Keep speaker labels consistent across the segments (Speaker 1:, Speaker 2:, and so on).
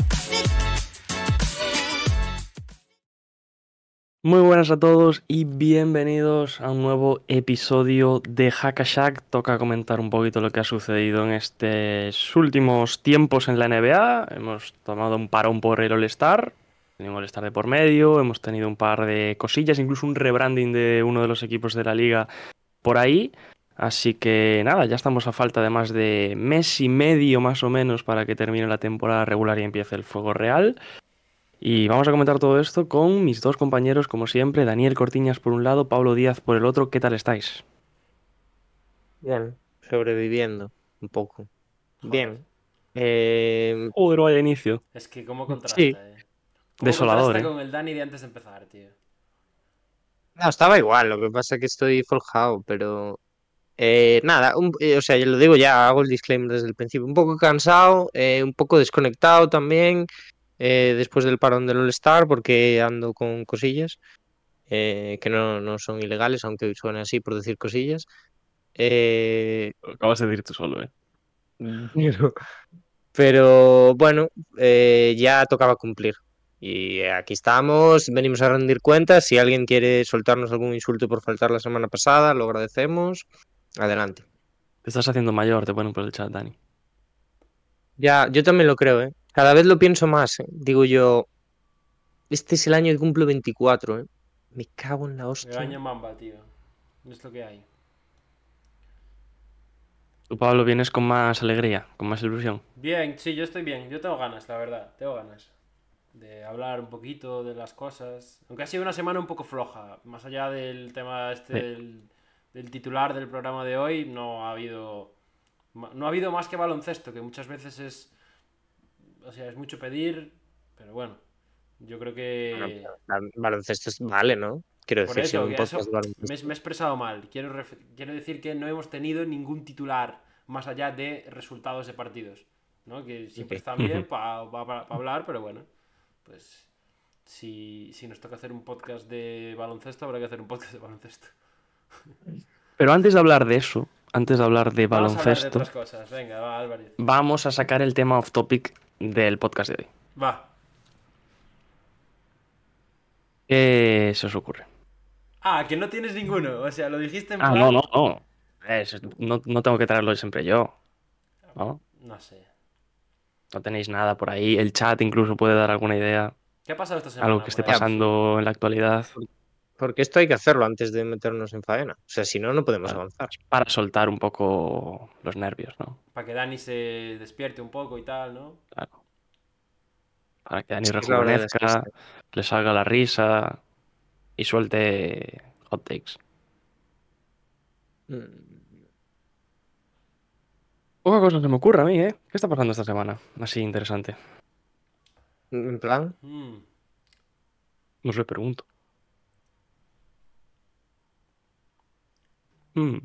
Speaker 1: Muy buenas a todos y bienvenidos a un nuevo episodio de Hackashack. Toca comentar un poquito lo que ha sucedido en estos últimos tiempos en la NBA. Hemos tomado un parón por el All-Star, tenido un All-Star de por medio, hemos tenido un par de cosillas, incluso un rebranding de uno de los equipos de la liga por ahí. Así que nada, ya estamos a falta de más de mes y medio más o menos para que termine la temporada regular y empiece el fuego real. Y vamos a comentar todo esto con mis dos compañeros, como siempre, Daniel Cortiñas por un lado, Pablo Díaz por el otro. ¿Qué tal estáis?
Speaker 2: Bien, sobreviviendo un poco. Bien. Eh,
Speaker 1: Joder, vaya inicio.
Speaker 3: Es que cómo contrasta,
Speaker 2: Sí.
Speaker 3: eh. Cómo
Speaker 1: Desolador,
Speaker 3: contrasta
Speaker 1: eh.
Speaker 3: con el Dani de antes de empezar, tío.
Speaker 2: no, estaba igual, lo que pasa es que estoy forjado, pero... eh, nada, un- eh, o sea, yo lo digo ya, hago el disclaimer desde el principio. Un poco cansado, eh, un poco desconectado también, eh, después del parón del All-Star, porque ando con cosillas, eh, que no, no son ilegales, aunque hoy suene así por decir cosillas. Eh,
Speaker 1: Lo acabas de decir tú solo, eh.
Speaker 2: Pero, pero, bueno, eh, ya tocaba cumplir. Y aquí estamos, venimos a rendir cuentas. Si alguien quiere soltarnos algún insulto por faltar la semana pasada, lo agradecemos. Adelante.
Speaker 1: Te estás haciendo mayor, te ponen por el chat, Dani.
Speaker 2: Ya, yo también lo creo, ¿eh? Cada vez lo pienso más, ¿eh? Digo yo, este es el año que cumplo 24, ¿eh? Me cago en la
Speaker 3: El año
Speaker 2: hostia.
Speaker 3: Mamba, tío. Es lo que hay.
Speaker 1: Tú, Pablo, vienes con más alegría, con más ilusión.
Speaker 3: Bien, sí, yo estoy bien. Yo tengo ganas, la verdad. Tengo ganas. De hablar un poquito de las cosas. Aunque ha sido una semana un poco floja. Más allá del tema
Speaker 1: Sí.
Speaker 3: este del, del titular del programa de hoy, no ha habido. ma- No ha habido más que baloncesto, que muchas veces es. O sea, es mucho pedir. Pero bueno. Yo creo que.
Speaker 2: Baloncesto es- vale, ¿no? Quiero
Speaker 3: Por
Speaker 2: decir, si
Speaker 3: eso,
Speaker 2: un
Speaker 3: que
Speaker 2: podcast
Speaker 3: eso-
Speaker 2: de baloncesto-
Speaker 3: Me, me he expresado mal. Quiero, ref- quiero decir que no hemos tenido ningún titular más allá de resultados de partidos. ¿no? Que siempre
Speaker 2: Ok.
Speaker 3: están bien
Speaker 1: Ujú.
Speaker 3: para hablar, pero bueno. Pues si, si nos toca hacer un podcast de baloncesto, habrá que hacer un podcast de baloncesto.
Speaker 1: Pero antes de hablar de eso, antes de hablar de
Speaker 3: Vamos a hablar de
Speaker 1: baloncesto,
Speaker 3: otras cosas. Venga, va, Álvarez.
Speaker 1: vamos a sacar el tema off topic del podcast de hoy.
Speaker 3: Va.
Speaker 1: ¿Qué se os ocurre?
Speaker 3: Ah, que no tienes ninguno. O sea, lo dijiste en
Speaker 1: Ah, no,
Speaker 3: plan-
Speaker 1: no, no. Es- no. no tengo que traerlo siempre yo. ¿no?
Speaker 3: No sé.
Speaker 1: No tenéis nada por ahí. El chat incluso puede dar alguna idea.
Speaker 3: ¿Qué ha pasado esta semana? Pues,
Speaker 1: Algo que esté
Speaker 3: por ahí?
Speaker 1: pasando en la actualidad.
Speaker 2: Porque esto hay que hacerlo antes de meternos en faena. O sea, si no, no podemos
Speaker 1: Claro.
Speaker 2: avanzar.
Speaker 1: Para soltar un poco los nervios, ¿no?
Speaker 3: Para que Dani se despierte un poco y tal, ¿no?
Speaker 1: Claro. Para que Dani
Speaker 2: Es que la verdad es que
Speaker 1: rejuvenezca, le salga la risa y suelte hot takes.
Speaker 2: Mm.
Speaker 1: Poca cosa se me ocurre a mí, ¿eh? ¿Qué está pasando esta semana? Así interesante.
Speaker 2: En plan,
Speaker 3: Mm.
Speaker 1: No se lo pregunto. Mm,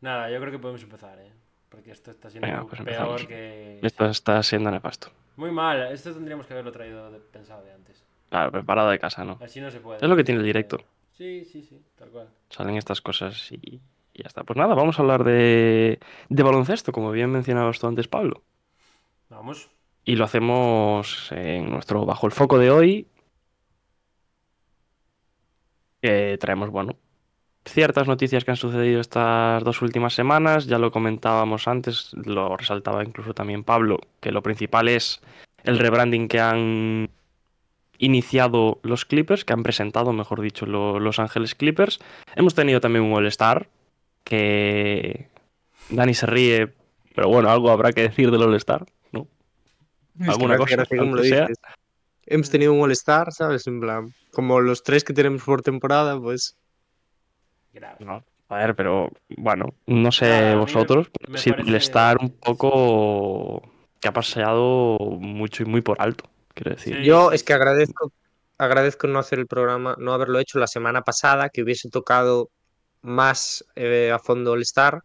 Speaker 3: Nada, yo creo que podemos empezar, ¿eh? Porque esto está siendo
Speaker 1: Venga, pues empezamos.
Speaker 3: peor que...
Speaker 1: esto está siendo nefasto.
Speaker 3: Muy mal, esto tendríamos que haberlo traído de- pensado de antes.
Speaker 1: Claro, preparado de casa, ¿no?
Speaker 3: Así no se puede.
Speaker 1: Es lo que tiene el directo.
Speaker 3: Sí, sí, sí, tal cual.
Speaker 1: Salen estas cosas y, y ya está. Pues nada, vamos a hablar de, de baloncesto, como bien mencionabas tú antes, Pablo.
Speaker 3: Vamos.
Speaker 1: Y lo hacemos en nuestro Bajo el Foco de hoy. Que traemos, bueno, ciertas noticias que han sucedido estas dos últimas semanas. Ya lo comentábamos antes, lo resaltaba incluso también Pablo, que lo principal es el rebranding que han iniciado los Clippers, que han presentado, mejor dicho, lo- Los Ángeles Clippers. Hemos tenido también un All-Star, que Dani se ríe, pero bueno, algo habrá que decir del All-Star, ¿no? alguna
Speaker 2: me hace
Speaker 1: cosa,
Speaker 2: gracia como lo
Speaker 1: aunque sea.
Speaker 2: dices. Hemos tenido un All-Star, ¿sabes? En plan, como los tres que tenemos por temporada, pues.
Speaker 3: Grave.
Speaker 1: No, a ver, pero bueno, no sé
Speaker 3: Nada, a mí me-
Speaker 1: vosotros,
Speaker 3: me
Speaker 1: si
Speaker 3: parece-
Speaker 1: el estar un poco que ha paseado mucho y muy por alto, quiero decir.
Speaker 3: Sí,
Speaker 2: Yo
Speaker 3: sí,
Speaker 2: es que
Speaker 3: sí.
Speaker 2: agradezco, agradezco no hacer el programa, no haberlo hecho la semana pasada, que hubiese tocado más eh, a fondo el Star.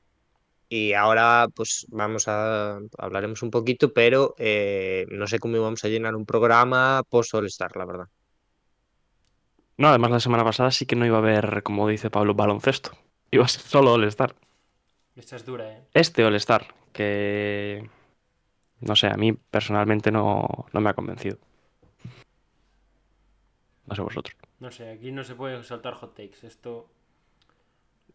Speaker 2: Y ahora, pues vamos a hablaremos un poquito, pero eh, no sé cómo vamos a llenar un programa post All Star, la verdad.
Speaker 1: No, además la semana pasada sí que no iba a haber, como dice Pablo, baloncesto. Iba a ser solo All Star.
Speaker 3: Esta es dura, ¿eh?
Speaker 1: Este All Star, que no sé, a mí personalmente no, no me ha convencido. No sé vosotros.
Speaker 3: No sé, aquí no se pueden soltar hot takes. Esto.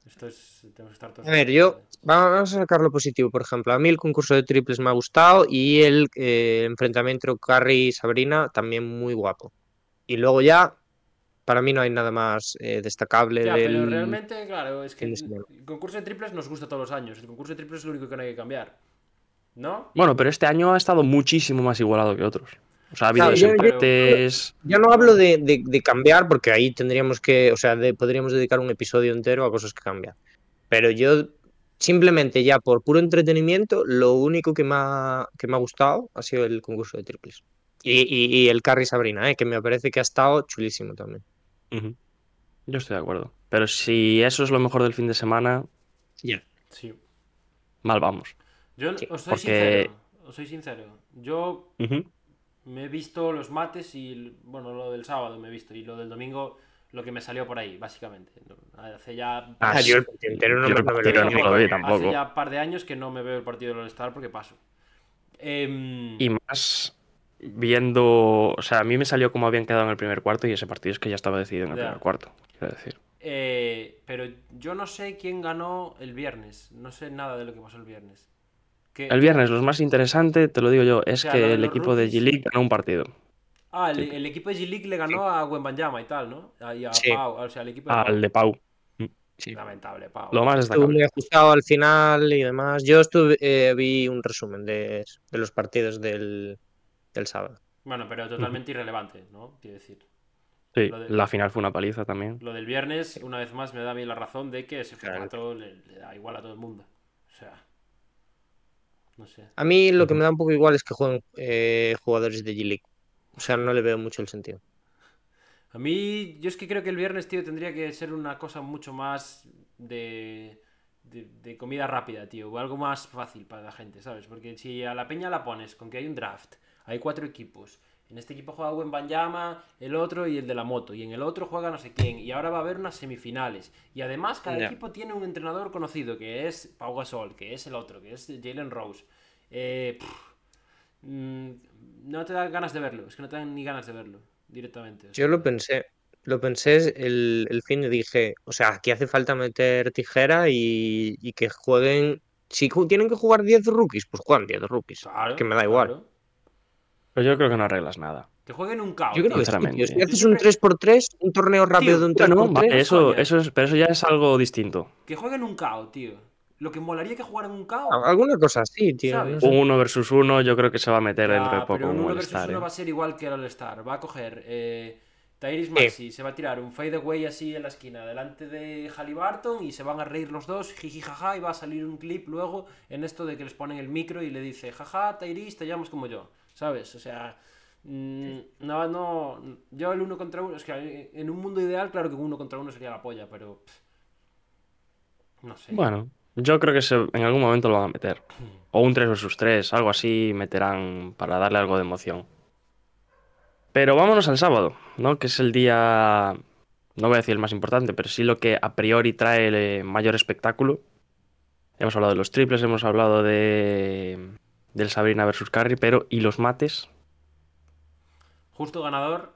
Speaker 3: Esto es. Tenemos que estar todos.
Speaker 2: A ver, yo.
Speaker 3: ¿eh?
Speaker 2: Vamos a sacar lo positivo, por ejemplo. A mí el concurso de triples me ha gustado y el eh, enfrentamiento Carrie y Sabrina también muy guapo. Y luego ya. Para mí no hay nada más eh, destacable
Speaker 3: Ya,
Speaker 2: del.
Speaker 3: pero realmente, claro, es que
Speaker 2: del
Speaker 3: el,
Speaker 2: diseño.
Speaker 3: concurso de triples nos gusta todos los años. El concurso de triples es lo único que no hay que cambiar. ¿No?
Speaker 1: Bueno, pero este año ha estado muchísimo más igualado que otros. O sea, ha habido
Speaker 2: Claro, yo- yo-
Speaker 1: desempates.
Speaker 2: Yo no hablo de, de- de cambiar porque ahí tendríamos que, o sea, de- podríamos dedicar un episodio entero a cosas que cambian. Pero yo simplemente ya por puro entretenimiento, lo único que me ha, que me ha gustado ha sido el concurso de triples. Y, y- y el Carry Sabrina, eh, que me parece que ha estado chulísimo también.
Speaker 1: Ujú. Yo estoy de acuerdo. Pero si eso es lo mejor del fin de semana,
Speaker 3: Sí.
Speaker 1: mal vamos.
Speaker 3: Yo
Speaker 2: Sí,
Speaker 3: os soy
Speaker 1: porque-
Speaker 3: sincero. Os soy sincero. Yo Me he visto los mates y, el- bueno, lo del sábado me he visto. Y lo del domingo, lo que me salió por ahí, básicamente. No, Hace ya...
Speaker 1: Ah,
Speaker 2: Ah,
Speaker 1: sí.
Speaker 3: hace
Speaker 2: yo el partido entero no
Speaker 1: Yo
Speaker 2: me
Speaker 1: el
Speaker 2: no me lo
Speaker 1: partido
Speaker 2: vi.
Speaker 1: no lo vi tampoco.
Speaker 3: ya un par de años que no me veo el partido del All-Star porque paso. Em,
Speaker 1: Y más viendo. O sea, a mí me salió como habían quedado en el primer cuarto y ese partido es que ya estaba decidido en el
Speaker 3: Ya.
Speaker 1: primer cuarto. Quiero decir.
Speaker 3: eh, pero yo no sé quién ganó el viernes. No sé nada de lo que pasó el viernes. Que-
Speaker 1: El viernes, lo más interesante, te lo digo yo, es
Speaker 3: O sea, lo
Speaker 1: que
Speaker 3: de
Speaker 1: el
Speaker 3: los
Speaker 1: equipo de
Speaker 3: rookies-
Speaker 1: G-League ganó un partido.
Speaker 3: Ah, el, el equipo de G-League le ganó a Wembanyama y tal, ¿no? A- Y a
Speaker 2: Sí.
Speaker 3: Pau, o sea, el equipo de Pau.
Speaker 1: Al de Pau.
Speaker 3: Lamentable, Pau.
Speaker 1: Lo más
Speaker 2: Estuvo muy
Speaker 1: destacable.
Speaker 2: ajustado al final y demás. Yo estuve, eh, vi un resumen de, de los partidos del, del sábado.
Speaker 3: Bueno, pero totalmente irrelevante, ¿no? Quiero decir.
Speaker 1: Sí,
Speaker 3: lo de-
Speaker 1: la final fue una paliza también.
Speaker 3: Lo del viernes, una vez más, me da a mí la razón de que ese
Speaker 2: Claro.
Speaker 3: formato le, le da igual a todo el mundo. O sea, no sé.
Speaker 2: A mí lo que me da un poco igual es que jueguen eh, jugadores de G-League. O sea, no le veo mucho el sentido.
Speaker 3: A mí, yo es que creo que el viernes, tío, tendría que ser una cosa mucho más de, de, de comida rápida, tío. O algo más fácil para la gente, ¿sabes? Porque si a la peña la pones con que hay un draft, hay cuatro equipos. En este equipo juega Wembanyama, el otro y el de la moto. Y en el otro juega no sé quién. Y ahora va a haber unas semifinales. Y además cada
Speaker 2: Ya.
Speaker 3: equipo tiene un entrenador conocido, que es Pau Gasol, que es el otro, que es Jalen Rose. Eh, pff, mm, no te dan ganas de verlo. Es que no te dan ni ganas de verlo directamente. o sea.
Speaker 2: Yo lo pensé, lo pensé el, el fin y dije, o sea, aquí hace falta meter tijera y, y que jueguen. Si ju- tienen que jugar 10 rookies, pues juegan 10 rookies.
Speaker 3: Claro,
Speaker 2: que me da igual.
Speaker 3: claro.
Speaker 1: Pero yo creo que no arreglas nada.
Speaker 3: Que jueguen un caos.
Speaker 2: Yo creo que
Speaker 3: tío.
Speaker 2: sí, tío. Si
Speaker 1: Sinceramente.
Speaker 2: haces un 3x3, un torneo rápido de un
Speaker 1: Bueno,
Speaker 2: 3x3,
Speaker 1: vale, eso,
Speaker 3: coña.
Speaker 1: eso es, pero eso ya es algo distinto.
Speaker 3: Que jueguen un caos, tío. Lo que molaría que jugaran un caos.
Speaker 2: alguna cosa así, tío. no
Speaker 3: ¿Sabes?
Speaker 2: sé.
Speaker 1: Un uno versus uno, yo creo que se va a meter dentro de
Speaker 3: Ah,
Speaker 1: poco
Speaker 3: pero
Speaker 1: un
Speaker 3: un 1
Speaker 1: all
Speaker 3: versus
Speaker 1: Star,
Speaker 3: 1
Speaker 1: ¿eh?
Speaker 3: va a ser igual que el All-Star. Va a coger eh, Tyrese Maxey, se va a tirar un fadeaway así en la esquina delante de Halliburton y se van a reír los dos, jiji jaja, y va a salir un clip luego en esto de que les ponen el micro y le dice, jaja, Tyrese, te llamas como yo, ¿sabes? O sea, mm, no, no, yo el uno contra uno, es que eh, en un mundo ideal, claro que uno contra uno sería la polla, pero... pff, no sé.
Speaker 1: Bueno, yo creo que se- en algún momento lo van a meter. O un 3 versus 3, algo así meterán para darle algo de emoción. Pero vámonos al sábado, ¿no? Que es el día, no voy a decir el más importante, pero sí lo que a priori trae el eh, mayor espectáculo. Hemos hablado de los triples, hemos hablado de del Sabrina versus Carrie, pero ¿y los mates?
Speaker 3: Justo ganador,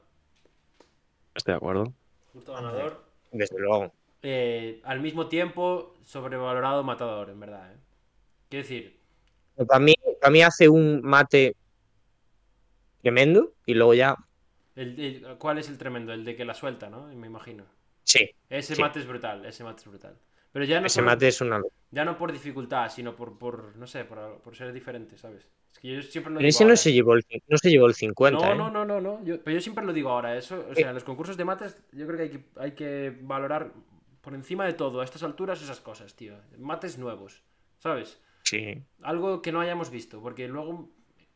Speaker 1: Estoy de acuerdo.
Speaker 3: justo ganador.
Speaker 2: Desde luego.
Speaker 3: eh, al mismo tiempo, sobrevalorado matador, en verdad. ¿eh? Quiero decir,
Speaker 2: Pero Para mí, para mí hace un mate tremendo y luego ya.
Speaker 3: el- el- ¿cuál es el tremendo? El de que la suelta, ¿no? Me imagino.
Speaker 2: Sí,
Speaker 3: Ese
Speaker 2: Sí.
Speaker 3: mate es brutal, ese mate es brutal. Pero ya no,
Speaker 2: ese
Speaker 3: solo-
Speaker 2: mate es una.
Speaker 3: ya pues, no por dificultad, sino por, por no sé, por, por ser diferente, ¿sabes? Es que yo siempre lo
Speaker 2: Pero
Speaker 3: digo
Speaker 2: ese no
Speaker 3: ahora.
Speaker 2: se llevó el, no se llevó el 50.
Speaker 3: No,
Speaker 2: ¿eh?
Speaker 3: no, no, no, no. Yo, pero yo siempre lo digo ahora, eso. O sea, en los concursos de mates, yo creo que hay que, hay que valorar por encima de todo, a estas alturas, esas cosas, tío. Mates nuevos, ¿sabes?
Speaker 2: Sí.
Speaker 3: Algo que no hayamos visto, porque luego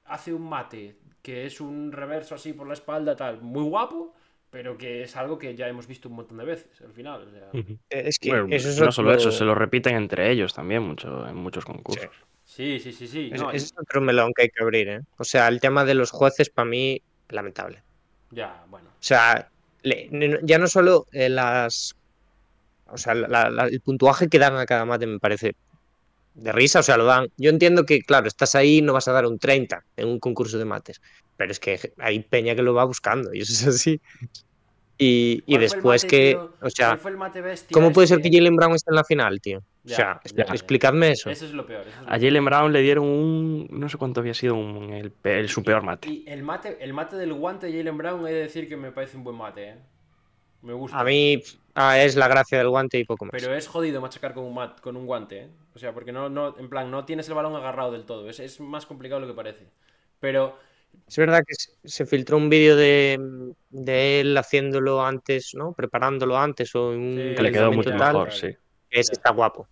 Speaker 3: hace un mate que es un reverso así por la espalda, tal, muy guapo, pero que es algo que ya hemos visto un montón de veces al final. o sea,
Speaker 1: Mm.
Speaker 2: Es que
Speaker 1: Bueno,
Speaker 2: eso es
Speaker 1: no solo
Speaker 2: otro-
Speaker 1: eso, se lo repiten entre ellos también mucho, en muchos concursos.
Speaker 3: sí, sí, sí, sí.
Speaker 2: es-
Speaker 3: no,
Speaker 2: ese es otro melón que hay que abrir, ¿eh? O sea, el tema de los jueces para mí, lamentable.
Speaker 3: Ya, bueno.
Speaker 2: O sea, le- ne- no- ya no solo eh, las. O sea, la- la- el puntuaje que dan a cada mate me parece de risa. O sea, lo dan. Yo entiendo que, claro, estás ahí no vas a dar un 30 en un concurso de mates. Pero es que hay peña que lo va buscando y eso es así. Y, y
Speaker 3: ¿Cuál fue el
Speaker 2: después
Speaker 3: mate,
Speaker 2: que.
Speaker 3: tío?
Speaker 2: O sea,
Speaker 3: ¿Cuál fue el mate bestia
Speaker 2: ¿cómo puede ser que
Speaker 3: este?
Speaker 2: Jalen Brown esté en la final, tío?
Speaker 3: Ya,
Speaker 2: o sea,
Speaker 3: ya, ya.
Speaker 2: explicadme eso.
Speaker 3: Eso es lo peor. eso es lo
Speaker 1: A Jalen Brown le dieron un. No sé cuánto había sido un- el, pe- el su peor mate.
Speaker 3: Y el mate, el mate del guante de Jalen Brown, he de decir que me parece un buen mate, ¿eh? Me gusta.
Speaker 2: A mí pf, ah, es la gracia del guante y poco más.
Speaker 3: Pero es jodido machacar con un, mat, con un guante, ¿eh? O sea, porque no, no, en plan, no tienes el balón agarrado del todo. Es, es más complicado de lo que parece. Pero
Speaker 2: Es verdad que se- se filtró un vídeo de, de él haciéndolo antes, ¿no? Preparándolo antes o en un
Speaker 3: Sí.
Speaker 1: Que le quedó
Speaker 2: calentamiento
Speaker 1: mucho
Speaker 2: y tal.
Speaker 1: mejor, sí.
Speaker 2: Ese está guapo.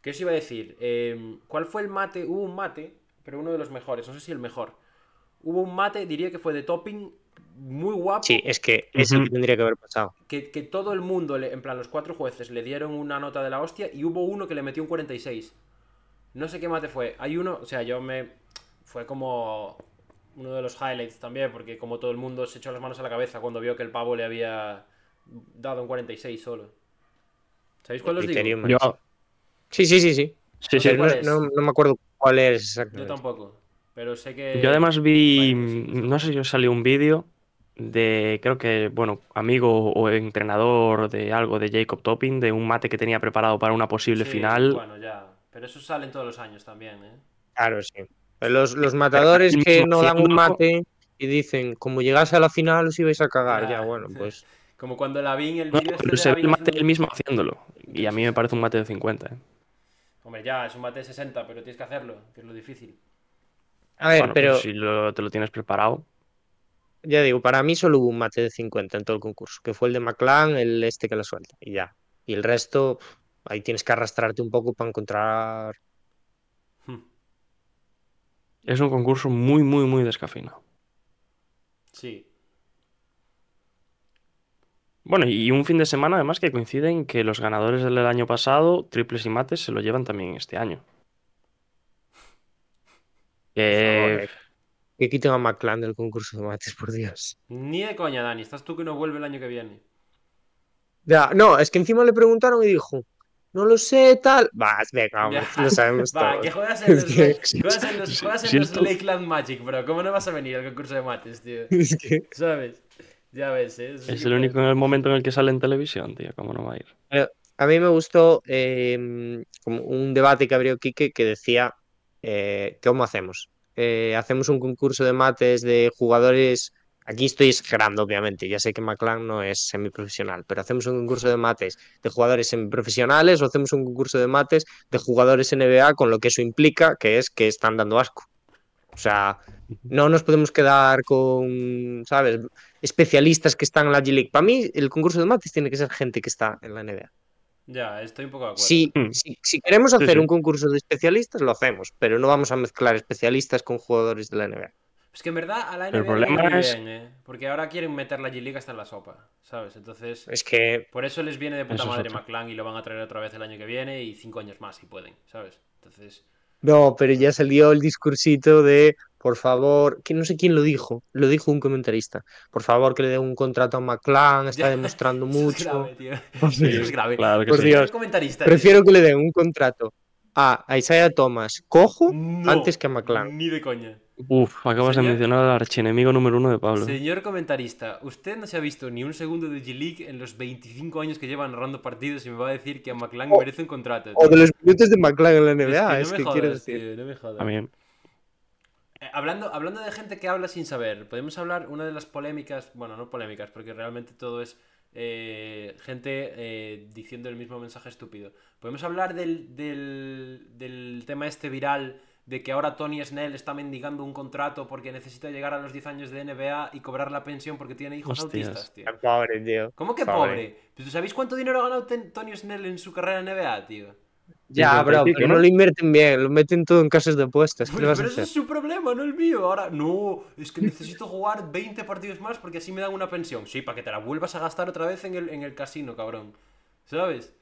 Speaker 3: ¿Qué os iba a decir? Eh, ¿Cuál fue el mate? Hubo un mate, pero uno de los mejores, no sé si el mejor. Hubo un mate, diría que fue de topping, muy guapo,
Speaker 2: Sí, es que es el
Speaker 1: Ujú.
Speaker 2: que tendría que haber pasado.
Speaker 3: que, que todo el mundo, le- en plan los cuatro jueces, le dieron una nota de la hostia y hubo uno que le metió un 46. No sé qué mate fue. Hay uno, o sea, yo me... Fue como uno de los highlights también, porque como todo el mundo se echó las manos a la cabeza cuando vio que el pavo le había dado un 46 solo. ¿Sabéis cuál os digo?
Speaker 2: Criterium,
Speaker 1: Yo-
Speaker 2: Sí, sí, sí,
Speaker 1: sí,
Speaker 2: sí.
Speaker 1: sí.
Speaker 3: sé
Speaker 2: Pero
Speaker 3: cuál
Speaker 2: no,
Speaker 3: es.
Speaker 2: no- no me acuerdo cuál es
Speaker 3: Yo
Speaker 2: exactamente.
Speaker 3: tampoco, pero sé que...
Speaker 1: Yo además vi, mm,
Speaker 3: bueno, sí, sí.
Speaker 1: no sé si os salió un vídeo de, creo que, bueno, amigo o entrenador de algo de Jacob Topping, de un mate que tenía preparado para una posible
Speaker 3: Sí,
Speaker 1: final.
Speaker 3: Bueno, ya. Pero eso salen todos los años también, ¿eh?
Speaker 2: Claro, sí. Los, los matadores
Speaker 1: el
Speaker 2: que
Speaker 1: mismo
Speaker 2: no dan un
Speaker 1: haciendo-
Speaker 2: mate y dicen, como llegase a la final os ibais a
Speaker 1: Ah,
Speaker 2: cagar.
Speaker 3: Ya,
Speaker 2: Ya, bueno,
Speaker 3: sí.
Speaker 2: pues.
Speaker 3: Como cuando la vi en el
Speaker 1: No,
Speaker 3: vídeo este
Speaker 1: pero
Speaker 3: de
Speaker 1: se ve el
Speaker 3: Lavín
Speaker 1: mate
Speaker 3: haciendo-
Speaker 1: él mismo haciéndolo. Y a mí me parece un mate de 50. ¿eh?
Speaker 3: Hombre, ya, es un mate de 60, pero tienes que hacerlo, que es lo difícil.
Speaker 2: A ver,
Speaker 1: Ah, Bueno, pues
Speaker 2: pero
Speaker 1: si lo- te lo tienes preparado.
Speaker 2: ya digo, para mí solo hubo un mate de 50 en todo el concurso, que fue el de McLaren, el este que la suelta, y ya. Y el resto, ahí tienes que arrastrarte un poco para encontrar
Speaker 3: Hmm.
Speaker 1: Es un concurso muy, muy, muy descafeinado.
Speaker 3: Sí.
Speaker 1: Bueno, y un fin de semana además que coinciden que los ganadores del año pasado, triples y mates, se lo llevan también este año. Que-
Speaker 3: Eh,
Speaker 2: Joder, que quiten a McLaren del concurso de mates, por Dios.
Speaker 3: Ni de coña, Dani. Estás tú que no vuelve el año que viene.
Speaker 2: Ya, no, es que encima le preguntaron y dijo, no lo sé, tal. Va, venga, vamos,
Speaker 3: Ya.
Speaker 2: lo sabemos
Speaker 3: Va,
Speaker 2: todos.
Speaker 3: que juegas en los,
Speaker 2: Es que-
Speaker 3: juegas en los, juegas en
Speaker 1: si
Speaker 3: los
Speaker 1: esto-
Speaker 3: Lakeland Magic, bro. ¿Cómo no vas a venir al concurso de mates, tío?
Speaker 2: Es que-
Speaker 3: ¿Sabes? Ya ves, ¿eh? Eso sí
Speaker 1: Es
Speaker 3: que
Speaker 1: el
Speaker 3: puede-
Speaker 1: único en el momento en el que sale en televisión, tío, cómo no va a ir.
Speaker 2: A mí me gustó eh, como un debate que abrió Quique que decía, eh, ¿cómo hacemos? Eh, ¿hacemos un concurso de mates de jugadores? Aquí estoy exagerando, obviamente, ya sé que McLaren no es semiprofesional, pero ¿hacemos un concurso de mates de jugadores semiprofesionales o hacemos un concurso de mates de jugadores NBA con lo que eso implica, que es que están dando asco? O sea, no nos podemos quedar con, ¿sabes? Especialistas que están en la G-League. Para mí, el concurso de mates tiene que ser gente que está en la NBA.
Speaker 3: Ya, estoy un poco de acuerdo.
Speaker 2: Si,
Speaker 1: Mm.
Speaker 2: si- si queremos
Speaker 1: Sí,
Speaker 2: hacer
Speaker 1: sí.
Speaker 2: un concurso de especialistas, lo hacemos, pero no vamos a mezclar especialistas con jugadores de la NBA.
Speaker 3: Es que en verdad a la NBA
Speaker 1: El
Speaker 3: le
Speaker 1: problema
Speaker 3: viene
Speaker 1: es-
Speaker 3: bien, ¿eh? Porque ahora quieren meter la G-League hasta en la sopa, ¿sabes? Entonces...
Speaker 2: Es que,
Speaker 3: Por eso les viene de puta
Speaker 1: Eso es
Speaker 3: madre
Speaker 1: otra.
Speaker 3: McLaren y lo van a traer otra vez el año que viene y cinco años más si pueden, ¿sabes? Entonces,
Speaker 2: no, pero ya salió el discursito de, por favor, que no sé quién lo dijo, lo dijo un comentarista, por favor que le den un contrato a McLaren, está
Speaker 3: Ya.
Speaker 2: demostrando
Speaker 3: Eso es
Speaker 2: mucho.
Speaker 3: grave, tío.
Speaker 2: Por
Speaker 3: Eso
Speaker 2: Dios.
Speaker 3: es grave.
Speaker 1: Claro que
Speaker 2: Por
Speaker 1: sí.
Speaker 2: Dios.
Speaker 3: Ser comentarista, tío.
Speaker 2: Prefiero que le den un contrato a Isaiah Thomas cojo
Speaker 3: No,
Speaker 2: antes que a McLaren.
Speaker 3: Ni de coña.
Speaker 1: Uf, acabas
Speaker 3: Sería-
Speaker 1: de mencionar al archienemigo número uno de Pablo.
Speaker 3: Señor comentarista, usted no se ha visto ni un segundo de G-League en los 25 años que lleva narrando partidos y me va a decir que a McLaren
Speaker 2: O-
Speaker 3: merece un contrato.
Speaker 2: O
Speaker 3: tío.
Speaker 2: Oh. de los minutos de McLaren en la
Speaker 3: Es que
Speaker 2: NBA,
Speaker 3: no
Speaker 2: es
Speaker 3: me
Speaker 2: que
Speaker 3: jodas,
Speaker 2: quiero decir.
Speaker 3: tío, no me jodas.
Speaker 1: También.
Speaker 3: Eh, Hablando, hablando de gente que habla sin saber, podemos hablar una de las polémicas, bueno, no polémicas, porque realmente todo es eh, gente eh, diciendo el mismo mensaje estúpido. Podemos hablar del, del, del tema este viral de que ahora Tony Snell está mendigando un contrato porque necesita llegar a los 10 años de NBA y cobrar la pensión porque tiene hijos
Speaker 1: Hostias.
Speaker 3: autistas, tío.
Speaker 2: Pobre, tío.
Speaker 3: ¿Cómo que Pues,
Speaker 2: Pobre.
Speaker 3: pobre? ¿Pero ¿Sabéis cuánto dinero ha ganado Ten- Tony Snell en su carrera en NBA, tío?
Speaker 2: Ya,
Speaker 1: 50 y
Speaker 2: bro,
Speaker 1: pico,
Speaker 2: pero
Speaker 1: ¿no?
Speaker 2: no lo invierten bien, lo meten todo en casas de apuestas. ¿Qué le
Speaker 3: Pero,
Speaker 2: vas a
Speaker 3: pero ese
Speaker 2: hacer?
Speaker 3: es su problema, no el mío. Ahora, no, es que necesito jugar 20 partidos más porque así me dan una pensión. Sí, para que te la vuelvas a gastar otra vez en el, en el casino, cabrón. ¿Sabes?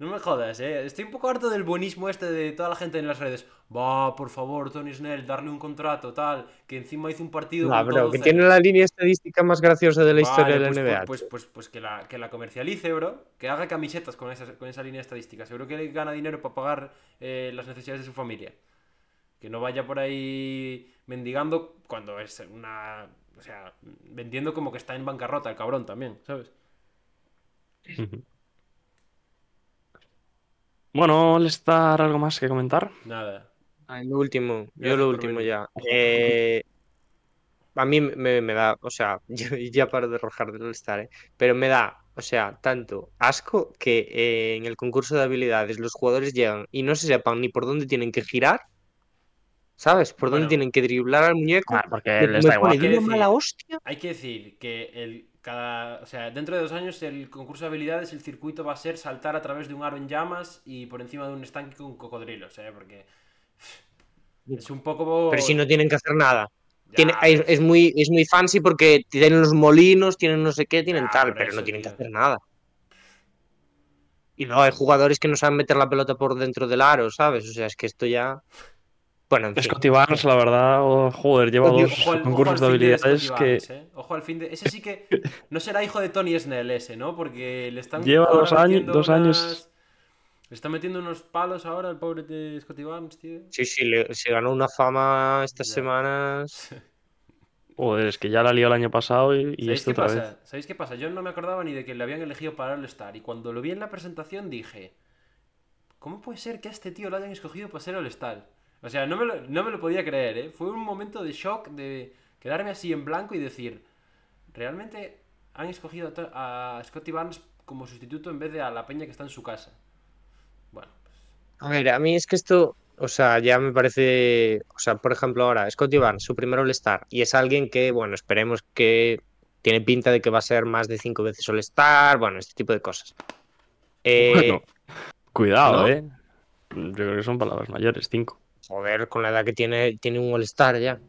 Speaker 3: No me jodas, eh. Estoy un poco harto del buenismo este de toda la gente en las redes. Va, por favor, Tony Snell, darle un contrato, tal. Que encima hizo un partido.
Speaker 2: No,
Speaker 3: con
Speaker 2: bro,
Speaker 3: todo
Speaker 2: que
Speaker 3: cero.
Speaker 2: tiene la línea estadística más graciosa de la historia
Speaker 3: Vale,
Speaker 2: de la
Speaker 3: pues,
Speaker 2: NBA.
Speaker 3: Pues, pues, pues que, la, que la comercialice, bro. Que haga camisetas con esa, con esa línea estadística. Seguro que le gana dinero para pagar eh, las necesidades de su familia. Que no vaya por ahí mendigando cuando es una... O sea, vendiendo como que está en bancarrota el cabrón también, ¿sabes?
Speaker 1: Bueno, All-Star, ¿algo más que comentar?
Speaker 3: Nada.
Speaker 2: Ah, lo último, yo
Speaker 3: Gracias
Speaker 2: lo
Speaker 3: por
Speaker 2: último
Speaker 3: venir.
Speaker 2: ya. Eh, a mí me, me da, o sea, yo ya paro de rojar del estar, pero me da, o sea, tanto asco que eh, en el concurso de habilidades los jugadores llegan y no se sepan ni por dónde tienen que girar, ¿sabes? Por dónde
Speaker 3: Bueno.
Speaker 2: tienen que driblar al muñeco.
Speaker 3: Ah,
Speaker 1: porque
Speaker 2: que
Speaker 1: les
Speaker 2: me
Speaker 1: da igual.
Speaker 2: pone
Speaker 3: igual.
Speaker 2: de una
Speaker 3: Quiero decir-
Speaker 2: mala hostia.
Speaker 3: Hay que decir que el cada, o sea, dentro de dos años el concurso de habilidades, el circuito va a ser saltar a través de un aro en llamas y por encima de un estanque con cocodrilos, ¿eh? Porque es un poco...
Speaker 2: Pero si no tienen que hacer nada.
Speaker 3: Ya,
Speaker 2: Tiene- es,
Speaker 3: pero
Speaker 2: es muy, es muy fancy porque tienen los molinos, tienen no sé qué, tienen
Speaker 3: Ya,
Speaker 2: tal,
Speaker 3: por
Speaker 2: pero no
Speaker 3: eso,
Speaker 2: tienen que
Speaker 3: tío.
Speaker 2: hacer nada. Y no, hay jugadores que no saben meter la pelota por dentro del aro, ¿sabes? O sea, es que esto ya. Bueno, en fin.
Speaker 1: Scotty Barnes, la verdad, oh, joder, lleva
Speaker 2: Ojo-
Speaker 1: dos
Speaker 3: Ojo al, ojo al
Speaker 1: concursos de
Speaker 3: fin de
Speaker 1: habilidades
Speaker 3: Scotty
Speaker 1: que
Speaker 3: Barnes, ¿eh? Ojo al fin de... Ese sí que no será hijo de Tony Snell ese, ¿no? Porque le están...
Speaker 1: Lleva
Speaker 3: ahora
Speaker 1: dos años-
Speaker 3: metiendo
Speaker 1: dos años.
Speaker 3: unas- Le están metiendo unos palos ahora al pobre de Scotty Barnes, tío.
Speaker 2: Sí, sí, le- se ganó una fama estas
Speaker 3: Ya.
Speaker 2: semanas.
Speaker 1: Joder, es que ya la lió el año pasado y, y
Speaker 3: ¿Sabéis
Speaker 1: esto
Speaker 3: qué
Speaker 1: otra
Speaker 3: pasa?
Speaker 1: vez.
Speaker 3: ¿Sabéis qué pasa? Yo no me acordaba ni de que le habían elegido para el All-Star. Y cuando lo vi en la presentación dije: ¿Cómo puede ser que a este tío lo hayan escogido para ser All-Star? O sea, no me, lo, no me lo podía creer, ¿eh? Fue un momento de shock de quedarme así en blanco y decir: ¿Realmente han escogido a to- a, Scotty Barnes como sustituto en vez de a la peña que está en su casa? Bueno,
Speaker 2: A ver, a mí es que esto. O sea, ya me parece. O sea, por ejemplo, ahora, Scotty Barnes, su primer All-Star. Y es alguien que, bueno, esperemos que. Tiene pinta de que va a ser más de cinco veces All-Star. Bueno, este tipo de cosas. Eh,
Speaker 1: Bueno, cuidado,
Speaker 2: ¿no?
Speaker 1: eh. Yo creo que son palabras mayores, cinco.
Speaker 2: Joder, con la edad que tiene, tiene un All-Star ya.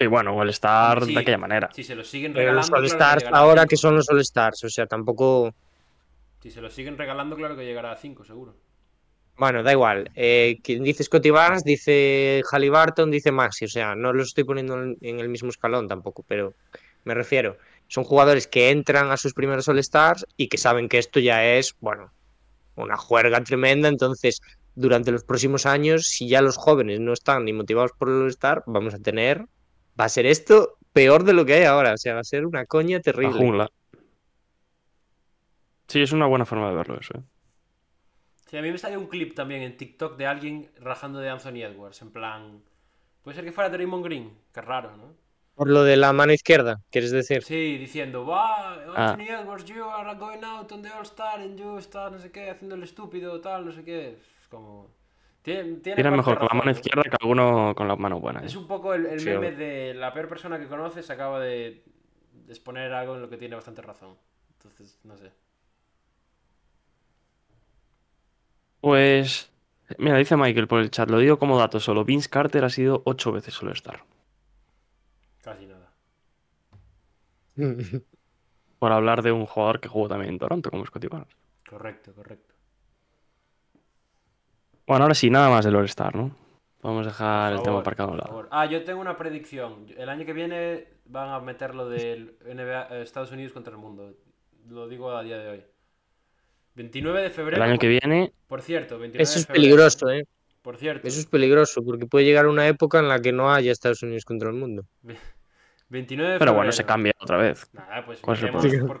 Speaker 1: Y bueno, All-Star
Speaker 3: Sí.
Speaker 1: de aquella manera.
Speaker 3: si se lo siguen
Speaker 2: Pero
Speaker 3: regalando.
Speaker 2: los
Speaker 3: claro que
Speaker 2: All-Stars
Speaker 3: llegará a
Speaker 2: ahora
Speaker 3: cinco.
Speaker 2: que son los All-Stars, o sea, tampoco.
Speaker 3: Si se lo siguen regalando, claro que llegará a 5, seguro.
Speaker 2: Bueno, da igual. Eh, quien dice Scotty Barnes, dice Halliburton, dice Maxi. O sea, no los estoy poniendo en en el mismo escalón tampoco, pero me refiero. Son jugadores que entran a sus primeros All-Stars y que saben que esto ya es, bueno, una juerga tremenda. Entonces, durante los próximos años, si ya los jóvenes no están ni motivados por el All-Star, vamos a tener. Va a ser esto peor de lo que hay ahora. O sea, va a ser una coña
Speaker 1: La
Speaker 2: terrible.
Speaker 1: jungla. Sí, es una buena forma de verlo eso. ¿eh?
Speaker 3: Sí, a mí me salió un clip también en TikTok de alguien rajando de Anthony Edwards, en plan... Puede ser que fuera Draymond Green, que raro, ¿no?
Speaker 2: Por lo de la mano izquierda, ¿quieres decir?
Speaker 3: Sí, diciendo, va,
Speaker 1: Ah.
Speaker 3: Anthony Edwards, you are going out on the All-Star and you estás no sé qué, haciendo el estúpido, tal, no sé qué. Es como... Tiene, tiene
Speaker 1: Tira
Speaker 3: parte
Speaker 1: mejor con la
Speaker 3: razón,
Speaker 1: mano
Speaker 3: ¿no?
Speaker 1: izquierda que alguno con la mano buena. ¿eh?
Speaker 3: Es un poco el, el
Speaker 2: Sí,
Speaker 3: meme
Speaker 2: hombre.
Speaker 3: de la peor persona que conoces acaba de exponer algo en lo que tiene bastante razón. Entonces, no sé.
Speaker 1: Pues. Mira, dice Michael por el chat, lo digo como dato solo. Vince Carter ha sido ocho veces solo estar.
Speaker 3: Casi nada.
Speaker 1: Por hablar de un jugador que jugó también en Toronto, como Scottie Barnes.
Speaker 3: Correcto, correcto.
Speaker 1: Bueno, ahora sí, nada más del All-Star, ¿no? Vamos a dejar el
Speaker 3: Por
Speaker 1: tema
Speaker 3: favor,
Speaker 1: aparcado a un
Speaker 3: por
Speaker 1: lado.
Speaker 3: favor. Ah, yo tengo una predicción. El año que viene van a meter lo del NBA, eh, Estados Unidos contra el mundo. Lo digo a día de hoy. 29 de
Speaker 1: El
Speaker 3: febrero.
Speaker 1: año que viene,
Speaker 3: Por cierto, 29
Speaker 2: Eso
Speaker 3: de
Speaker 2: es
Speaker 3: febrero.
Speaker 2: peligroso, ¿eh?
Speaker 3: Por cierto,
Speaker 2: Eso es peligroso, porque puede llegar una época en la que no haya Estados Unidos contra el mundo.
Speaker 3: 29 de
Speaker 1: pero
Speaker 3: febrero.
Speaker 1: bueno, se cambia otra vez.
Speaker 3: Nada, pues
Speaker 1: ¿Cuál es el
Speaker 3: miremos
Speaker 2: problema?
Speaker 3: por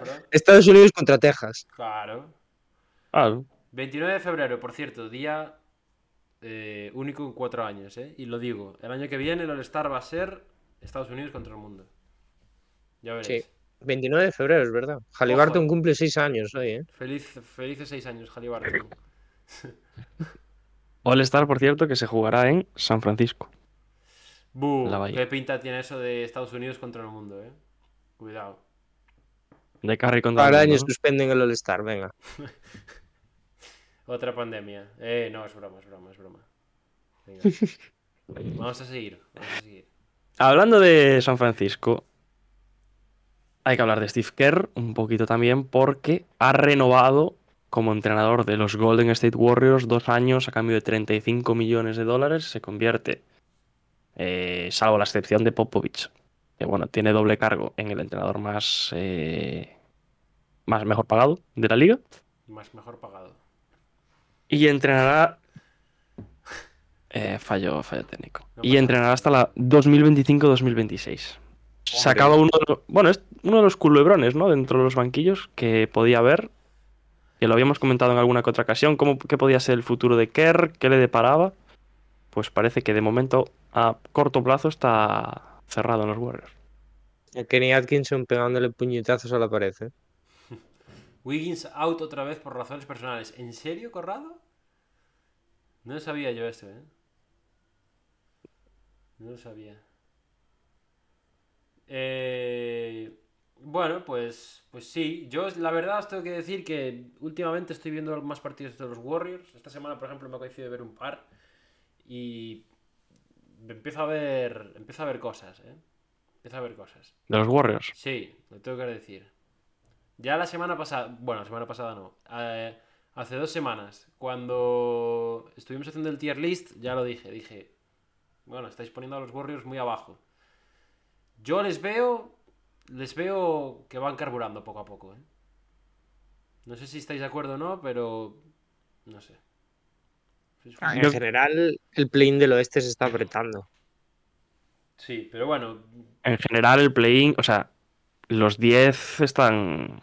Speaker 3: bro.
Speaker 2: Estados Unidos contra Texas.
Speaker 3: Claro.
Speaker 1: Claro.
Speaker 3: 29 de febrero, por cierto, día eh, único en cuatro años, ¿eh? Y lo digo, el año que viene el All-Star va a ser Estados Unidos contra el mundo. Ya veréis.
Speaker 2: Sí. 29 de febrero, es verdad. Halliburton cumple 6 años hoy, ¿eh?
Speaker 3: Feliz, felices seis años, Halliburton.
Speaker 1: All-Star, por cierto, que se jugará en San Francisco.
Speaker 3: Buh,
Speaker 1: La Bahía.
Speaker 3: qué pinta tiene eso de Estados Unidos contra el mundo, eh. Cuidado.
Speaker 1: De Curry contra el
Speaker 2: Para
Speaker 1: mundo,
Speaker 2: años
Speaker 1: ¿no?
Speaker 2: suspenden el All-Star, venga.
Speaker 3: Otra pandemia. Eh, no, es broma, es broma, es broma. Venga. Vamos a seguir. Vamos a seguir.
Speaker 1: Hablando de San Francisco, hay que hablar de Steve Kerr un poquito también porque ha renovado como entrenador de los Golden State Warriors dos años a cambio de 35 millones de dólares. Se convierte, eh, salvo la excepción de Popovich, que bueno, tiene doble cargo en el entrenador más, eh, más mejor pagado de la liga.
Speaker 3: Más mejor pagado.
Speaker 1: Y entrenará. Eh, fallo, fallo técnico.
Speaker 3: No
Speaker 1: y
Speaker 3: pasa
Speaker 1: entrenará hasta la 2025-2026. Sacaba uno de los. Bueno, es uno de los culebrones, ¿no? Dentro de los banquillos que podía haber. Que lo habíamos comentado en alguna que otra ocasión. Cómo, ¿Qué podía ser el futuro de Kerr? ¿Qué le deparaba? Pues parece que de momento, a corto plazo, está cerrado en los Warriors.
Speaker 2: A Kenny Atkinson pegándole puñetazos a la pared. ¿eh?
Speaker 3: Wiggins out otra vez por razones personales. ¿En serio, Corrado? No lo sabía yo esto, ¿eh? No lo sabía. Eh, bueno, pues, pues sí. Yo la verdad os tengo que decir que últimamente estoy viendo más partidos de los Warriors. Esta semana, por ejemplo, me ha coincidido ver un par. Y empiezo a ver, empiezo a ver cosas, ¿eh? Empiezo a ver cosas.
Speaker 1: De los Warriors.
Speaker 3: Sí, lo tengo que decir. Ya la semana pasada, bueno, la semana pasada no. eh, hace dos semanas, cuando estuvimos haciendo el tier list, ya lo dije, dije, bueno, estáis poniendo a los Warriors muy abajo. Yo les veo, les veo que van carburando poco a poco. ¿eh? No sé si estáis de acuerdo o no, pero no sé.
Speaker 2: En general, el play del oeste se está apretando.
Speaker 3: Sí, pero bueno,
Speaker 1: En general, el play-in, o sea, los 10 están.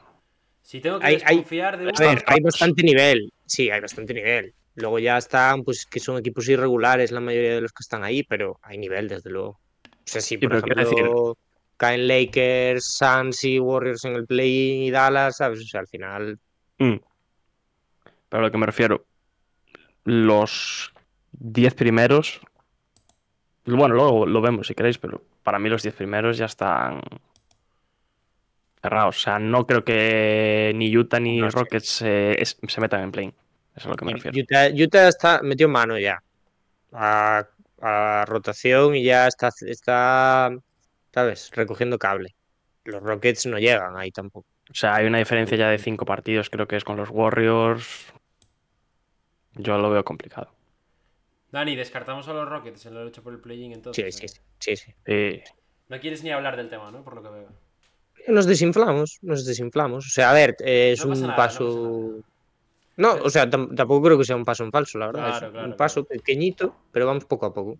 Speaker 3: si tengo que
Speaker 2: Hay- hay-
Speaker 3: desconfiar de
Speaker 2: A ver,
Speaker 3: uno,
Speaker 2: hay bastante nivel. Sí, hay bastante nivel. Luego ya están, pues que son equipos irregulares la mayoría de los que están ahí, pero hay nivel, desde luego. O sea, si por
Speaker 1: pero quiero
Speaker 2: ejemplo caen Lakers, Suns y Warriors en el play y Dallas, ¿sabes? O sea, al final.
Speaker 1: Mm. Pero a lo que me refiero, los 10 primeros. Bueno, luego lo vemos si queréis, pero para mí los 10 primeros ya están cerrados. O sea, no creo que ni Utah ni
Speaker 2: No sé.
Speaker 1: Rockets eh, es- se metan en plane. Eso es a lo que me refiero.
Speaker 2: Utah, Utah está, metió mano ya a, a rotación y ya está, está, ¿sabes? Recogiendo cable. Los Rockets no llegan ahí tampoco.
Speaker 1: O sea, hay una diferencia ya de 5 partidos, creo que es con los Warriors. Yo lo veo complicado.
Speaker 3: Dani, descartamos a los Rockets en la lucha por el play-in
Speaker 2: Sí,
Speaker 3: entonces.
Speaker 2: sí,
Speaker 3: ¿eh? ¿o qué?
Speaker 2: sí, sí, sí.
Speaker 1: Sí.
Speaker 3: No quieres ni hablar del tema, ¿no? Por lo que veo.
Speaker 2: Nos desinflamos, nos desinflamos. O sea, a ver, eh, es
Speaker 3: No pasa
Speaker 2: un
Speaker 3: nada, no
Speaker 2: paso. No, o sea, tam- tampoco creo que sea un paso en falso, la verdad.
Speaker 3: Claro,
Speaker 2: es un-
Speaker 3: claro,
Speaker 2: un paso pequeñito, pero vamos poco a poco.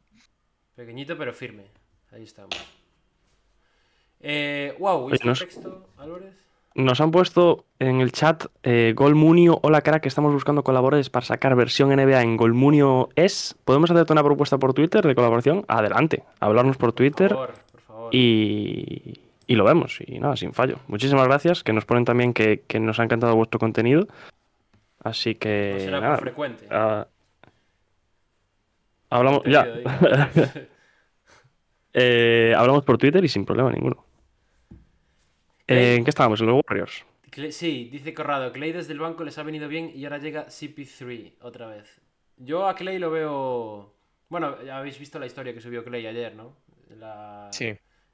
Speaker 3: Pequeñito pero firme. Ahí estamos. Eh, wow, ¿y
Speaker 1: Oye,
Speaker 3: este
Speaker 1: no es-
Speaker 3: texto, Álvarez?
Speaker 1: Nos han puesto en el chat eh, Golmunio, hola cara, que estamos buscando colaboradores para sacar versión NBA en Golmunio es. ¿Podemos hacerte una propuesta por Twitter de colaboración? Adelante, hablarnos por
Speaker 3: Por
Speaker 1: Twitter
Speaker 3: favor, por favor.
Speaker 1: y, y lo vemos, y nada, sin fallo. Muchísimas gracias, que nos ponen también que, que nos ha encantado vuestro contenido. Así que...
Speaker 3: no será
Speaker 1: eh, nada,
Speaker 3: por frecuente.
Speaker 1: ah, hablamos,
Speaker 3: Te
Speaker 1: ya,
Speaker 3: digo, digo.
Speaker 1: Eh, hablamos por Twitter y sin problema ninguno.
Speaker 3: Clay-
Speaker 1: Eh, ¿En qué estábamos? ¿En los Warriors?
Speaker 3: Clay- sí, dice Corrado, Clay desde el banco les ha venido bien y ahora llega CP3 otra vez. Yo a Clay lo veo... Bueno, ya habéis visto la historia que subió Clay ayer, ¿no? La...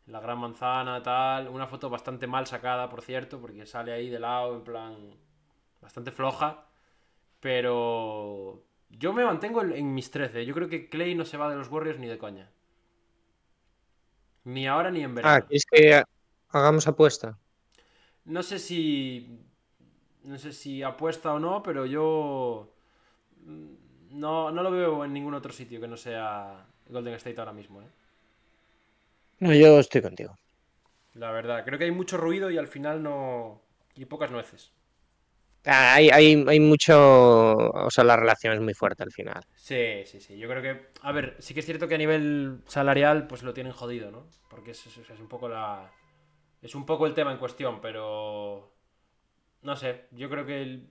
Speaker 3: La gran manzana, tal. Una foto bastante mal sacada, por cierto, porque sale ahí de lado, en plan. bastante floja. Pero. Yo me mantengo en- en mis 13. Yo creo que Clay no se va de los Warriors ni de coña. Ni ahora ni en
Speaker 2: Ah,
Speaker 3: verano.
Speaker 2: es que hagamos apuesta.
Speaker 3: No sé si. No sé si apuesta o no, pero yo. mm, No, no lo veo en ningún otro sitio que no sea Golden State ahora mismo, ¿eh?
Speaker 2: No, yo estoy contigo.
Speaker 3: La verdad, creo que hay mucho ruido y al final no. y pocas nueces.
Speaker 2: Ah, hay, hay, hay mucho. O sea, la relación es muy fuerte al final.
Speaker 3: Sí, sí, sí. Yo creo que. A ver, sí que es cierto que a nivel salarial, pues lo tienen jodido, ¿no? Porque es, es- es un poco la. Es un poco el tema en cuestión, pero. No sé. Yo creo que él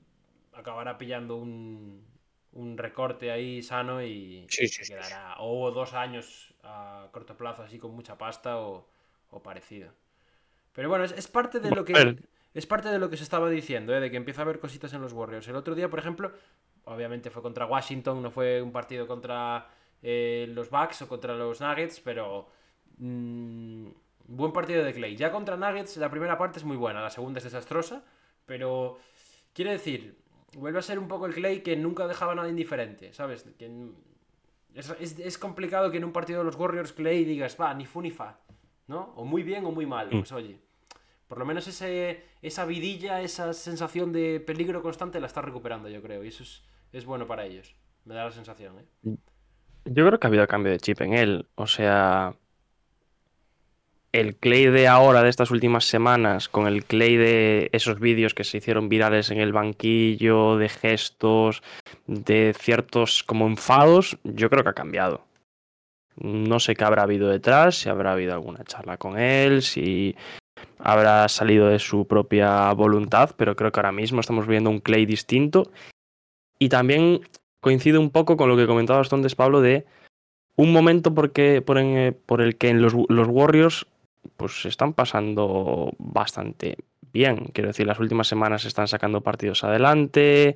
Speaker 3: acabará pillando un. un recorte ahí sano y.
Speaker 2: Sí, sí,
Speaker 3: y
Speaker 2: sí,
Speaker 3: quedará. O dos años a corto plazo, así con mucha pasta o, o parecido. Pero bueno, es, es parte de lo
Speaker 1: Bueno,
Speaker 3: que. Es parte de lo que se estaba diciendo, ¿eh? de que empieza a haber cositas en los Warriors. El otro día, por ejemplo, obviamente fue contra Washington, no fue un partido contra eh, los Bucks o contra los Nuggets, pero mmm, buen partido de Clay. Ya contra Nuggets la primera parte es muy buena, la segunda es desastrosa, pero quiere decir, vuelve a ser un poco el Clay que nunca dejaba nada indiferente, ¿sabes? Que es, es, es, complicado que en un partido de los Warriors Clay digas, va, ni fu ni fa, ¿no? O muy bien o muy
Speaker 2: Mm.
Speaker 3: mal, pues oye. Por lo menos ese, esa vidilla, esa sensación de peligro constante la está recuperando, yo creo. Y eso es, es bueno para ellos. Me da la sensación, ¿eh?
Speaker 1: Yo creo que ha habido cambio de chip en él. O sea, el Clay de ahora, de estas últimas semanas, con el Clay de esos vídeos que se hicieron virales en el banquillo, de gestos, de ciertos como enfados, yo creo que ha cambiado. No sé qué habrá habido detrás, si habrá habido alguna charla con él, si habrá salido de su propia voluntad, pero creo que ahora mismo estamos viendo un Clay distinto. Y también coincide un poco con lo que comentabas tú antes, Pablo, de un momento porque, por, en, eh, por el que en los, los Warriors pues están pasando bastante bien. Quiero decir, las últimas semanas están sacando partidos adelante,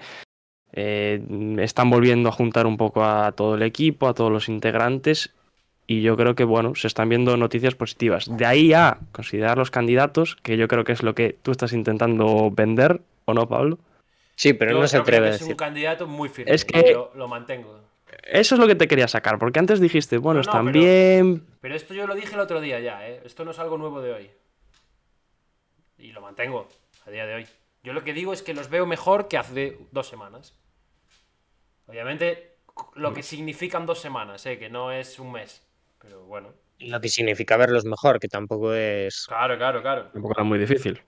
Speaker 1: eh, están volviendo a juntar un poco a todo el equipo, a todos los integrantes. Y yo creo que, bueno, se están viendo noticias positivas. De ahí a considerar los candidatos, que yo creo que es lo que tú estás intentando vender, ¿o no, Pablo?
Speaker 2: Sí, pero yo no se atreve a
Speaker 3: decir. Es un candidato muy firme.
Speaker 1: Es que
Speaker 3: lo, lo mantengo.
Speaker 1: Eso es lo que te quería sacar, porque antes dijiste, bueno, no, no, están pero, bien.
Speaker 3: Pero esto yo lo dije el otro día ya, ¿eh? Esto no es algo nuevo de hoy. Y lo mantengo a día de hoy. Yo lo que digo es que los veo mejor que hace dos semanas. Obviamente, lo que significan dos semanas, ¿eh? Que no es un mes. Pero bueno.
Speaker 2: Lo que significa verlos mejor, que tampoco es.
Speaker 3: Claro, claro, claro.
Speaker 1: Tampoco era muy difícil.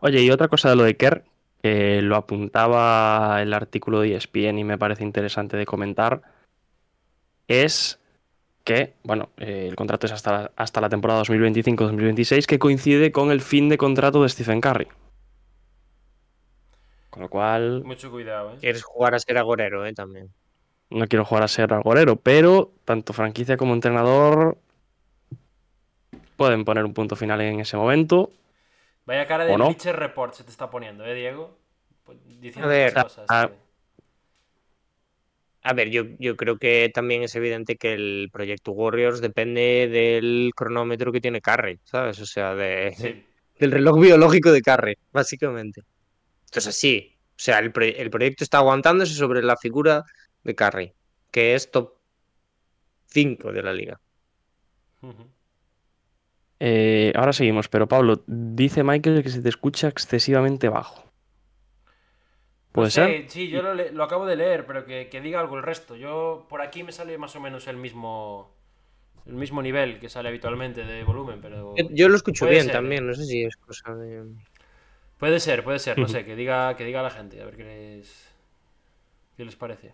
Speaker 1: Oye, y otra cosa de lo de Kerr, eh, lo apuntaba el artículo de E ESPN y me parece interesante de comentar, es que, bueno, eh, el contrato es hasta la, hasta la temporada 2025-2026 que coincide con el fin de contrato de Stephen Curry. Con lo cual...
Speaker 3: Mucho cuidado, ¿eh?
Speaker 2: Quieres jugar a ser agorero, ¿eh? También.
Speaker 1: No quiero jugar a ser agorero, pero tanto franquicia como entrenador pueden poner un punto final en ese momento.
Speaker 3: Vaya cara de no? Pitcher Report se te está poniendo, ¿eh, Diego?
Speaker 2: Diciendo a ver, cosas. A, que... a ver, yo, yo, creo que también es evidente que el proyecto Warriors depende del cronómetro que tiene Carrey, ¿sabes? O sea, de, sí. del reloj biológico de Carrey, básicamente. Entonces, sí. O sea, el, pro, el proyecto está aguantándose sobre la figura de Carrey, que es top 5 de la liga. Uh -huh.
Speaker 1: Eh, ahora seguimos, pero Pablo, dice Michael que se te escucha excesivamente bajo. ¿Puede
Speaker 3: pues,
Speaker 1: ser?
Speaker 3: Eh, sí, yo lo, lo, acabo de leer, pero que, que, diga algo el resto. Yo por aquí me sale más o menos el mismo el mismo nivel que sale habitualmente de volumen, pero.
Speaker 2: Yo, yo lo escucho bien ser, también, eh? no sé si es cosa de.
Speaker 3: Puede ser, puede ser, no sé, que diga, que diga a la gente, a ver qué les, qué les parece.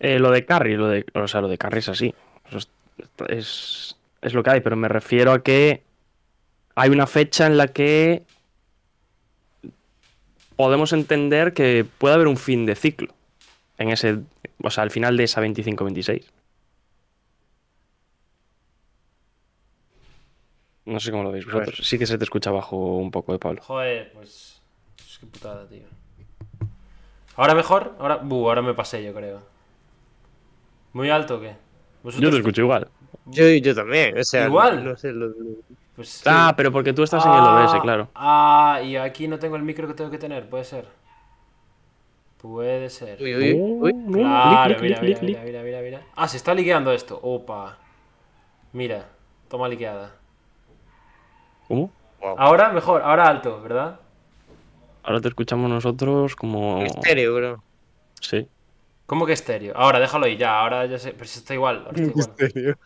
Speaker 1: Eh, lo de Carry, lo de, o sea, lo de Carry es así. es, es es lo que hay, pero me refiero a que hay una fecha en la que podemos entender que puede haber un fin de ciclo en ese, o sea, al final de esa 25-26. No sé cómo lo veis vosotros. Sí que se te escucha bajo un poco, de ¿eh, Pablo.
Speaker 3: Joder, pues es que putada, tío. Ahora mejor, ahora, uh, ahora me pasé, yo creo. Muy alto, o ¿qué?
Speaker 1: Yo te escucho igual.
Speaker 2: Yo, yo también, o sea,
Speaker 3: igual.
Speaker 2: No sé, lo, lo...
Speaker 1: Pues, ah, sí. pero porque tú estás ah, en el OBS, claro.
Speaker 3: Ah, y aquí no tengo el micro que tengo que tener, puede ser. Puede ser.
Speaker 2: Ah, Uy, uy, uy.
Speaker 3: Claro, mira, mira, mira, mira, mira, mira. Ah, se está liqueando esto. Opa. Mira, toma liqueada.
Speaker 1: ¿Cómo?
Speaker 3: Wow. Ahora mejor, ahora alto, ¿verdad?
Speaker 1: Ahora te escuchamos nosotros
Speaker 2: Oh.
Speaker 1: como.
Speaker 2: Estéreo, bro.
Speaker 1: Sí.
Speaker 3: ¿Cómo que estéreo? Ahora déjalo ahí ya, ahora ya sé. Pero si está igual, ahora está igual.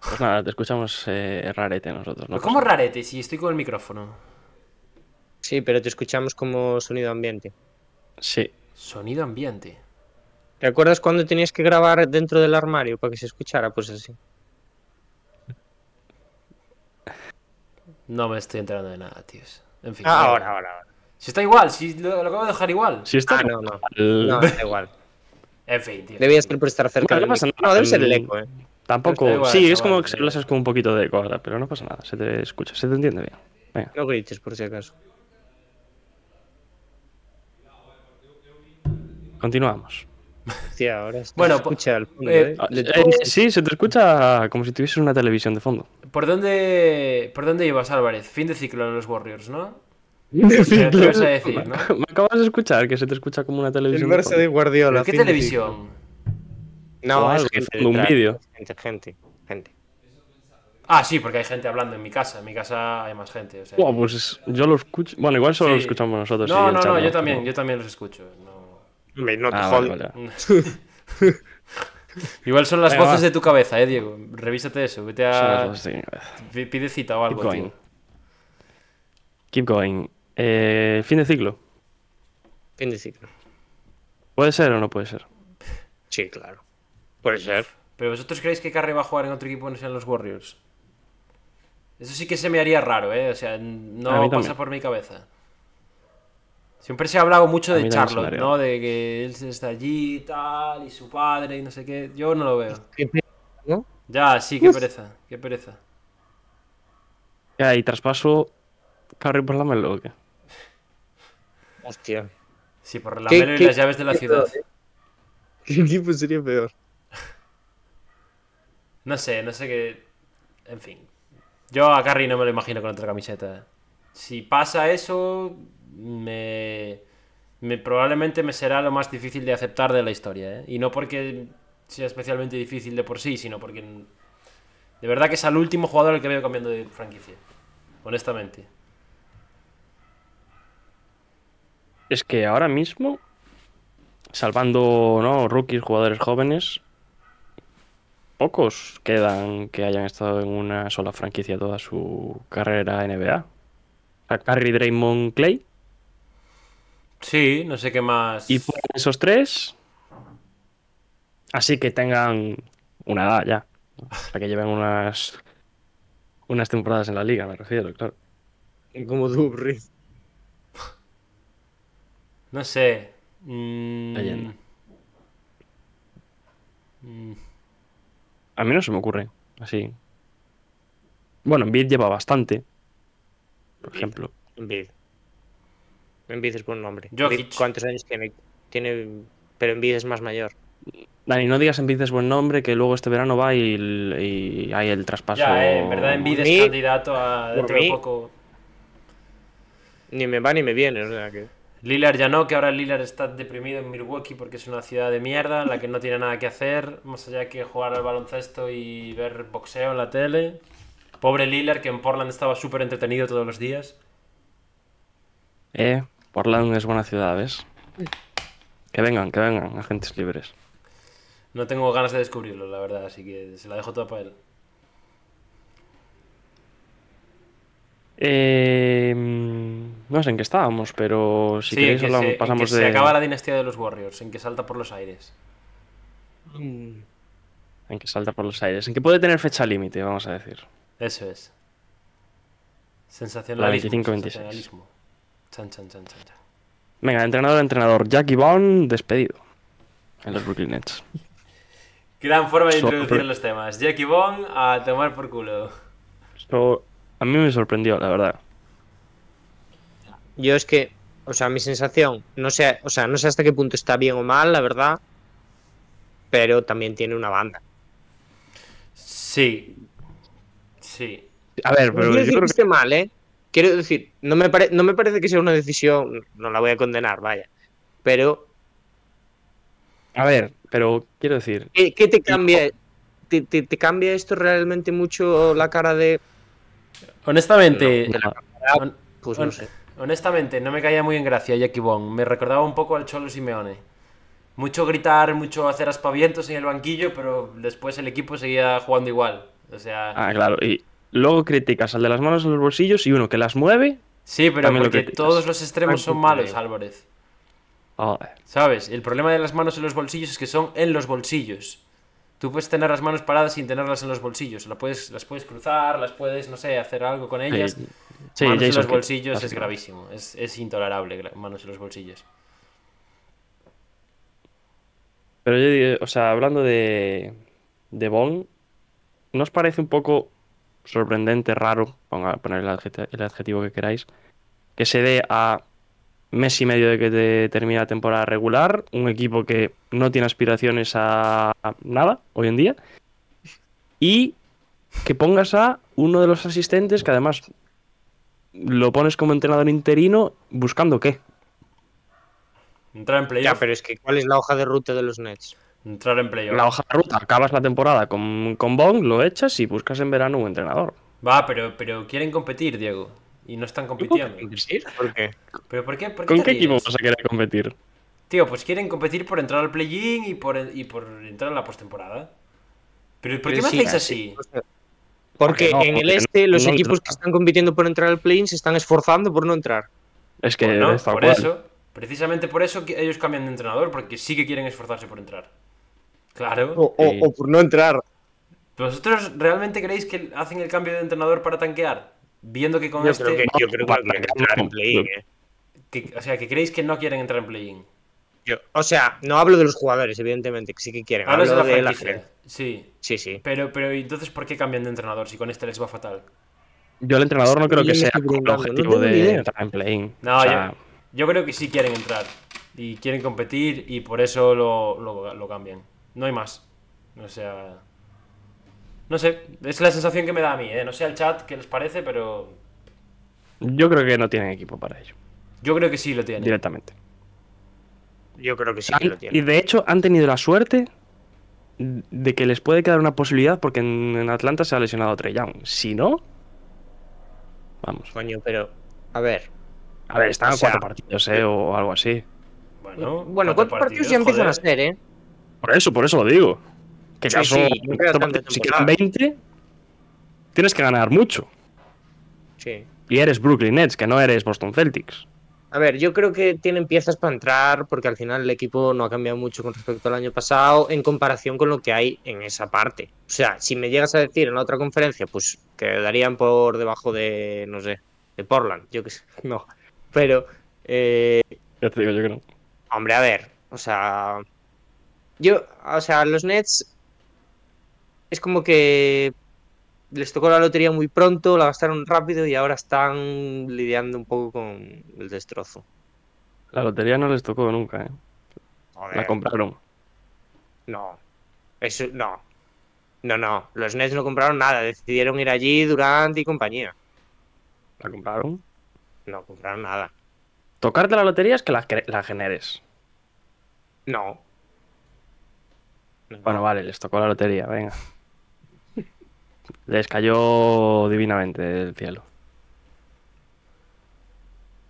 Speaker 1: Pues nada, te escuchamos eh, rarete nosotros. ¿no?
Speaker 3: ¿Cómo rarete si estoy con el micrófono?
Speaker 2: Sí, pero te escuchamos como sonido ambiente.
Speaker 1: Sí.
Speaker 3: Sonido ambiente.
Speaker 2: ¿Te acuerdas cuando tenías que grabar dentro del armario para que se escuchara? Pues así.
Speaker 3: No me estoy enterando de nada, tíos. En fin.
Speaker 2: Ah, ahora, ahora, ahora.
Speaker 3: Si está igual, si lo, lo acabo de dejar igual.
Speaker 1: Si está.
Speaker 2: Ah, no, no. No, está igual.
Speaker 3: en fin, tío.
Speaker 2: Debías siempre estar cerca.
Speaker 1: Bueno,
Speaker 2: del... no, debe ser el eco, eh.
Speaker 1: Tampoco. Igual, sí, es como que lo haces con un poquito de eco ahora, pero no pasa nada, se te escucha, se te entiende bien.
Speaker 2: Venga. No grites, por si acaso.
Speaker 1: Continuamos.
Speaker 2: Hostia, ahora es que
Speaker 3: Bueno,
Speaker 2: se escucha al fondo,
Speaker 3: eh,
Speaker 2: eh. Le-
Speaker 1: Eh, sí, se te escucha como si tuvieses una televisión de fondo.
Speaker 3: ¿Por dónde, ¿Por dónde ibas, Álvarez? Fin de ciclo en los Warriors, ¿no?
Speaker 2: Sí,
Speaker 3: Pero tú ibas a
Speaker 2: claro.
Speaker 3: decir, ¿no?
Speaker 1: Me acabas de escuchar que se te escucha como una
Speaker 2: El
Speaker 1: televisión. de
Speaker 2: Barça de
Speaker 1: fondo.
Speaker 2: Guardiola.
Speaker 3: ¿Pero qué
Speaker 2: fin de
Speaker 3: televisión?
Speaker 2: ciclo. No,
Speaker 1: O
Speaker 2: es
Speaker 1: algo,
Speaker 2: gente
Speaker 1: fondo, un
Speaker 2: detrás,
Speaker 1: vídeo.
Speaker 2: Gente, gente, gente.
Speaker 3: Ah, sí, porque hay gente hablando en mi casa. En mi casa hay más gente. o sea
Speaker 1: Buah,
Speaker 3: que-
Speaker 1: pues es- yo lo escucho. Bueno, igual solo lo
Speaker 3: Sí.
Speaker 1: escuchamos nosotros. y
Speaker 3: No,
Speaker 1: el
Speaker 3: no,
Speaker 1: chat
Speaker 3: no,
Speaker 1: no,
Speaker 3: yo
Speaker 1: pero-
Speaker 3: también, yo también los escucho. no.
Speaker 2: Hombre, no te
Speaker 1: Ah, vale,
Speaker 2: jodas.
Speaker 1: vale, vale.
Speaker 3: Igual son las
Speaker 1: Venga,
Speaker 3: voces
Speaker 1: va.
Speaker 3: de tu cabeza, eh, Diego. Revísate eso, vete
Speaker 1: Son las
Speaker 3: a.
Speaker 1: dos, sí.
Speaker 3: pi- Pide cita o
Speaker 1: Keep
Speaker 3: algo,
Speaker 1: going.
Speaker 3: tío.
Speaker 1: Keep going. Eh, fin de ciclo.
Speaker 2: Fin de ciclo.
Speaker 1: ¿Puede ser o no puede ser?
Speaker 2: Sí, claro. Puede ser.
Speaker 3: ¿Pero vosotros creéis que Curry va a jugar en otro equipo que no sean los Warriors? Eso sí que se me haría raro, ¿eh? O sea,
Speaker 1: A mí
Speaker 3: no
Speaker 1: también.
Speaker 3: pasa por mi cabeza. Siempre se ha hablado mucho
Speaker 1: A
Speaker 3: de
Speaker 1: mí también se me
Speaker 3: Charlotte,
Speaker 1: haría
Speaker 3: ¿no? De que él está allí y tal, y su padre y no sé qué. Yo no lo veo.
Speaker 2: Qué pe- ¿No?
Speaker 3: Ya, sí,
Speaker 2: Pues
Speaker 3: qué pereza, qué pereza.
Speaker 1: Ya, y traspaso Curry por la Melo, ¿o qué?
Speaker 2: Hostia.
Speaker 3: Sí, por la
Speaker 2: ¿Qué-
Speaker 3: melo y
Speaker 2: qué-
Speaker 3: las llaves de la
Speaker 2: qué-
Speaker 3: ciudad.
Speaker 2: ¿Qué equipo sería peor?
Speaker 3: No sé, no sé qué. En fin. Yo a Curry no me lo imagino con otra camiseta. Si pasa eso, me... me- probablemente me será lo más difícil de aceptar de la historia. ¿eh? Y no porque sea especialmente difícil de por sí, sino porque n- de verdad que es al último jugador al que veo cambiando de franquicia. Honestamente.
Speaker 1: Es que ahora mismo, salvando ¿no? rookies, jugadores jóvenes, pocos quedan que hayan estado en una sola franquicia toda su carrera NBA. O sea, Curry, Draymond, Clay.
Speaker 3: Sí, no sé qué más.
Speaker 1: Y fueron esos tres. Así que tengan una edad ya. O sea, que lleven unas, unas temporadas en la liga, me refiero, claro.
Speaker 2: Como Dubry.
Speaker 3: No sé. Mm.
Speaker 1: Leyenda.
Speaker 3: Mm.
Speaker 1: A mí no se me ocurre. Así. Bueno, Embiid lleva bastante. Por ejemplo.
Speaker 2: Envid. Envid es buen nombre.
Speaker 3: Jokic.
Speaker 2: Embiid, ¿Cuántos años tiene? tiene... Pero Envid es más mayor.
Speaker 1: Dani, no digas Embiid es buen nombre, que luego este verano va y, el- y hay el traspaso.
Speaker 3: Ya, eh, en verdad, Envid
Speaker 2: mí-
Speaker 3: es candidato a
Speaker 2: por
Speaker 3: dentro de
Speaker 2: mí-
Speaker 3: poco.
Speaker 2: Ni me va ni me viene. O sea que...
Speaker 3: Lillard ya no, que ahora Lillard está deprimido en Milwaukee porque es una ciudad de mierda en la que no tiene nada que hacer, más allá que jugar al baloncesto y ver boxeo en la tele. Pobre Lillard, que en Portland estaba súper entretenido todos los días.
Speaker 1: Eh, Portland es buena ciudad, ¿ves? Que vengan, que vengan, agentes libres.
Speaker 3: No tengo ganas de descubrirlo, la verdad, así que se la dejo toda para él.
Speaker 1: Eh, mm, no sé en qué estábamos, pero si
Speaker 3: en
Speaker 1: queréis
Speaker 3: que,
Speaker 1: hablamos-
Speaker 3: se, en que
Speaker 1: pasamos
Speaker 3: se
Speaker 1: de.
Speaker 3: acaba la dinastía de los Warriors, en que salta por los aires.
Speaker 1: En que salta por los aires. En que puede tener fecha límite, vamos a decir.
Speaker 3: Eso es. Sensacionalismo.
Speaker 1: 25-26.
Speaker 3: sensacionalismo. Chan, chan, chan, chan, chan.
Speaker 1: Venga, entrenador, entrenador. Jackie Vaughn, despedido. En los Brooklyn Nets.
Speaker 3: Gran forma de
Speaker 1: Sobre-
Speaker 3: introducir los temas. Jackie Bond a tomar por culo.
Speaker 1: So- a mí me sorprendió, la verdad.
Speaker 2: Yo es que, o sea, mi sensación, no sé, o sea, no sé hasta qué punto está bien o mal, la verdad, pero también tiene una banda.
Speaker 3: Sí. Sí.
Speaker 1: A ver, pero
Speaker 2: No quiero
Speaker 1: Pues yo
Speaker 2: decir
Speaker 1: creo
Speaker 2: que
Speaker 1: que.
Speaker 2: esté mal, ¿eh? Quiero decir, no me, pare- no me parece que sea una decisión, no la voy a condenar, vaya, pero
Speaker 1: A ver, pero quiero decir.
Speaker 2: ¿qué, qué te cambia? ¿Te, te, te cambia esto realmente mucho la cara de...?
Speaker 3: Honestamente,
Speaker 1: no,
Speaker 3: hon-
Speaker 2: Pues no
Speaker 3: hon-
Speaker 2: sé.
Speaker 3: honestamente, no me caía muy en gracia Jackie Bond. Me recordaba un poco al Cholo Simeone. Mucho gritar, mucho hacer aspavientos en el banquillo, pero después el equipo seguía jugando igual. O sea,
Speaker 1: Ah, claro. Y luego criticas al de las manos en los bolsillos y uno que las mueve.
Speaker 3: sí, pero
Speaker 1: también lo
Speaker 3: porque
Speaker 1: criticas.
Speaker 3: todos los extremos
Speaker 2: Ah,
Speaker 3: son
Speaker 2: sí,
Speaker 3: malos,
Speaker 2: creo.
Speaker 3: Álvarez.
Speaker 1: Joder.
Speaker 3: ¿Sabes? El problema de las manos en los bolsillos es que son en los bolsillos. Tú puedes tener las manos paradas sin tenerlas en los bolsillos. Las puedes, las puedes cruzar, las puedes, no sé, hacer algo
Speaker 2: Eh,
Speaker 3: con ellas.
Speaker 1: Sí, eh, sí,
Speaker 3: manos en
Speaker 1: Jason
Speaker 3: los
Speaker 1: Kidd,
Speaker 3: bolsillos es
Speaker 1: básicamente.
Speaker 3: gravísimo. Es, es intolerable, gra- manos en los bolsillos.
Speaker 1: Pero yo digo, o sea, hablando de, de Bond, ¿no os parece un poco sorprendente, raro, ponga, poner el adjet- el adjetivo que queráis, que se dé a mes y medio de que te termine la temporada regular, un equipo que no tiene aspiraciones a a nada hoy en día, y que pongas a uno de los asistentes que además lo pones como entrenador interino buscando qué.
Speaker 3: Entrar en
Speaker 2: Ya,
Speaker 3: playoff.
Speaker 2: pero es que ¿cuál es la hoja de ruta de los Nets?
Speaker 3: Entrar en playoff.
Speaker 1: La hoja de ruta, acabas la temporada con, con Bong, lo echas y buscas en verano un entrenador.
Speaker 3: Va, pero, pero quieren competir, Diego. Y no están compitiendo.
Speaker 2: ¿Por qué?
Speaker 3: ¿Pero por qué? por
Speaker 1: ¿Con
Speaker 3: te
Speaker 1: qué equipo
Speaker 3: ríes?
Speaker 1: vas a querer competir?
Speaker 3: Tío, pues quieren competir por entrar al play-in y por, y por entrar en la postemporada. Pero ¿por qué
Speaker 2: Pero
Speaker 3: me
Speaker 2: sí,
Speaker 1: ah,
Speaker 2: así.
Speaker 3: hacéis así?
Speaker 2: O sea, Porque
Speaker 1: no,
Speaker 2: en el
Speaker 1: porque no-
Speaker 2: este los
Speaker 1: no les
Speaker 2: equipos
Speaker 1: da.
Speaker 2: que están compitiendo por entrar al play-in se están esforzando por no entrar.
Speaker 1: Es que
Speaker 3: Bueno,
Speaker 1: es tal
Speaker 3: por
Speaker 1: cual.
Speaker 3: eso, precisamente por eso que ellos cambian de entrenador, porque sí que quieren esforzarse por entrar. Claro.
Speaker 2: O, o-
Speaker 1: Sí.
Speaker 2: o por no entrar.
Speaker 3: ¿Vosotros realmente creéis que hacen el cambio de entrenador para tanquear? Viendo que con
Speaker 2: Yo
Speaker 3: este.
Speaker 2: creo que, yo creo que
Speaker 1: Para
Speaker 2: quieren
Speaker 1: que
Speaker 2: entrar
Speaker 1: no.
Speaker 2: en play-in. eh.
Speaker 3: que- o sea, que creéis que no quieren entrar en play-in.
Speaker 2: Yo- o sea, no hablo de los jugadores, evidentemente, que sí que quieren.
Speaker 3: Hablas de la
Speaker 2: hablo
Speaker 3: franquicia.
Speaker 2: gente.
Speaker 3: Sí.
Speaker 2: Sí, sí.
Speaker 3: Pero, pero ¿y entonces, ¿por qué cambian de entrenador si con este les va fatal?
Speaker 1: Yo el entrenador no
Speaker 2: Estoy
Speaker 1: creo que
Speaker 2: bien,
Speaker 1: sea
Speaker 2: estoy
Speaker 1: con el
Speaker 2: preguntando, no
Speaker 1: objetivo
Speaker 2: tengo ni
Speaker 1: de
Speaker 2: idea.
Speaker 1: entrar en play-in.
Speaker 3: No,
Speaker 1: O sea,
Speaker 3: yo, yo creo que sí quieren entrar y quieren competir y por eso lo, lo- lo cambian. No hay más. O sea. No sé, es la sensación que me da a mí, ¿eh? No sé al chat qué les parece, pero
Speaker 1: yo creo que no tienen equipo para ello,
Speaker 3: yo creo que sí lo tienen.
Speaker 1: directamente.
Speaker 2: Yo creo que sí que lo
Speaker 1: Y
Speaker 2: tienen.
Speaker 1: de hecho han tenido la suerte de que les puede quedar una posibilidad porque en en Atlanta se ha lesionado Trey Young. Si no, vamos.
Speaker 2: Coño, pero. A ver.
Speaker 1: A ver, están
Speaker 2: O
Speaker 1: a
Speaker 2: sea,
Speaker 1: cuatro partidos, eh, o algo así.
Speaker 3: Bueno,
Speaker 2: bueno, ¿cuántos partidos ya empiezan a
Speaker 3: joder.
Speaker 2: ser, eh?
Speaker 1: Por eso, por eso lo digo. Que
Speaker 2: Sí,
Speaker 1: ya son
Speaker 2: sí, no queda
Speaker 1: cuatro
Speaker 2: tanta
Speaker 1: partidos, si quedan
Speaker 2: temporada.
Speaker 1: 20, tienes que ganar mucho.
Speaker 2: Sí.
Speaker 1: Y eres Brooklyn Nets, que no eres Boston Celtics.
Speaker 2: A ver, yo creo que tienen piezas para entrar porque al final el equipo no ha cambiado mucho con respecto al año pasado en comparación con lo que hay en esa parte. O sea, si me llegas a decir en la otra conferencia, pues quedarían por debajo de, no sé, de Portland, yo qué sé, no. Pero, eh,
Speaker 1: Ya te digo yo que no.
Speaker 2: hombre, a ver, o sea, yo, o sea, los Nets es como que les tocó la lotería muy pronto, la gastaron rápido y ahora están lidiando un poco con el destrozo.
Speaker 1: La lotería no les tocó nunca, eh. La
Speaker 2: Joder.
Speaker 1: compraron.
Speaker 2: No. Eso, no. No, no. Los Nets no compraron nada. Decidieron ir allí, Durant y compañía.
Speaker 1: La compraron.
Speaker 2: No compraron nada.
Speaker 1: Tocarte la lotería es que la, cre- la generes.
Speaker 2: No. No.
Speaker 1: Bueno, vale, les tocó la lotería, venga. Les cayó divinamente del cielo.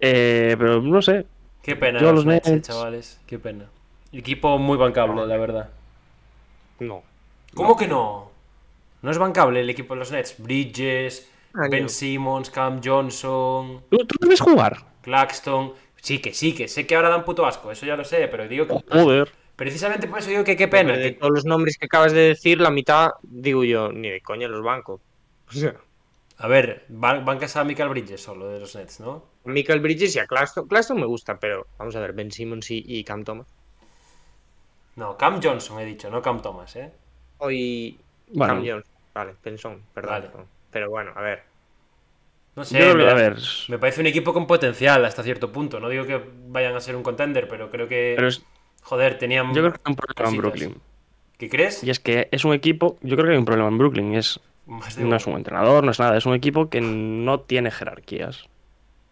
Speaker 1: Eh, pero no sé.
Speaker 3: Qué pena,
Speaker 1: Yo a
Speaker 3: los
Speaker 1: los
Speaker 3: Nets, eh,
Speaker 1: Nets.
Speaker 3: chavales, qué pena. Equipo muy bancable, la verdad.
Speaker 2: No.
Speaker 3: ¿Cómo que no? No es bancable el equipo de los Nets. Bridges,
Speaker 1: Ah,
Speaker 2: Año.
Speaker 3: Ben Simmons, Cam Johnson.
Speaker 1: ¿Tú, tú los ves jugar?
Speaker 3: Claxton. Sí, que sí, que sé que ahora dan puto asco, eso ya lo sé, pero digo que.
Speaker 1: Joder.
Speaker 3: Precisamente por eso digo que qué pena.
Speaker 2: de
Speaker 3: que-
Speaker 2: todos los nombres que acabas de decir, la mitad, digo yo, ni de coña los bancos. O sea,
Speaker 3: A ver, ban- bancas a Michael Bridges solo de los Nets, ¿no?
Speaker 2: a Michael Bridges y a Claston. Claston me gusta, pero vamos a ver, Ben Simmons y, y Cam Thomas.
Speaker 3: No, Cam Johnson he dicho, no Cam Thomas, ¿eh?
Speaker 2: Hoy.
Speaker 1: Bueno.
Speaker 2: Cam Jones. Vale, Benson, perdón.
Speaker 3: Vale.
Speaker 2: Pero bueno, a ver.
Speaker 3: No sé,
Speaker 1: Yo creo
Speaker 3: me,
Speaker 1: que- a
Speaker 3: da-
Speaker 1: ver.
Speaker 3: me parece un equipo con potencial hasta cierto punto. No digo que vayan a ser un contender, pero creo que.
Speaker 1: Pero es-
Speaker 3: Joder, tenían.
Speaker 1: yo creo que hay un problema en
Speaker 3: cositas.
Speaker 1: Brooklyn.
Speaker 3: ¿Qué crees?
Speaker 1: Y es que es un equipo. Yo creo que hay un problema en Brooklyn. y Es,
Speaker 3: Más de
Speaker 1: no
Speaker 3: uno.
Speaker 1: es un entrenador, no es nada. Es un equipo que no tiene jerarquías.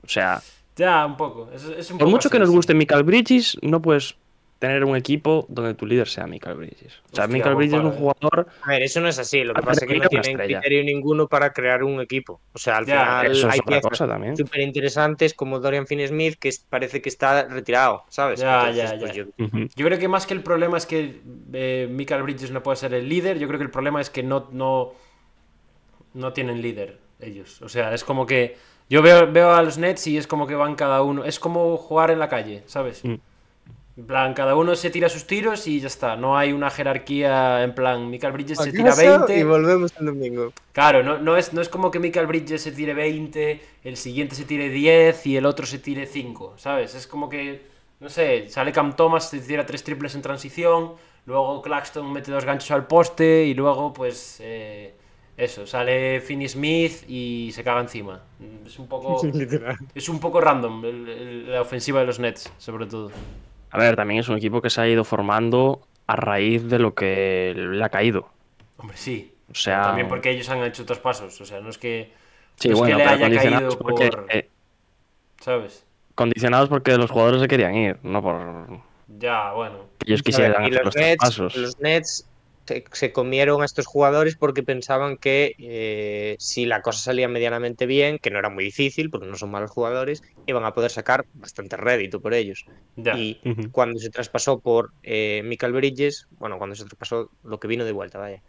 Speaker 1: O sea,
Speaker 3: Ya, un poco. Es, es un
Speaker 1: por
Speaker 3: poco
Speaker 1: mucho que
Speaker 3: así,
Speaker 1: nos
Speaker 3: sí.
Speaker 1: guste Michael Bridges, no puedes tener un equipo donde tu líder sea Michael Bridges. O sea,
Speaker 3: Hostia,
Speaker 1: Michael Bridges es un
Speaker 3: buen
Speaker 1: jugador.
Speaker 2: A ver, eso no es así. Lo que
Speaker 1: Ha
Speaker 2: pasa es que no
Speaker 1: perdido una
Speaker 2: tienen
Speaker 1: estrella.
Speaker 2: criterio ninguno para crear un equipo. O sea, al
Speaker 3: Ya,
Speaker 2: final
Speaker 1: Eso es
Speaker 2: hay
Speaker 1: otra
Speaker 2: piezas
Speaker 1: cosa también.
Speaker 2: súper interesantes como Dorian Finney-Smith que es- parece que está retirado, ¿sabes?
Speaker 3: Ya, ya,
Speaker 2: pues,
Speaker 3: ya.
Speaker 2: yo-
Speaker 1: Ujú.
Speaker 3: Yo creo que más que el problema es que eh, Michael Bridges no puede ser el líder, yo creo que el problema es que no, no, no tienen líder ellos. O sea, es como que yo veo, veo a los Nets y es como que van cada uno. Es como jugar en la calle, ¿sabes?
Speaker 1: Mm.
Speaker 3: En plan, cada uno se tira sus tiros y ya está. No hay una jerarquía en plan, Michael Bridges se tira
Speaker 2: Acaso,
Speaker 3: 20.
Speaker 2: Y volvemos el domingo.
Speaker 3: Claro, no, no, es, no es como que Michael Bridges se tire 20, el siguiente se tire 10 y el otro se tire 5, ¿sabes? Es como que, no sé, sale Cam Thomas, se tira tres triples en transición, luego Claxton mete dos ganchos al poste y luego, pues, eh, Eso, sale Finney Smith y se caga encima. Es un poco. es un poco random el- el- la ofensiva de los Nets, sobre todo.
Speaker 1: A ver, también es un equipo que se ha ido formando a raíz de lo que le ha caído.
Speaker 3: Hombre, sí.
Speaker 1: O sea,
Speaker 3: También porque ellos han hecho traspasos. O sea, no es que.
Speaker 1: sí,
Speaker 3: no es
Speaker 1: bueno,
Speaker 3: que le
Speaker 1: pero
Speaker 3: haya
Speaker 1: condicionados
Speaker 3: caído
Speaker 1: porque,
Speaker 3: por.
Speaker 1: eh,
Speaker 3: ¿Sabes?
Speaker 1: condicionados porque los jugadores se querían ir, no por
Speaker 3: Ya, bueno.
Speaker 1: que ellos
Speaker 2: A ver,
Speaker 1: quisieran
Speaker 2: y
Speaker 1: hacer
Speaker 2: los
Speaker 1: los
Speaker 2: Nets,
Speaker 1: traspasos.
Speaker 2: los Nets se, se comieron a estos jugadores porque pensaban que eh, si la cosa salía medianamente bien, que no era muy difícil porque no son malos jugadores, iban a poder sacar bastante rédito por ellos.
Speaker 3: Ya.
Speaker 2: Y
Speaker 1: Ujú.
Speaker 2: cuando se traspasó por eh, Michael Bridges, bueno, cuando se traspasó lo que vino de vuelta, vaya.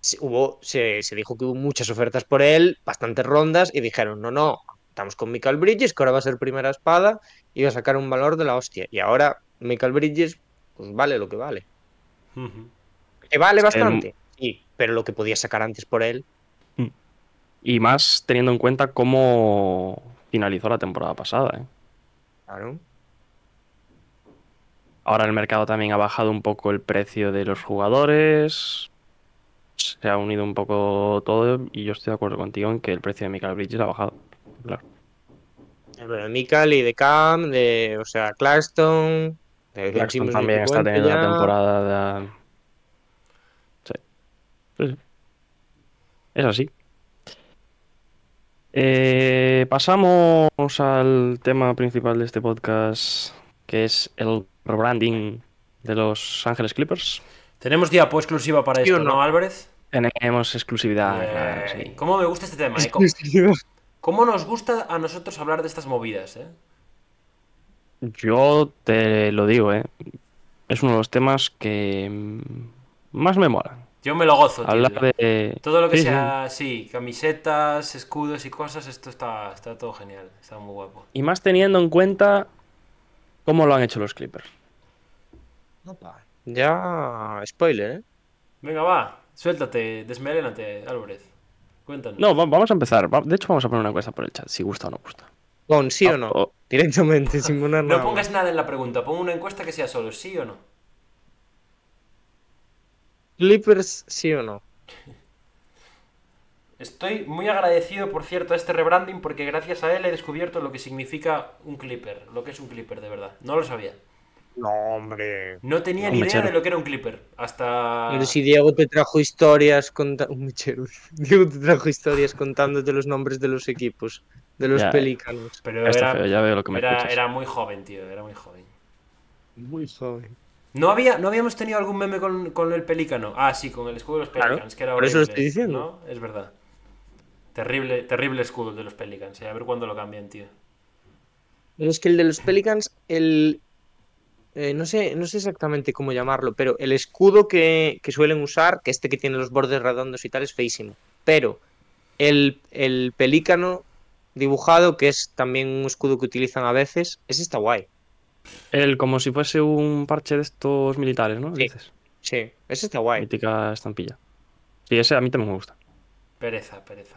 Speaker 2: se- Hubo, se, se dijo que hubo muchas ofertas por él, bastantes rondas, y dijeron, no, no, estamos con Michael Bridges, que ahora va a ser primera espada, y va a sacar un valor de la hostia. Y ahora Michael Bridges, pues vale lo que vale.
Speaker 3: Ujú.
Speaker 2: Que vale
Speaker 1: em
Speaker 2: bastante, sí, pero lo que podía sacar antes por él,
Speaker 1: Y más teniendo en cuenta cómo finalizó la temporada pasada. ¿eh?
Speaker 2: claro.
Speaker 1: Ahora el mercado también ha bajado un poco el precio de los jugadores. Se ha unido un poco todo y yo estoy de acuerdo contigo en que el precio de Michael Bridges ha bajado. Claro.
Speaker 2: Bueno, de Michael y de Cam, de, o sea, Claxton, de John
Speaker 1: Claxton
Speaker 2: Simmons,
Speaker 1: también está
Speaker 2: 50
Speaker 1: teniendo una
Speaker 2: ya.
Speaker 1: temporada de... Sí. Pues Sí, sí. Es así. Eh, pasamos al tema principal de este podcast, que es el rebranding de los Ángeles Clippers.
Speaker 3: Tenemos diapo exclusiva para
Speaker 2: ¿Sí o
Speaker 3: esto,
Speaker 2: no?
Speaker 3: ¿no, Álvarez?
Speaker 1: Tenemos exclusividad. Ah, claro,
Speaker 3: Eh,
Speaker 1: sí.
Speaker 3: ¿Cómo me gusta este tema? eh? ¿Cómo, cómo nos gusta a nosotros hablar de estas movidas? eh?
Speaker 1: Yo te lo digo, ¿eh? Es uno de los temas que mm, más me mola.
Speaker 3: Yo me lo gozo, tío.
Speaker 1: Hablar de...
Speaker 3: Todo lo que
Speaker 1: Sí, sí.
Speaker 3: sea, sí. camisetas, escudos y cosas, esto está, está todo genial, está muy guapo.
Speaker 1: Y más teniendo en cuenta cómo lo han hecho los Clippers.
Speaker 2: Opa, Ya, spoiler, ¿eh?
Speaker 3: Venga, va, suéltate, desmelénate, Álvarez. Cuéntanos.
Speaker 1: No, va- vamos a empezar. Va- De hecho, vamos a poner una encuesta por el chat, si gusta o no gusta.
Speaker 2: Con sí o no,
Speaker 1: Oh,
Speaker 2: directamente, sin poner
Speaker 3: No
Speaker 2: nada.
Speaker 3: pongas nada en la pregunta, pon una encuesta que sea solo sí o no.
Speaker 2: Clippers, sí o no.
Speaker 3: Estoy muy agradecido, por cierto, a este rebranding porque gracias a él he descubierto lo que significa un clipper, lo que es un clipper de verdad. No lo sabía.
Speaker 2: No, hombre.
Speaker 3: No tenía
Speaker 1: Un
Speaker 3: ni idea
Speaker 1: mechero.
Speaker 3: de lo que era un clipper. Hasta...
Speaker 2: Pero si Diego te trajo historias contando. Diego te trajo historias contándote los nombres de los equipos, de los
Speaker 1: Ya, eh.
Speaker 2: pelícanos.
Speaker 3: Pero
Speaker 1: Está
Speaker 3: era,
Speaker 1: feo, ya veo lo que me
Speaker 3: era-
Speaker 1: escuchas.
Speaker 3: era muy joven, tío, era muy joven.
Speaker 2: Muy joven.
Speaker 3: ¿No, había, ¿No habíamos tenido algún meme con, con el pelícano? Ah, sí, con el escudo de los
Speaker 2: Claro,
Speaker 3: Pelicans, que era
Speaker 2: por eso lo
Speaker 3: horrible,
Speaker 2: estoy diciendo.
Speaker 3: ¿no? Es verdad. Terrible, terrible escudo el de los Pelicans, eh, a ver cuándo lo cambian, tío.
Speaker 2: Pero es que el de los Pelicans, el. eh, no, sé, no sé exactamente cómo llamarlo, pero el escudo que, que suelen usar, que este que tiene los bordes redondos y tal, es feísimo. Pero el, el pelícano dibujado, que es también un escudo que utilizan a veces, ese está guay.
Speaker 1: El como si fuese un parche de estos militares, ¿no?
Speaker 2: Sí.
Speaker 1: Dices.
Speaker 2: Sí, ese está guay.
Speaker 1: Mítica estampilla. Sí, ese a mí también me gusta.
Speaker 3: Pereza, pereza.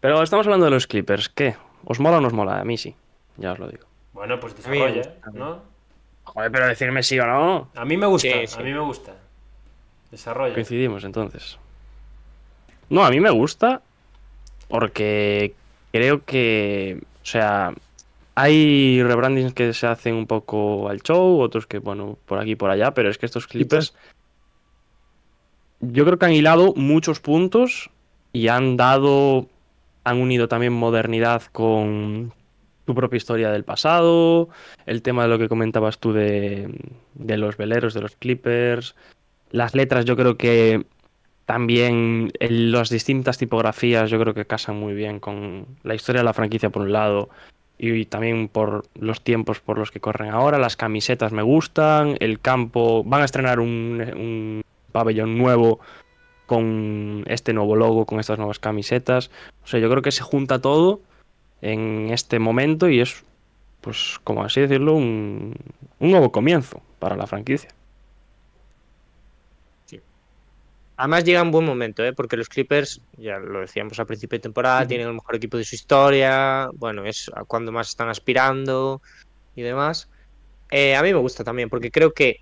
Speaker 1: Pero estamos hablando de los Clippers. ¿Qué? ¿Os mola o no os mola? A mí sí. Ya os lo digo.
Speaker 3: Bueno, pues
Speaker 2: A mí me
Speaker 3: desarrolla, ¿no?
Speaker 1: Joder, pero decirme sí o no.
Speaker 3: A mí me gusta,
Speaker 2: Sí, sí.
Speaker 3: a mí me gusta. Desarrolla.
Speaker 1: Coincidimos entonces. No, a mí me gusta porque creo que, o sea, hay rebrandings que se hacen un poco al show, otros que, bueno, por aquí y por allá, pero es que estos clippers yo creo que han hilado muchos puntos y han dado, han unido también modernidad con tu propia historia del pasado, el tema de lo que comentabas tú de, de los veleros, de los clippers, las letras yo creo que también el- las distintas tipografías yo creo que casan muy bien con la historia de la franquicia por un lado y, también por los tiempos por los que corren ahora. Las camisetas me gustan, el campo... Van a estrenar un, un pabellón nuevo con este nuevo logo, con estas nuevas camisetas. O sea, yo creo que se junta todo en este momento y es, pues, como así decirlo, un, un nuevo comienzo para la franquicia.
Speaker 2: Además llega en buen momento, ¿eh? porque los Clippers, ya lo decíamos al principio de temporada, tienen el mejor equipo de su historia, bueno, es a cuando más están aspirando y demás. Eh, a mí me gusta también, porque creo que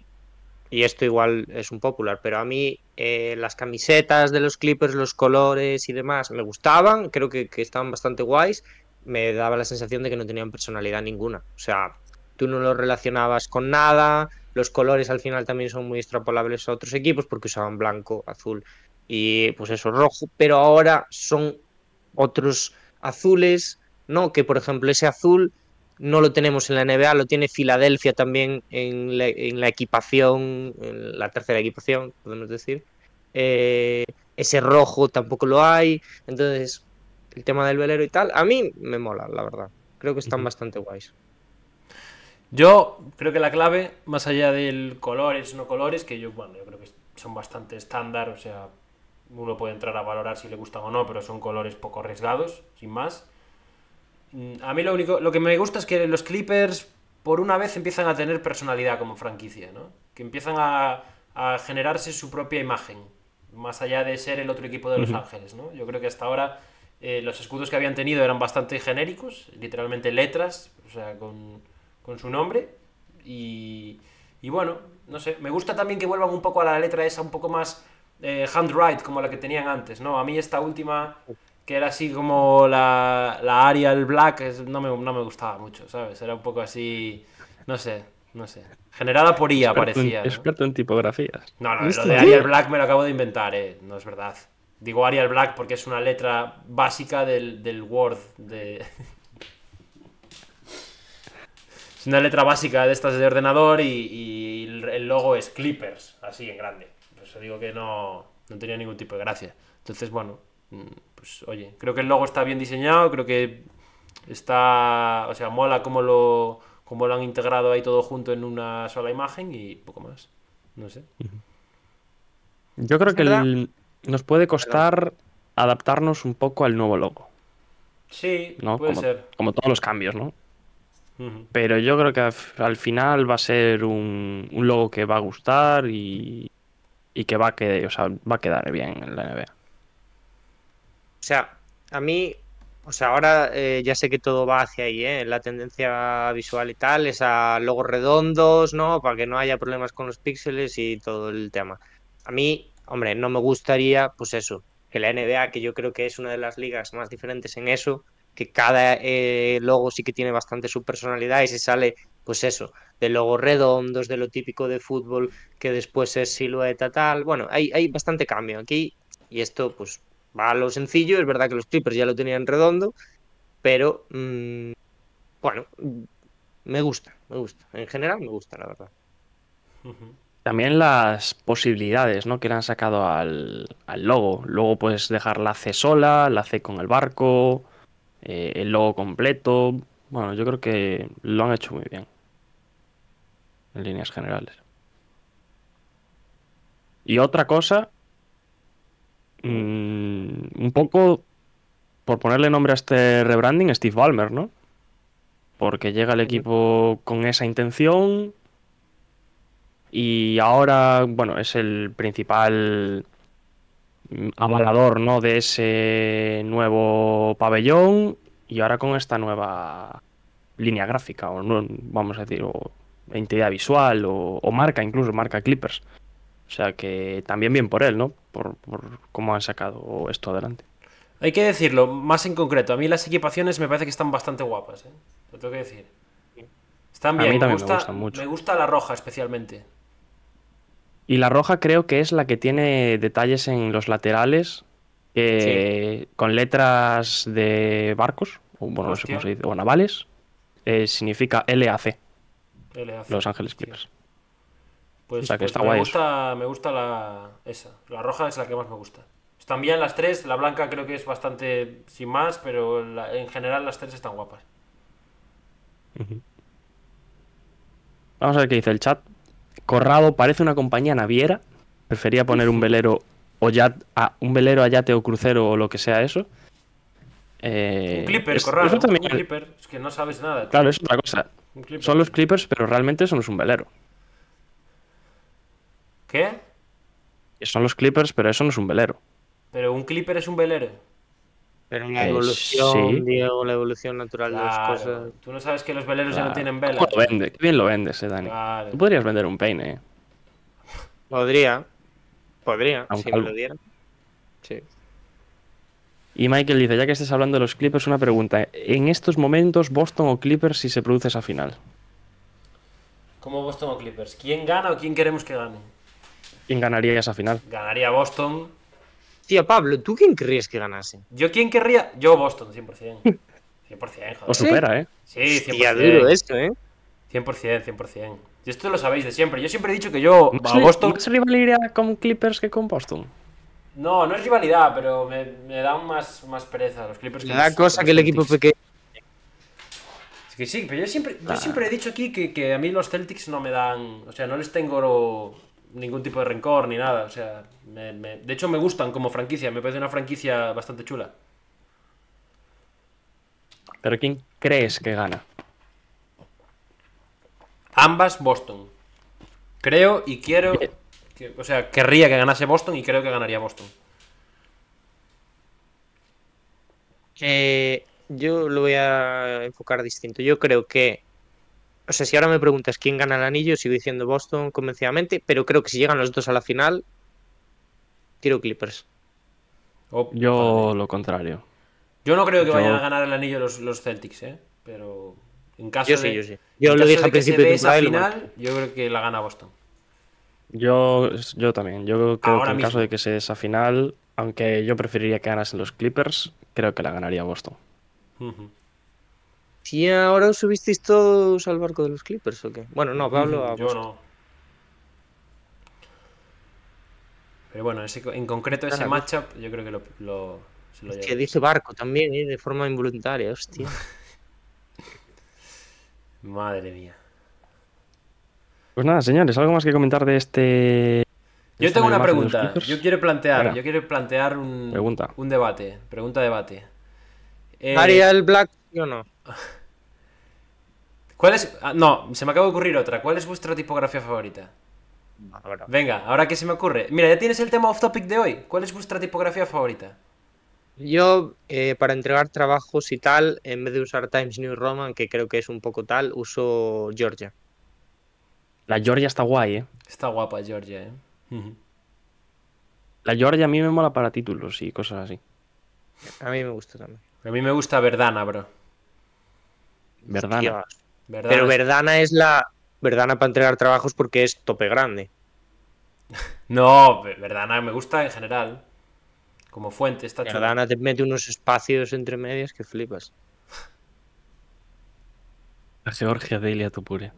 Speaker 2: y esto igual es un popular, pero a mí eh, las camisetas de los Clippers, los colores y demás me gustaban, creo que, que estaban bastante guays, me daba la sensación de que no tenían personalidad ninguna. O sea, tú no los relacionabas con nada, los colores al final también son muy extrapolables a otros equipos porque usaban blanco, azul y pues eso, rojo, pero ahora son otros azules, ¿no? Que por ejemplo ese azul no lo tenemos en la NBA, lo tiene Filadelfia también en la, en la equipación, en la tercera equipación, podemos decir. Eh, ese rojo tampoco lo hay, entonces el tema del velero y tal, a mí me mola, la verdad. Creo que están bastante guays.
Speaker 3: Yo creo que la clave, más allá del colores, no colores, que yo, bueno, yo creo que son bastante estándar, o sea, uno puede entrar a valorar si le gustan o no, pero son colores poco arriesgados, sin más. Mm, A mí lo único, lo que me gusta es que los Clippers por una vez empiezan a tener personalidad como franquicia, ¿no? Que empiezan a, a generarse su propia imagen, más allá de ser el otro equipo de Los Ángeles, ¿no? Yo creo que hasta ahora eh, los escudos que habían tenido eran bastante genéricos, literalmente letras, o sea, con, con su nombre. Y, y, bueno, no sé, me gusta también que vuelvan un poco a la letra esa, un poco más eh, handwrite, como la que tenían antes, ¿no? A mí esta última, que era así como la, la Arial Black, es, no, me, no me gustaba mucho, ¿sabes? Era un poco así, no sé, no sé. Generada por IA,
Speaker 1: Experto
Speaker 3: parecía.
Speaker 1: en-
Speaker 3: ¿no?
Speaker 1: Experto en tipografías.
Speaker 3: No, no,
Speaker 1: ¿Viste?
Speaker 3: lo de Arial Black me lo acabo de inventar, eh. No es verdad. Digo Arial Black porque es una letra básica del, del Word. De... es una letra básica de estas de ordenador y, y el- el logo es Clippers, así en grande. Por eso digo que no, no tenía ningún tipo de gracia. Entonces, bueno, mm, pues oye, creo que el logo está bien diseñado, creo que está. O sea, mola cómo lo, cómo lo han integrado ahí todo junto en una sola imagen y poco más. No sé.
Speaker 1: Yo creo
Speaker 2: Es
Speaker 1: que el-
Speaker 2: verdad.
Speaker 1: nos puede costar adaptarnos un poco al nuevo logo,
Speaker 3: Sí,
Speaker 1: ¿no?
Speaker 3: puede
Speaker 1: como,
Speaker 3: ser.
Speaker 1: como todos los cambios, ¿no?
Speaker 3: Ujú.
Speaker 1: Pero yo creo que al- al final va a ser un, un logo que va a gustar y, y que va a, que- o sea, va a quedar bien en la NBA.
Speaker 2: O sea, a mí, o sea, ahora eh, ya sé que todo va hacia ahí, ¿eh? La tendencia visual y tal es a logos redondos, ¿no? Para que no haya problemas con los píxeles y todo el tema. A mí, hombre, no me gustaría, pues eso, que la NBA, que yo creo que es una de las ligas más diferentes en eso, que cada eh, logo sí que tiene bastante su personalidad y se sale, pues eso, de logos redondos, de lo típico de fútbol, que después es silueta tal. Bueno, hay, hay bastante cambio aquí y esto, pues, va a lo sencillo. Es verdad que los Clippers ya lo tenían redondo, pero mm, bueno, mm, me gusta, me gusta. En general me gusta, la verdad.
Speaker 3: Ujú.
Speaker 1: También las posibilidades, ¿no? Que le han sacado al, al logo. Luego puedes dejar la C sola, la C con el barco, eh, el logo completo. Bueno, yo creo que lo han hecho muy bien. En líneas generales. Y otra cosa, mm, un poco, por ponerle nombre a este rebranding, Steve Ballmer, ¿no? Porque llega el equipo con esa intención, y ahora, bueno, es el principal mm, avalador, ¿no? De ese nuevo pabellón y ahora con esta nueva línea gráfica, o no, vamos a decir, o entidad visual, o, o marca, incluso marca Clippers. O sea que también bien por él, ¿no? Por, por cómo han sacado esto adelante.
Speaker 3: Hay que decirlo, más en concreto, a mí las equipaciones me parece que están bastante guapas, ¿eh? Lo tengo que decir. Están
Speaker 1: A
Speaker 3: bien,
Speaker 1: mí
Speaker 3: me,
Speaker 1: también me
Speaker 3: gusta,
Speaker 1: gustan mucho.
Speaker 3: me gusta la roja especialmente.
Speaker 1: Y la roja creo que es la que tiene detalles en los laterales que con letras de barcos, o bueno, no sé cómo
Speaker 3: Hostia.
Speaker 1: se dice, o navales, eh, significa LAC,
Speaker 3: LAC.
Speaker 1: Los Ángeles
Speaker 3: Hostia.
Speaker 1: Clippers.
Speaker 3: Pues,
Speaker 1: O sea, que
Speaker 3: pues
Speaker 1: está
Speaker 3: me
Speaker 1: guay
Speaker 3: gusta, me gusta la esa. La roja es la que más me gusta. Están bien las tres, la blanca creo que es bastante sin más, pero la- en general las tres están guapas.
Speaker 1: Vamos a ver qué dice el chat. Corrado parece una compañía naviera. Prefería poner un velero o yat- a- un velero a yate o crucero o lo que sea eso. Eh,
Speaker 3: un clipper,
Speaker 1: es-
Speaker 3: corral.
Speaker 1: eso también-
Speaker 3: Un clipper, es que no sabes nada. tío.
Speaker 1: claro, es otra cosa.
Speaker 3: Un clipper.
Speaker 1: Son los clippers, pero realmente eso no es un velero.
Speaker 3: ¿Qué?
Speaker 1: Son los clippers, pero eso no es un velero.
Speaker 3: Pero un clipper es un velero.
Speaker 2: Pero la
Speaker 1: Eh,
Speaker 2: evolución,
Speaker 1: sí.
Speaker 2: Diego, la evolución natural de las
Speaker 3: Claro,
Speaker 2: cosas.
Speaker 3: Tú no sabes que los veleros ya
Speaker 1: Claro. Ah,
Speaker 3: no
Speaker 1: pues
Speaker 3: tienen
Speaker 1: ¿Cómo
Speaker 3: velas.
Speaker 1: lo vende? Qué bien lo vendes, eh, Dani.
Speaker 3: Claro.
Speaker 1: Tú podrías vender un peine, eh.
Speaker 2: Podría. Podría,
Speaker 1: A un
Speaker 2: si me
Speaker 1: calvo.
Speaker 2: lo dieran. Sí.
Speaker 1: Y Michael dice, ya que estés hablando de los Clippers, una pregunta. ¿En estos momentos Boston o Clippers si se produce esa final?
Speaker 3: Como Boston o Clippers. ¿Quién gana o quién queremos que gane?
Speaker 1: ¿Quién ganaría esa final?
Speaker 3: Ganaría Boston.
Speaker 2: Tío, Pablo, ¿tú quién crees que ganase?
Speaker 3: ¿Yo quién querría? Yo Boston, 100%. 100%,
Speaker 1: Os
Speaker 3: joder.
Speaker 1: supera, ¿eh?
Speaker 3: Sí, 100%.
Speaker 2: Hostia, duro esto, ¿eh?
Speaker 3: 100%, 100%. Y esto lo sabéis de siempre. Yo siempre he dicho que yo
Speaker 1: ¿Más,
Speaker 3: a
Speaker 1: li-
Speaker 3: Boston...
Speaker 1: más rivalidad con Clippers que con Boston?
Speaker 3: No, no es rivalidad, pero me, me dan más, más pereza los Clippers.
Speaker 2: Le
Speaker 3: los-
Speaker 2: da cosa
Speaker 3: los
Speaker 2: que el equipo Ah.
Speaker 3: Celtics.
Speaker 2: pequeño.
Speaker 3: Es que sí, pero yo siempre, yo siempre he dicho aquí que, que a mí los Celtics no me dan... O sea, no les tengo ningún tipo de rencor ni nada. O sea, me- me- de hecho me gustan como franquicia. Me parece una franquicia bastante chula.
Speaker 1: ¿Pero quién crees que gana?
Speaker 3: Ambas Boston. Creo y quiero. que- o sea, querría que ganase Boston y creo que ganaría Boston.
Speaker 2: Eh, yo lo voy a enfocar distinto. Yo creo que, o sea, si ahora me preguntas quién gana el anillo, sigo diciendo Boston convencidamente, pero creo que si llegan los dos a la final, tiro Clippers.
Speaker 3: O-
Speaker 1: Yo lo contrario.
Speaker 3: Yo no creo que
Speaker 1: yo-
Speaker 3: vayan a ganar el anillo los, los Celtics, ¿eh? Pero. En caso
Speaker 2: Yo
Speaker 3: de,
Speaker 2: sí, yo sí.
Speaker 3: en
Speaker 2: Yo lo
Speaker 3: caso
Speaker 2: dije
Speaker 3: de
Speaker 2: al
Speaker 3: que se
Speaker 2: principio de
Speaker 3: dé esa
Speaker 2: temporada y lo
Speaker 3: final, yo creo que la gana Boston.
Speaker 1: Yo, yo también. Yo creo
Speaker 3: Ahora
Speaker 1: que en
Speaker 3: mismo.
Speaker 1: caso de que sea esa final, aunque yo preferiría que ganasen los Clippers, creo que la ganaría Boston.
Speaker 3: Ujú.
Speaker 2: Si ahora os subisteis todos al barco de los Clippers o qué. Bueno, no, Pablo, a
Speaker 3: Mm, yo
Speaker 2: Boston.
Speaker 3: no. Pero bueno, ese co- en concreto ese
Speaker 2: Gana
Speaker 3: matchup, yo creo que lo, lo- se lo
Speaker 2: Hostia,
Speaker 3: lleva.
Speaker 2: dije barco también, ¿eh? de forma involuntaria, hostia.
Speaker 3: Madre mía.
Speaker 1: Pues nada, señores, ¿algo más que comentar de este. de
Speaker 3: Yo
Speaker 1: esta
Speaker 3: tengo una
Speaker 1: imagen de los
Speaker 3: pregunta.
Speaker 1: Clippers?
Speaker 3: Yo quiero plantear,
Speaker 1: Venga.
Speaker 3: yo quiero plantear un,
Speaker 1: Pregunta.
Speaker 3: un debate. Pregunta debate. Eh,
Speaker 2: ¿Haría el Black yo no?
Speaker 3: ¿Cuál es? ah, no, se me acaba de ocurrir otra. ¿Cuál es vuestra tipografía favorita? Venga, ahora que se me ocurre. Mira, ya tienes el tema off topic de hoy. ¿Cuál es vuestra tipografía favorita?
Speaker 2: Yo, eh, para entregar trabajos y tal, en vez de usar Times New Roman, que creo que es un poco tal, uso Georgia.
Speaker 1: La Georgia está guay, ¿eh?
Speaker 3: Está guapa Georgia, ¿eh? Ujú.
Speaker 1: La Georgia a mí me mola para títulos y cosas así.
Speaker 2: A mí me gusta también.
Speaker 3: A mí me gusta Verdana, bro.
Speaker 1: ¿Verdad?
Speaker 2: Hostia,
Speaker 3: Verdana
Speaker 2: Pero
Speaker 3: es-
Speaker 2: Verdana es la. Verdana para entregar trabajos porque es tope grande.
Speaker 3: No, Ver- Verdana me gusta en general. Como fuente está chula.
Speaker 2: Verdana te mete unos espacios entre medias que flipas.
Speaker 1: Georgia de Ilia Tupure.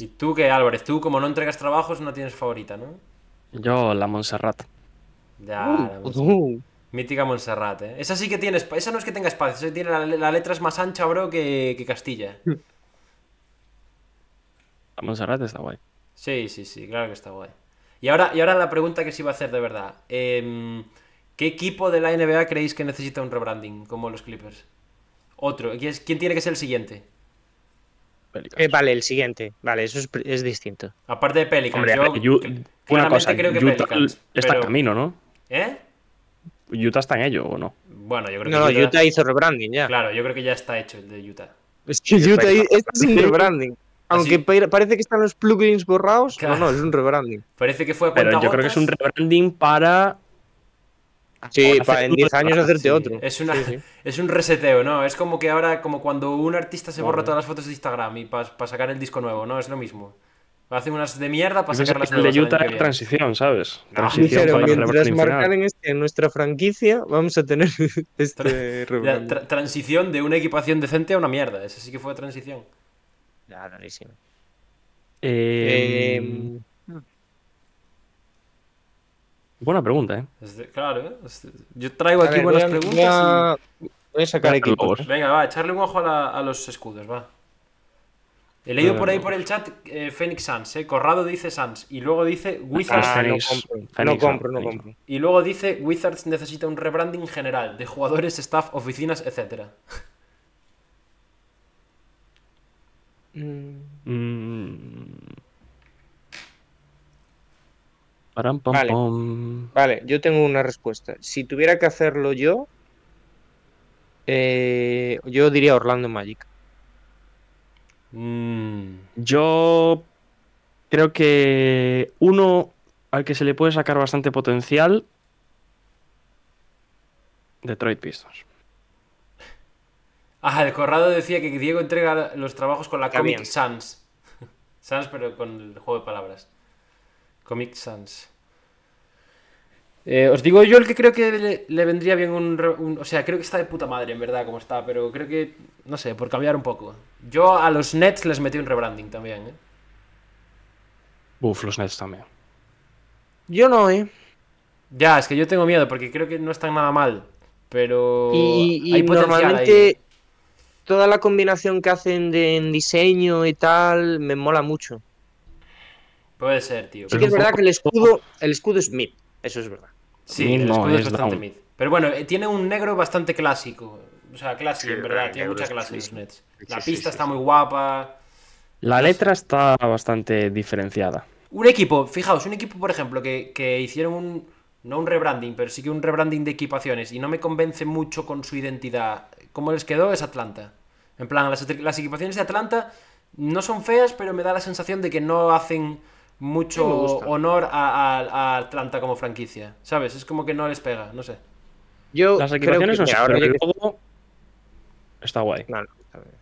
Speaker 3: ¿Y tú qué, Álvarez? Tú, como no entregas trabajos, no tienes favorita, ¿no?
Speaker 1: Yo, la Montserrat.
Speaker 3: Ya, la
Speaker 1: pues
Speaker 2: Uh,
Speaker 3: misma. Mítica Montserrat, ¿eh? Esa sí que tiene espa- Esa no es que tenga espacio, esa tiene la, la letra es más ancha, bro, que, que Castilla.
Speaker 1: Mm. La Montserrat está guay.
Speaker 3: Sí, sí, sí, claro que está guay. Y ahora, y ahora la pregunta que sí iba a hacer de verdad. Em, ¿Qué equipo de la NBA creéis que necesita un rebranding, como los Clippers? Otro. ¿Quién es- quién tiene que ser el siguiente?
Speaker 2: eh, vale, el siguiente. Vale, eso es, pr- es distinto.
Speaker 3: Aparte de Pelicans.
Speaker 1: Hombre,
Speaker 3: yo
Speaker 1: Yu-
Speaker 3: cl-
Speaker 1: una
Speaker 3: claramente
Speaker 1: cosa,
Speaker 3: creo que
Speaker 1: Utah
Speaker 3: Pelicans.
Speaker 1: está en
Speaker 3: pero-
Speaker 1: camino, ¿no?
Speaker 3: ¿Eh?
Speaker 1: Utah está en ello, ¿o no?
Speaker 3: Bueno, yo creo
Speaker 2: No, no,
Speaker 3: que Utah...
Speaker 2: Utah hizo rebranding ya.
Speaker 3: Claro, yo creo que ya está hecho el de Utah.
Speaker 2: Es que Utah hi- este es un rebranding. Aunque
Speaker 3: Así-
Speaker 2: pa- parece que están los plugins borrados,
Speaker 3: Claro.
Speaker 2: no, no, es un rebranding.
Speaker 3: Parece que fue a
Speaker 1: Pero yo creo que
Speaker 3: cuentagotas.
Speaker 1: es un rebranding para.
Speaker 2: Sí,
Speaker 1: Hacer
Speaker 2: pa- en
Speaker 1: uno
Speaker 2: 10
Speaker 1: de
Speaker 2: años
Speaker 1: cada,
Speaker 2: hacerte
Speaker 1: sí.
Speaker 2: otro.
Speaker 3: Es, una,
Speaker 2: Sí, sí.
Speaker 3: es un reseteo, ¿no? Es como que ahora, como cuando un artista se borra todas las fotos de Instagram y para sacar el disco nuevo, ¿no? Es lo mismo. Hacen unas de mierda para
Speaker 1: Yo pensé
Speaker 3: sacar
Speaker 1: que
Speaker 3: las
Speaker 1: el de
Speaker 3: nuevas. Ah. el año
Speaker 1: Utah
Speaker 3: que
Speaker 1: era
Speaker 3: viene.
Speaker 1: transición, ¿sabes? Transición
Speaker 2: Dijeron,
Speaker 1: para el
Speaker 2: mientras
Speaker 1: rebranding final.
Speaker 2: marcaran este en nuestra franquicia, vamos a tener este
Speaker 3: La
Speaker 2: rebranding.
Speaker 3: tra- transición de una equipación decente a una mierda. Esa sí que fue transición.
Speaker 2: Claro, rarísimo.
Speaker 1: Eh,
Speaker 2: Em,
Speaker 1: Buena pregunta, ¿eh?
Speaker 3: Es de- claro, ¿eh? Es de- Yo traigo
Speaker 2: a
Speaker 3: aquí
Speaker 2: ver,
Speaker 3: buenas
Speaker 2: voy a-
Speaker 3: preguntas.
Speaker 2: voy a- voy a sacar
Speaker 1: Voy a hacer
Speaker 2: equipos.
Speaker 1: logos.
Speaker 3: y- Venga, va, echarle un ojo a, la- a los escudos, va. He leído
Speaker 1: Vale,
Speaker 3: por ahí
Speaker 1: vamos.
Speaker 3: por el chat eh, Phoenix Suns, ¿eh? Corrado dice Suns y luego dice Wizards
Speaker 1: Ah,
Speaker 2: Ah, no
Speaker 1: Fénix.
Speaker 2: compro, no
Speaker 1: Fénix,
Speaker 2: compro,
Speaker 1: no,
Speaker 2: no
Speaker 1: Fénix,
Speaker 2: compro.
Speaker 3: Y luego dice Wizards necesita un rebranding general de jugadores, staff, oficinas, etc.
Speaker 1: Mm. Param, pam,
Speaker 2: Vale.
Speaker 1: pom.
Speaker 2: Vale, yo tengo una respuesta. Si tuviera que hacerlo yo, eh, yo diría Orlando Magic.
Speaker 3: Mm,
Speaker 1: Yo Creo que uno al que se le puede sacar bastante potencial. Detroit Pistons.
Speaker 3: Ah, el Corrado decía que Diego entrega los trabajos con la
Speaker 2: Está
Speaker 3: Comic
Speaker 2: bien.
Speaker 3: Sans. Sans, pero con el juego de palabras. Comic Sans. Eh, os digo yo el que creo que le, le vendría bien un, re- un- O sea, creo que está de puta madre, en verdad, como está, pero creo que. No sé, por cambiar un poco. Yo a los Nets les metí un rebranding también, ¿eh?
Speaker 1: Uf, los Nets también.
Speaker 2: Yo no, ¿eh?
Speaker 3: Ya, es que yo tengo miedo porque creo que no están nada mal. Pero.
Speaker 2: Y, y
Speaker 3: hay potencial
Speaker 2: normalmente
Speaker 3: ahí.
Speaker 2: toda la combinación que hacen de, en diseño y tal me mola mucho.
Speaker 3: Puede ser, tío.
Speaker 2: Sí
Speaker 1: Pero
Speaker 2: que
Speaker 1: un
Speaker 2: es verdad
Speaker 1: poco-
Speaker 2: que el escudo, el escudo es mid, eso es verdad.
Speaker 3: Sí,
Speaker 1: Mid
Speaker 3: el
Speaker 1: no,
Speaker 3: escudo es
Speaker 1: es
Speaker 3: bastante
Speaker 1: down.
Speaker 3: mid. Pero bueno, eh, tiene un negro bastante clásico. O sea, clásico,
Speaker 2: Sí, el
Speaker 3: en verdad. Tiene
Speaker 2: negro
Speaker 3: mucha
Speaker 2: es
Speaker 3: clase los
Speaker 2: clásico.
Speaker 3: Nets.
Speaker 2: Sí,
Speaker 3: La
Speaker 2: sí,
Speaker 3: pista
Speaker 2: sí,
Speaker 3: está
Speaker 2: sí.
Speaker 3: muy guapa.
Speaker 1: La
Speaker 3: No sé.
Speaker 1: letra está bastante diferenciada.
Speaker 3: Un equipo, fijaos, un equipo, por ejemplo, que, que hicieron un. No un rebranding, pero sí que un rebranding de equipaciones. Y no me convence mucho con su identidad. ¿Cómo les quedó? Es Atlanta. En plan, las, las equipaciones de Atlanta no son feas, pero me da la sensación de que no hacen mucho
Speaker 2: Sí, me gusta.
Speaker 3: honor a, a- a Atlanta como franquicia. ¿Sabes? Es como que no les pega, no sé.
Speaker 2: Yo
Speaker 1: Las
Speaker 2: creo
Speaker 1: equipaciones
Speaker 2: que,
Speaker 1: no sé,
Speaker 2: mira, ahora,
Speaker 1: pero
Speaker 2: ya
Speaker 1: el
Speaker 2: que,
Speaker 1: logo está guay.
Speaker 2: No, no, está bien.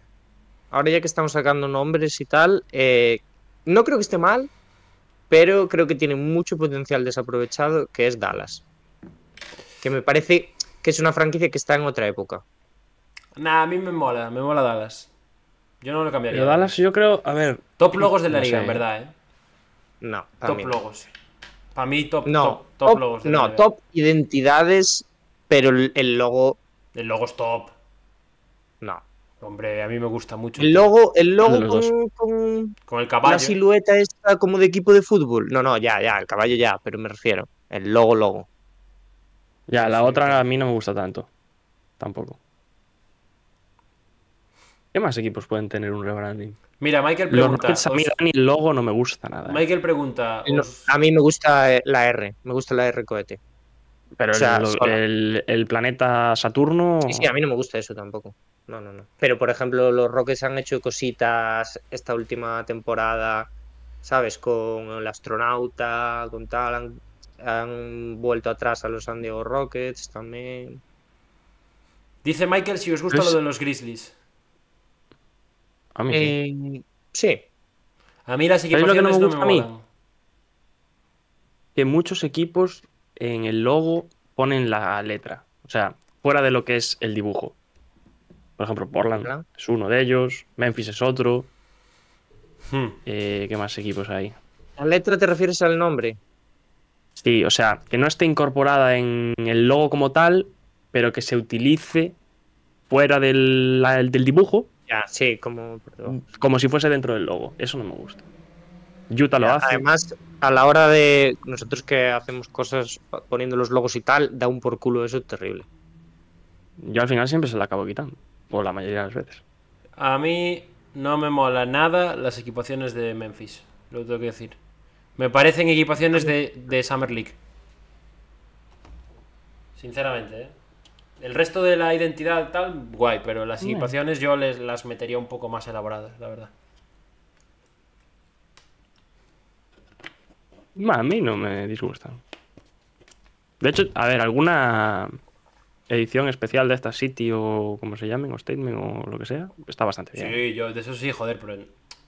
Speaker 2: Ahora ya que estamos sacando nombres y tal, eh, no creo que esté mal, pero creo que tiene mucho potencial desaprovechado, que es Dallas. Que me parece que es una franquicia que está en otra época.
Speaker 3: Nah, a mí me mola, me mola Dallas. Yo no lo cambiaría.
Speaker 1: Pero Dallas, yo creo, a ver,
Speaker 3: Top logos de la
Speaker 1: no
Speaker 3: liga,
Speaker 1: sé.
Speaker 3: en verdad, ¿eh?
Speaker 2: No, para
Speaker 3: Top
Speaker 2: mí.
Speaker 3: logos. Para mí, top,
Speaker 2: No,
Speaker 3: top, top
Speaker 2: top,
Speaker 3: logos. de la
Speaker 2: no,
Speaker 3: liga.
Speaker 2: top identidades, pero el, el logo,
Speaker 3: El logo es top.
Speaker 2: no.
Speaker 3: Hombre, a mí me gusta mucho.
Speaker 2: El
Speaker 3: tío.
Speaker 2: logo, el logo
Speaker 1: de los dos.
Speaker 2: con, con
Speaker 3: Con el
Speaker 2: la
Speaker 3: caballo.
Speaker 2: silueta esta como de equipo de fútbol. No, no, ya, ya, el caballo ya, pero me refiero. El logo, logo.
Speaker 1: ya, la
Speaker 3: Sí,
Speaker 1: otra
Speaker 3: claro.
Speaker 1: a mí no me gusta tanto. Tampoco. ¿Qué más equipos pueden tener un rebranding?
Speaker 3: Mira, Michael
Speaker 1: Los
Speaker 3: pregunta.
Speaker 1: Rockets a mí
Speaker 3: os-
Speaker 1: Dani, el logo no me gusta nada. eh.
Speaker 3: Michael pregunta.
Speaker 2: No,
Speaker 3: os-
Speaker 2: a mí me gusta eh, la R, me gusta la R cohete.
Speaker 1: Pero
Speaker 2: o sea,
Speaker 1: el,
Speaker 2: solo.
Speaker 1: el- el planeta Saturno.
Speaker 2: Sí, sí, a mí no me gusta eso tampoco. No, no, no. Pero por ejemplo, los Rockets han hecho cositas esta última temporada, ¿sabes? Con el astronauta, con tal. Han, han vuelto atrás a los San Diego Rockets también.
Speaker 3: Dice Michael si os gusta
Speaker 1: Es-
Speaker 3: lo de los Grizzlies.
Speaker 1: A mí sí.
Speaker 2: Eh, sí,
Speaker 3: A mí las
Speaker 1: ¿Sabéis lo
Speaker 3: equipaciones
Speaker 1: que no me
Speaker 3: no me,
Speaker 1: gusta a mí?
Speaker 3: molan.
Speaker 1: Que muchos equipos en el logo ponen la letra. O sea, fuera de lo que es el dibujo. Por ejemplo, Portland
Speaker 2: Portland.
Speaker 1: es uno de ellos. Memphis es otro.
Speaker 3: Hmm.
Speaker 1: eh, ¿Qué más equipos hay?
Speaker 2: ¿A letra te refieres al nombre?
Speaker 1: Sí, o sea, que no esté incorporada en el logo como tal, pero que se utilice fuera del, la- del dibujo
Speaker 2: Ya, sí, como... por debajo.
Speaker 1: como si fuese dentro del logo. Eso no me gusta. Utah lo hace.
Speaker 2: Además, a la hora de nosotros que hacemos cosas pa- poniendo los logos y tal, da un por culo eso terrible.
Speaker 1: Yo al final siempre se la acabo quitando. O la mayoría de las veces.
Speaker 3: A mí no me mola nada las equipaciones de Memphis. Lo tengo que decir. Me parecen equipaciones de, de Summer League. Sinceramente, ¿eh? El resto de la identidad tal, guay, pero las
Speaker 1: Bueno.
Speaker 3: equipaciones yo les, las metería un poco más elaboradas, la verdad.
Speaker 1: Ma, A mí no me disgustan. De hecho, a ver, alguna edición especial de esta City o como se llamen, o Statement o lo que sea, está bastante bien.
Speaker 3: Sí, yo de eso sí, joder, pero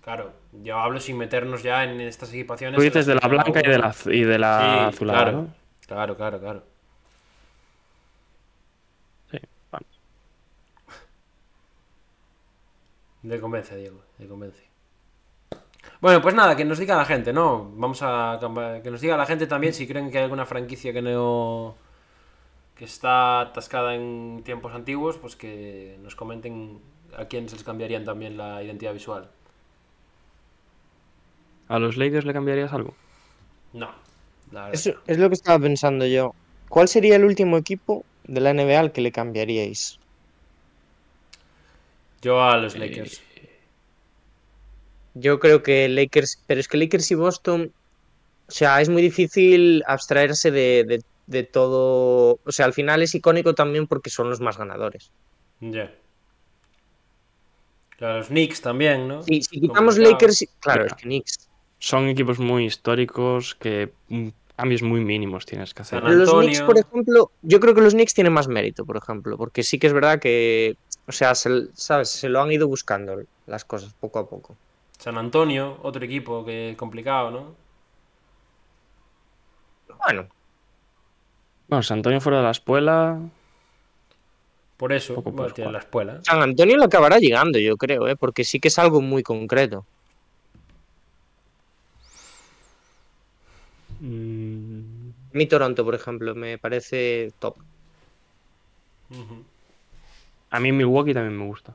Speaker 3: claro, yo hablo sin meternos ya en estas equipaciones.
Speaker 1: Tú dices de
Speaker 3: en
Speaker 1: la
Speaker 3: las que cada
Speaker 1: blanca y de
Speaker 3: uno-
Speaker 1: la, az- y de la
Speaker 3: Sí,
Speaker 1: azulada,
Speaker 3: claro,
Speaker 1: ¿no?
Speaker 3: claro, claro, claro.
Speaker 1: Sí, bueno.
Speaker 3: Le convence, Diego, le convence. Bueno, pues nada, que nos diga la gente, ¿no? Vamos a. acampa- Que nos diga la gente también si creen que hay alguna franquicia que no. que está atascada en tiempos antiguos, pues que nos comenten a quién se les cambiarían también la identidad visual.
Speaker 1: ¿A los Lakers le cambiarías algo?
Speaker 3: No, la verdad.
Speaker 2: Eso es lo que estaba pensando yo. ¿Cuál sería el último equipo de la NBA al que le cambiaríais?
Speaker 3: Yo a
Speaker 1: Eh,
Speaker 3: los Lakers.
Speaker 2: Yo creo que Lakers, pero es que Lakers y Boston, o sea, es muy difícil abstraerse de, de- de todo. O sea, al final es icónico también porque son los más ganadores.
Speaker 3: Ya. A los Knicks también, ¿no?
Speaker 2: Si, si quitamos
Speaker 3: Complicado.
Speaker 2: Lakers, y- claro, es que Knicks.
Speaker 1: son equipos muy históricos que mm, cambios muy mínimos tienes que hacer.
Speaker 3: San Antonio.
Speaker 2: Los Knicks, por ejemplo, yo creo que los Knicks tienen más mérito, por ejemplo, porque sí que es verdad que, o sea, se, ¿sabes? se lo han ido buscando las cosas poco a poco.
Speaker 3: San Antonio, otro equipo que complicado, ¿no?
Speaker 2: Bueno,
Speaker 1: Bueno, San Antonio fuera de la escuela,
Speaker 3: Por eso,
Speaker 1: Poco
Speaker 3: bueno,
Speaker 1: pues,
Speaker 3: tiene
Speaker 1: cual.
Speaker 3: la escuela.
Speaker 2: San Antonio lo acabará llegando, yo creo, ¿eh? porque sí que es algo muy concreto.
Speaker 1: Mm.
Speaker 2: Mi Toronto, por ejemplo, me parece top.
Speaker 3: Ujú.
Speaker 1: a mí Milwaukee también me gusta.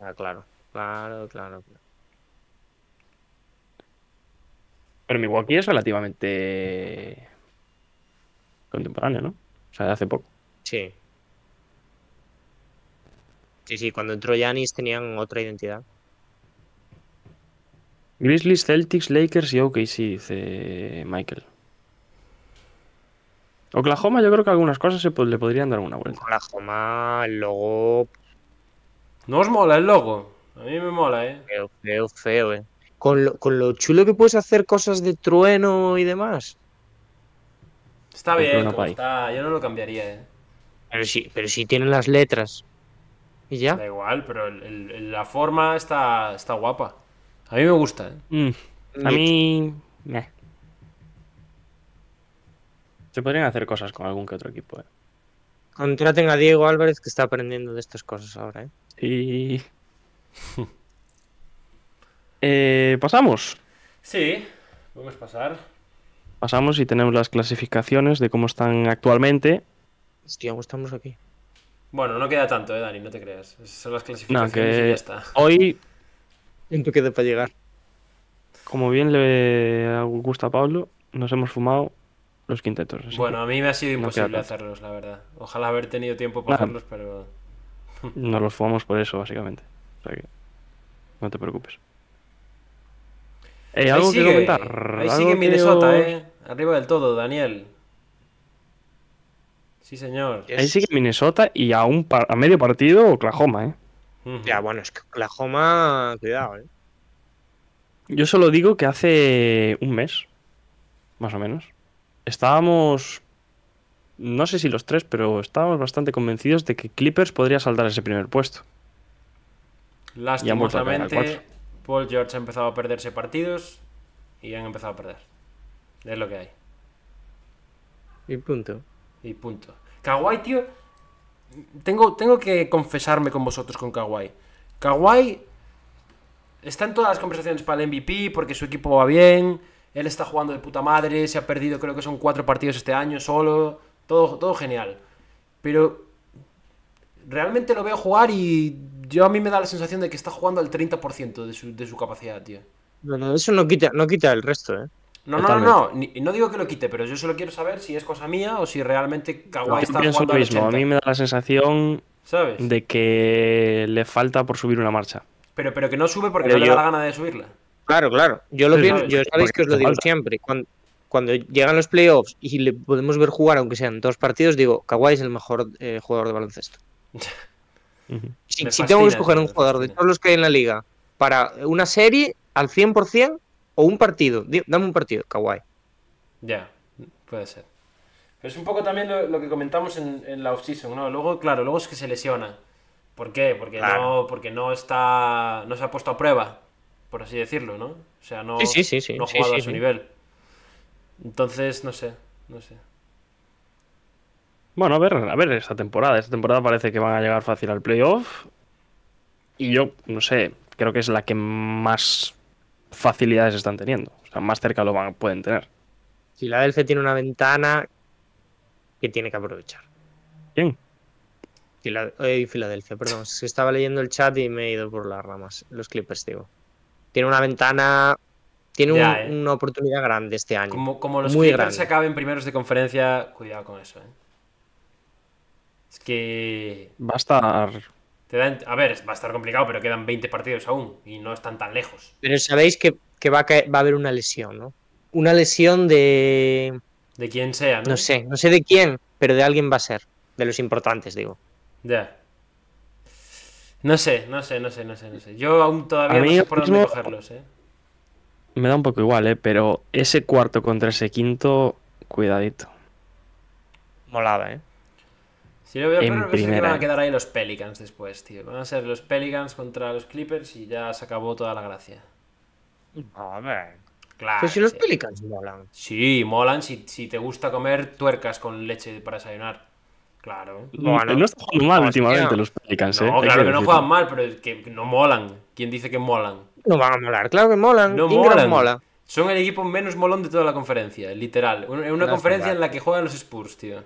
Speaker 2: Ah, claro, claro, claro. claro.
Speaker 1: Pero Milwaukee es relativamente contemporáneo, ¿no? O sea, de hace poco.
Speaker 2: Sí. Sí, sí, cuando entró Yanis tenían otra identidad.
Speaker 1: Grizzlies, Celtics, Lakers y OKC, dice Michael. Oklahoma, yo creo que algunas cosas se po- le podrían dar una vuelta.
Speaker 2: Oklahoma, el logo,
Speaker 3: No os mola el logo. A mí me mola, ¿eh?
Speaker 2: feo, feo, feo, eh. Con lo, con lo chulo que puedes hacer cosas de trueno y demás.
Speaker 3: Está
Speaker 1: El
Speaker 3: bien,
Speaker 1: Bruno
Speaker 3: como
Speaker 1: Pai.
Speaker 3: está. Yo no lo cambiaría, ¿eh?
Speaker 2: Pero sí, pero sí tienen las letras. Y
Speaker 3: Da
Speaker 1: ¿Ah?
Speaker 2: ya.
Speaker 3: igual, pero el- el- el- la forma está, está guapa. A mí me gusta, ¿eh?
Speaker 1: Mm, A mí. meh. Se podrían hacer cosas con algún que otro equipo. ¿eh?
Speaker 2: Contraten a Diego Álvarez que está aprendiendo de estas cosas ahora, eh.
Speaker 1: Sí. Eh, pasamos.
Speaker 3: Sí, podemos pasar.
Speaker 1: Pasamos y tenemos las clasificaciones de cómo están actualmente.
Speaker 2: Hostia, ¿cómo estamos aquí?
Speaker 3: Bueno, no queda tanto, ¿eh, Dani? No te creas. Esas son las
Speaker 1: No,
Speaker 3: clasificaciones y ya
Speaker 1: que
Speaker 3: está.
Speaker 1: hoy,
Speaker 2: ¿En qué queda para llegar?
Speaker 1: como bien le gusta a Pablo, nos hemos fumado los quintetos. así
Speaker 3: Bueno, a mí me ha sido
Speaker 1: no queda tanto.
Speaker 3: imposible hacerlos, la verdad. Ojalá haber tenido tiempo
Speaker 1: Nada.
Speaker 3: para hacerlos, pero...
Speaker 1: que nos los fumamos por eso, básicamente. O sea que no te preocupes. Eh, algo que comentar.
Speaker 3: Ahí
Speaker 1: algo
Speaker 3: sigue
Speaker 1: que
Speaker 3: Minnesota,
Speaker 1: os-
Speaker 3: ¿eh? Arriba del todo, Daniel. Sí, señor.
Speaker 1: Ahí sigue Minnesota y a, un par- a medio partido Oklahoma, ¿eh?
Speaker 3: Ujú.
Speaker 2: Ya, bueno, es que Oklahoma, cuidado, eh.
Speaker 1: Yo solo digo que hace un mes, más o menos, estábamos, no sé si los tres, pero estábamos bastante convencidos de que Clippers podría saltar ese primer puesto. Y han vuelto a caer al
Speaker 3: Lastimosamente,
Speaker 1: cuatro.
Speaker 3: Paul George ha empezado a perderse partidos y han empezado a perder. Es lo que hay.
Speaker 2: Y punto.
Speaker 3: Y punto. Kawhi, tío. Tengo, tengo que confesarme con vosotros con Kawhi. Kawhi está en todas las conversaciones para el MVP porque su equipo va bien. Él está jugando de puta madre. Se ha perdido, creo que son cuatro partidos este año solo. Todo, todo genial. Pero realmente lo veo jugar y yo a mí me da la sensación de que está jugando al 30% de su, de su capacidad, tío.
Speaker 2: Bueno, eso no quita, no quita el resto, eh.
Speaker 3: No, no, no, no, ni- no digo que lo quite, pero yo solo quiero saber si es cosa mía o si realmente
Speaker 1: Yo
Speaker 3: Kawhi está
Speaker 1: pienso
Speaker 3: jugando
Speaker 1: lo
Speaker 3: al
Speaker 1: mismo, a
Speaker 3: 80,
Speaker 1: mí me da la sensación
Speaker 3: ¿Sabes?
Speaker 1: de que le falta por subir una marcha.
Speaker 3: Pero, pero que no sube porque
Speaker 2: Pero
Speaker 3: no le
Speaker 2: yo-
Speaker 3: da la gana de subirla.
Speaker 2: Claro, claro. Yo lo
Speaker 1: Sí,
Speaker 2: pienso,
Speaker 3: sabes,
Speaker 2: yo
Speaker 1: porque
Speaker 2: sabéis que os lo
Speaker 1: hace
Speaker 2: digo
Speaker 1: falta.
Speaker 2: siempre. Cuando, cuando llegan los playoffs y le podemos ver jugar, aunque sean dos partidos, digo, Kawhi es el mejor eh, jugador de baloncesto.
Speaker 1: Ujú.
Speaker 2: Si,
Speaker 3: Me
Speaker 2: si tengo que
Speaker 3: fascina,
Speaker 2: escoger
Speaker 3: tío,
Speaker 2: un
Speaker 3: me
Speaker 2: jugador de
Speaker 3: fascina.
Speaker 2: todos los que hay en la liga para una serie al 100% o un partido, di- dame un partido, Kawhi.
Speaker 3: Ya, puede ser. Pero es un poco también lo, lo que comentamos en, en la offseason, ¿no? Luego, claro, luego es que se lesiona. ¿Por qué? Porque
Speaker 2: Claro.
Speaker 3: no, porque no está. no se ha puesto a prueba, por así decirlo, ¿no? O sea, no,
Speaker 2: Sí, sí, sí, sí,
Speaker 3: no ha
Speaker 2: sí,
Speaker 3: jugado
Speaker 2: sí,
Speaker 3: a su
Speaker 2: sí.
Speaker 3: nivel. Entonces, no sé, no sé.
Speaker 1: Bueno, a ver, a ver esta temporada. Esta temporada parece que van a llegar fácil al playoff. Y yo, no sé, creo que es la que más facilidades están teniendo. O sea, más cerca lo van, pueden tener.
Speaker 2: Filadelfia tiene una ventana que tiene que aprovechar.
Speaker 1: Bien.
Speaker 2: Fila- eh, Filadelfia, perdón. Es que estaba leyendo el chat y me he ido por las ramas. Los Clippers, digo. Tiene una ventana. Tiene un-
Speaker 3: Ya, eh.
Speaker 2: una oportunidad grande este año.
Speaker 3: Como, como los
Speaker 2: Muy
Speaker 3: Clippers se
Speaker 2: grande.
Speaker 3: acaben primeros de conferencia, cuidado con eso, ¿eh? Es que.
Speaker 1: Va a estar
Speaker 3: Te dan- a ver, va a estar complicado, pero quedan 20 partidos aún y no están tan lejos.
Speaker 2: Pero sabéis que, que va, a caer- va a haber una lesión, ¿no? Una lesión de.
Speaker 3: De quien sea, ¿no?
Speaker 2: No sé, no sé de quién, pero de alguien va a ser. De los importantes, digo.
Speaker 3: Ya. No sé, no sé, no sé, no sé, no sé. Yo aún
Speaker 1: A
Speaker 3: todavía no
Speaker 1: mí
Speaker 3: sé
Speaker 1: ahora
Speaker 3: por dónde
Speaker 1: mismo-
Speaker 3: cogerlos, ¿eh?
Speaker 1: me da un poco igual, ¿eh? pero ese cuarto contra ese quinto, cuidadito.
Speaker 2: Molada, ¿eh?
Speaker 3: Si lo veo,
Speaker 1: En
Speaker 3: pero que
Speaker 1: primera.
Speaker 3: van a quedar ahí los Pelicans después, tío. Van a ser los Pelicans contra los Clippers y ya se acabó toda la gracia.
Speaker 2: A ver.
Speaker 3: Claro.
Speaker 2: Pero si los
Speaker 3: ah, sí.
Speaker 2: Pelicans molan.
Speaker 3: Sí, molan si, si te gusta comer tuercas con leche para desayunar. Claro.
Speaker 2: Bueno.
Speaker 1: no están jugando mal
Speaker 2: Hostia.
Speaker 1: últimamente los Pelicans, ¿eh?
Speaker 3: No,
Speaker 1: Hay
Speaker 3: claro que no
Speaker 1: decirlo.
Speaker 3: juegan mal, pero es que no molan. ¿Quién dice que molan?
Speaker 2: No van a molar, claro que molan.
Speaker 3: No
Speaker 2: Ingram
Speaker 3: molan.
Speaker 2: mola.
Speaker 3: Son el equipo menos molón de toda la conferencia, literal. Un- En una
Speaker 2: No,
Speaker 3: conferencia
Speaker 2: verdad.
Speaker 3: en la que juegan los Spurs, tío.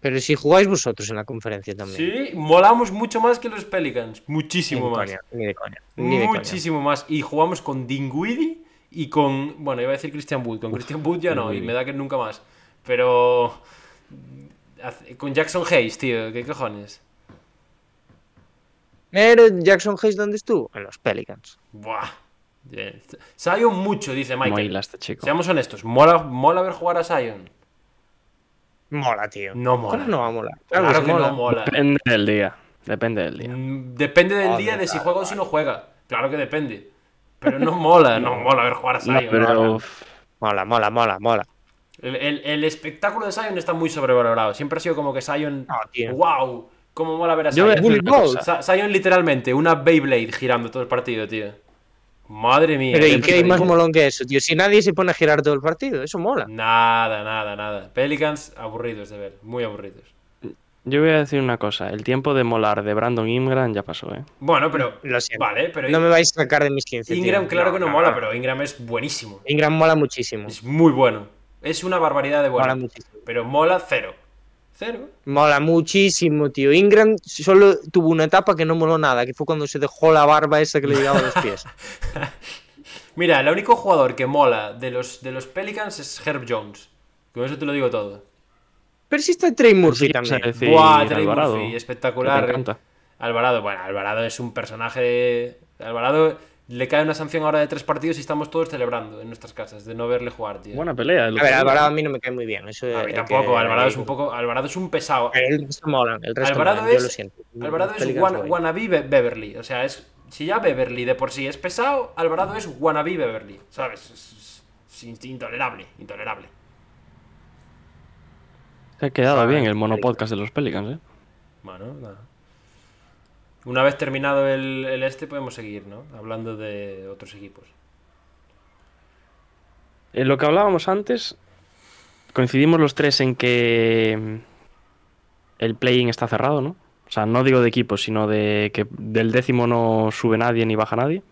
Speaker 2: Pero si jugáis vosotros en la conferencia también.
Speaker 3: Sí, molamos mucho más que los Pelicans.
Speaker 2: ni
Speaker 3: Muchísimo
Speaker 2: de
Speaker 3: más.
Speaker 2: coña, ni de coña. Ni de coña.
Speaker 3: Muchísimo más. Y jugamos con Dinguidi y con. Bueno, iba a decir Christian Wood. Con Christian Wood ya no, y me da que nunca más. Pero. hace- Con Jackson Hayes, tío, ¿qué cojones?
Speaker 2: Pero Jackson Hayes, ¿dónde estuvo? En los Pelicans.
Speaker 3: Buah. Eh, Zion mucho, dice
Speaker 1: Como
Speaker 3: Michael.
Speaker 1: hila este chico.
Speaker 3: Seamos honestos, mola, mola ver jugar a Zion.
Speaker 2: Mola, tío.
Speaker 3: No mola.
Speaker 2: ¿Cómo no va a molar? Claro,
Speaker 3: Claro
Speaker 2: que
Speaker 3: que
Speaker 2: mola.
Speaker 3: no mola.
Speaker 1: Depende del día. Depende del día.
Speaker 3: Mm, Depende del
Speaker 2: Joder,
Speaker 3: día de si
Speaker 2: claro,
Speaker 3: juega o si no juega. Claro que depende. Pero no mola, no mola ver jugar a Zion.
Speaker 1: No, Ah, pero uf,
Speaker 2: mola, mola, mola, mola.
Speaker 3: El, el- el espectáculo de Zion está muy sobrevalorado. Siempre ha sido como que Zion.
Speaker 2: No, Ah, tío.
Speaker 3: ¡Wow! ¿Cómo mola ver a
Speaker 1: yo voy a
Speaker 3: Zion?
Speaker 1: decir
Speaker 2: Bullet
Speaker 1: una
Speaker 2: Balls.
Speaker 1: cosa.
Speaker 3: Sa- Zion literalmente, una Beyblade girando todo el partido, tío. Madre mía.
Speaker 2: Pero
Speaker 3: qué
Speaker 2: ¿y qué hay más
Speaker 3: pesadilla.
Speaker 2: molón que eso, tío? Si nadie se pone a girar todo el partido, eso mola.
Speaker 3: Nada, nada, nada. Pelicans aburridos de ver, muy aburridos.
Speaker 1: Yo voy a decir una cosa. El tiempo de molar de Brandon Ingram ya pasó, ¿eh?
Speaker 3: Bueno, pero.
Speaker 2: Lo siento.
Speaker 3: Vale, pero.
Speaker 2: No me vais a sacar de mis 15. tío.
Speaker 3: Ingram, claro que no, mola, pero Ingram es buenísimo.
Speaker 2: Ingram mola muchísimo.
Speaker 3: Es muy bueno. Es una barbaridad de
Speaker 2: Mola
Speaker 3: bueno.
Speaker 2: muchísimo.
Speaker 3: Pero mola cero. Cero.
Speaker 2: Mola muchísimo, tío. Ingram solo tuvo una etapa que no moló nada, que fue cuando se dejó la barba esa que le llegaba a los pies.
Speaker 3: Mira, el único jugador que mola de los, de los Pelicans es Herb Jones. Con eso te lo digo todo.
Speaker 2: Pero si está Trey Murphy
Speaker 1: Sí, o sea,
Speaker 2: también.
Speaker 1: es decir,
Speaker 3: Buah, Trey
Speaker 1: Alvarado,
Speaker 3: Murphy,
Speaker 1: que te
Speaker 3: espectacular.
Speaker 2: ¿eh?
Speaker 1: encanta.
Speaker 3: Alvarado, bueno, Alvarado es un personaje. Alvarado le cae una sanción ahora de tres partidos y estamos todos celebrando en nuestras casas de no verle jugar, tío.
Speaker 1: Buena pelea. el
Speaker 2: A ver,
Speaker 1: otro
Speaker 2: Alvarado a
Speaker 1: día.
Speaker 2: mí no me cae muy bien. Eso
Speaker 3: a mí
Speaker 2: es
Speaker 3: tampoco.
Speaker 2: que-
Speaker 3: Alvarado es un poco. Alvarado es un pesado.
Speaker 2: Pero el resto molan, el resto
Speaker 3: Alvarado
Speaker 2: molan, yo
Speaker 3: es-
Speaker 2: lo siento. eh.
Speaker 3: Alvarado es
Speaker 2: eh, Pelicans
Speaker 3: wan-
Speaker 2: molan.
Speaker 3: wannabe Be- Beverly. O sea, es. Si ya Beverly de por sí es pesado, Alvarado es wannabe Beverly. ¿Sabes? Es- es- es intolerable, intolerable.
Speaker 1: Se ha quedado
Speaker 2: Joder,
Speaker 1: bien el monopodcast de los Pelicans, ¿eh?
Speaker 3: Bueno, nada. Una vez terminado el, el este, podemos seguir, ¿no? Hablando de otros equipos.
Speaker 1: En Eh, lo que hablábamos antes, coincidimos los tres en que mm, el play-in está cerrado, ¿no? O sea, no digo de equipo, sino de que del décimo no sube nadie ni baja nadie.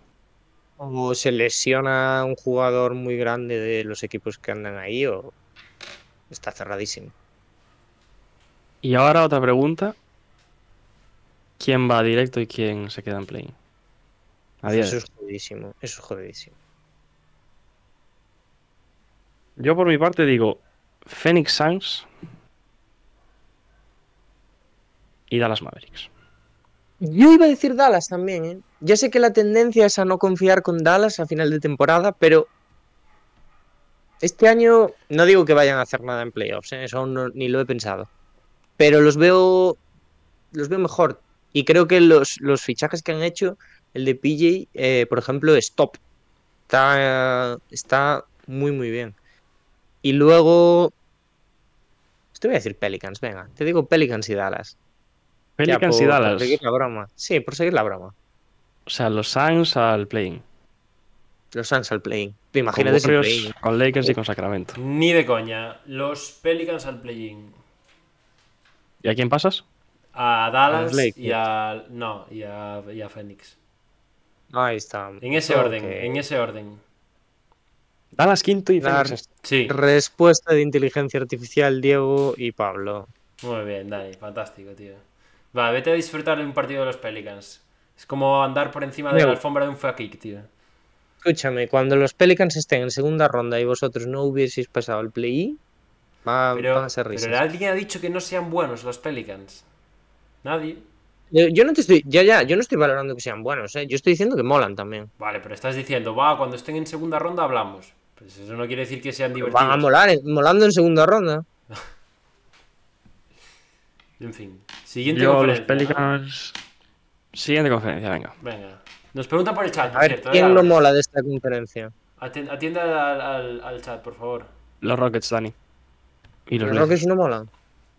Speaker 2: O se lesiona un jugador muy grande de los equipos que andan ahí, o está cerradísimo.
Speaker 1: Y ahora otra pregunta. ¿Quién va directo y quién se queda en play-in? A día de
Speaker 2: Eso
Speaker 1: hoy.
Speaker 2: es jodidísimo, eso es jodidísimo.
Speaker 1: Yo por mi parte digo Phoenix Suns y Dallas Mavericks.
Speaker 2: Yo iba a decir Dallas también, ¿eh? Ya sé que la tendencia es a no confiar con Dallas a final de temporada, pero este año no digo que vayan a hacer nada en playoffs, ¿eh? eso aún no- ni lo he pensado. Pero los veo los veo mejor y creo que los, los fichajes que han hecho, el de PJ, eh, por ejemplo, es top. Está, está muy muy bien. Y luego te voy a decir Pelicans, venga, te digo Pelicans y Dallas. Ya, pues,
Speaker 1: Pelicans y
Speaker 2: por- por
Speaker 1: Dallas.
Speaker 2: seguir la broma. Sí, por seguir la broma.
Speaker 1: O sea, los Suns al play-in.
Speaker 2: Los Suns al play
Speaker 1: Con,
Speaker 2: ¿Te imaginas ese
Speaker 1: Warriors,
Speaker 2: play-in?
Speaker 1: con Lakers y con Sacramento.
Speaker 3: Ni de coña. Los Pelicans al play-in.
Speaker 1: ¿Y a quién pasas?
Speaker 3: A Dallas
Speaker 2: los Lakers.
Speaker 3: y a. No, y a, y a Phoenix.
Speaker 2: Ahí está.
Speaker 3: En ese
Speaker 2: Ok.
Speaker 3: orden, en ese orden.
Speaker 1: Dallas quinto y
Speaker 2: Dar-
Speaker 1: Phoenix sexto.
Speaker 3: Sí.
Speaker 2: Respuesta de inteligencia artificial, Diego y Pablo.
Speaker 3: Muy bien, Dani, fantástico, tío. Va, vete a disfrutar de un partido de los Pelicans. Es como andar por encima de
Speaker 2: Leo.
Speaker 3: la alfombra de un fuck kick, tío.
Speaker 2: Escúchame, cuando los Pelicans estén en segunda ronda y vosotros no hubieseis pasado el play-in, va, van
Speaker 3: Pero,
Speaker 2: a ser risas.
Speaker 3: pero alguien ha dicho que no sean buenos los Pelicans. Nadie.
Speaker 2: Yo- Yo no te estoy, ya, ya, yo no estoy valorando que sean buenos, ¿eh? yo estoy diciendo que molan también.
Speaker 3: Vale, pero estás diciendo, va, cuando estén en segunda ronda hablamos. Pues eso no quiere decir que sean divertidos.
Speaker 2: Van a molar, en- molando en segunda ronda.
Speaker 3: En fin. Siguiente
Speaker 1: Yo los
Speaker 3: conferencia, ¿no?
Speaker 1: Pelicans. Siguiente conferencia, venga.
Speaker 3: Venga. Nos preguntan por el chat,
Speaker 2: A
Speaker 3: por
Speaker 2: ver,
Speaker 3: cierto. ¿eh?
Speaker 2: ¿quién no mola de esta conferencia?
Speaker 3: Atien- Atienda al, al- al chat, por favor.
Speaker 1: Los Rockets, Dani. Y los
Speaker 2: ¿Los
Speaker 1: Blazers.
Speaker 2: Rockets no molan?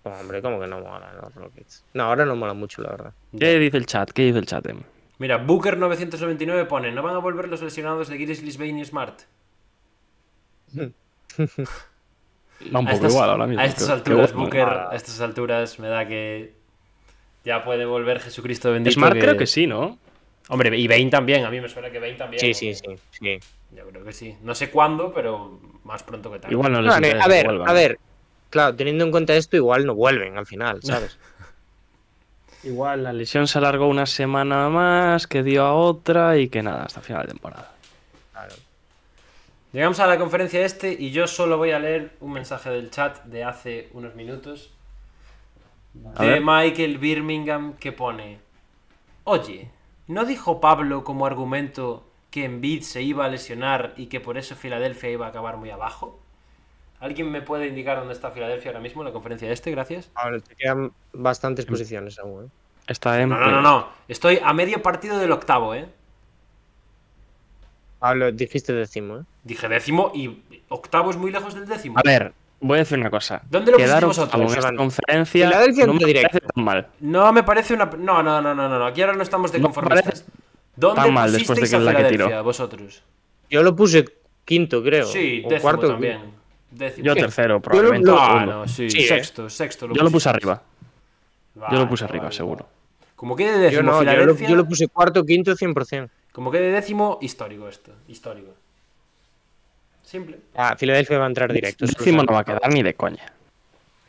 Speaker 2: Hombre, ¿cómo que no molan los Rockets? No, ahora no molan mucho, la verdad.
Speaker 1: ¿Qué dice el chat? ¿Qué dice el chat, Em?
Speaker 3: Mira, Booker999 pone: ¿No van a volver los lesionados de Grizzlies, Bane y Smart?
Speaker 1: Va un poco
Speaker 3: A estas,
Speaker 1: igual ahora mismo.
Speaker 3: a estas
Speaker 1: Qué- qué
Speaker 3: alturas,
Speaker 1: bueno.
Speaker 3: Booker, a estas alturas me da que ya puede volver Jesucristo bendito.
Speaker 1: Smart creo que sí, ¿no?
Speaker 3: Hombre, y Bane también, a mí me suena que Bane también.
Speaker 2: Sí, sí, sí. sí.
Speaker 3: Yo creo que sí. No sé cuándo, pero más pronto que tarde.
Speaker 1: Igual no les
Speaker 2: No, a ver,
Speaker 1: interesa
Speaker 2: a
Speaker 1: que
Speaker 2: ver,
Speaker 1: vuelvan.
Speaker 2: a ver, claro, teniendo en cuenta esto, igual no vuelven al final, ¿sabes?
Speaker 1: Igual la lesión se alargó una semana más, que dio a otra y que nada, hasta final de temporada.
Speaker 2: Claro.
Speaker 3: Llegamos a la conferencia este y yo solo voy a leer un mensaje del chat de hace unos minutos
Speaker 1: A
Speaker 3: de
Speaker 1: ver.
Speaker 3: Michael Birmingham que pone: Oye, ¿no dijo Pablo como argumento que Embiid se iba a lesionar y que por eso Filadelfia iba a acabar muy abajo? ¿Alguien me puede indicar dónde está Filadelfia ahora mismo en la conferencia este? Gracias.
Speaker 2: Ahora te quedan bastantes posiciones aún, ¿eh?
Speaker 1: Está en.
Speaker 3: No, no, no, no. Estoy a medio partido del octavo, ¿eh?
Speaker 2: Pablo, dijiste décimo, ¿eh?
Speaker 3: Dije décimo y octavo es muy lejos del décimo.
Speaker 1: A ver, voy a decir una cosa.
Speaker 3: ¿Dónde lo
Speaker 1: Quedaron
Speaker 3: pusisteis vosotros,
Speaker 1: en esta
Speaker 2: Serrano?
Speaker 1: conferencia
Speaker 2: Filadelfia
Speaker 1: no me
Speaker 2: entra directo.
Speaker 1: parece tan mal.
Speaker 3: No me parece una. No, no, no, no, no. no. Aquí ahora no estamos de
Speaker 1: No
Speaker 3: conformistas. ¿Dónde
Speaker 1: tan mal después de
Speaker 3: pusisteis
Speaker 1: que
Speaker 3: a
Speaker 1: es la que
Speaker 3: Filadelfia,
Speaker 1: tiró.
Speaker 3: vosotros?
Speaker 2: Yo lo puse quinto, creo.
Speaker 3: Sí,
Speaker 2: o
Speaker 3: décimo
Speaker 2: cuarto
Speaker 3: también. Décimo.
Speaker 1: Yo
Speaker 3: Sí.
Speaker 1: tercero, probablemente.
Speaker 2: lo-
Speaker 3: Ah,
Speaker 1: segundo.
Speaker 3: no, sí,
Speaker 2: Sí, eh.
Speaker 3: sexto, sexto.
Speaker 1: Yo lo puse
Speaker 3: pusisteis.
Speaker 1: arriba. Yo
Speaker 3: Vale,
Speaker 1: lo puse arriba,
Speaker 3: vale,
Speaker 1: seguro.
Speaker 3: vale. Como que de
Speaker 2: Yo
Speaker 3: décimo,
Speaker 2: no, yo lo,
Speaker 3: Filadelfia.
Speaker 2: yo lo puse cuarto, quinto, 100%.
Speaker 3: Como que de décimo, histórico esto. Histórico. Simple.
Speaker 2: Ah, Filadelfia va a entrar directo. eso lo
Speaker 1: Décimo
Speaker 2: sabes.
Speaker 1: no va a quedar ni de coña. O sea,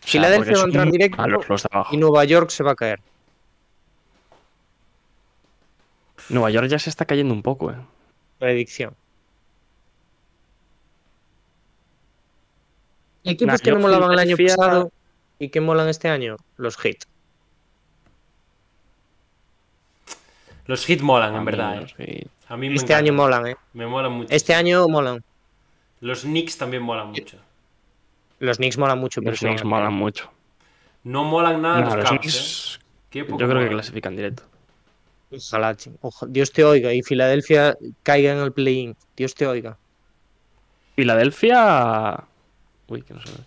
Speaker 2: Filadelfia
Speaker 1: porque
Speaker 2: va a
Speaker 1: son
Speaker 2: entrar
Speaker 1: muy
Speaker 2: directo
Speaker 1: malos los de abajo.
Speaker 2: Y Nueva York se va a caer.
Speaker 1: Nueva York ya se está cayendo un poco, eh.
Speaker 2: Predicción. Equipos
Speaker 1: Nah,
Speaker 2: que no
Speaker 1: yo
Speaker 2: molaban el año
Speaker 1: Filadelfia-
Speaker 2: pasado y que molan este año, los Heat.
Speaker 3: Los hits molan,
Speaker 1: A
Speaker 3: en
Speaker 1: mí,
Speaker 3: verdad.
Speaker 1: no
Speaker 3: eh.
Speaker 1: sé.
Speaker 3: A mí me
Speaker 2: Este año
Speaker 3: encantan.
Speaker 2: molan, ¿eh?
Speaker 3: Me molan mucho.
Speaker 2: Este año molan.
Speaker 3: Los Knicks también molan mucho.
Speaker 2: Los Knicks molan mucho, pero este
Speaker 1: Los
Speaker 2: sí,
Speaker 1: Knicks
Speaker 2: molan.
Speaker 1: molan mucho.
Speaker 3: No molan nada
Speaker 1: No,
Speaker 3: los,
Speaker 1: los
Speaker 3: Cavs, ¿eh?
Speaker 1: Knicks,
Speaker 3: Qué
Speaker 1: Yo
Speaker 3: poco
Speaker 1: creo que
Speaker 3: molan.
Speaker 1: clasifican directo.
Speaker 2: Ojalá, chi- oja- Dios te oiga y Filadelfia caiga en el play-in. Dios te oiga.
Speaker 1: Filadelfia. Uy, que no se ve.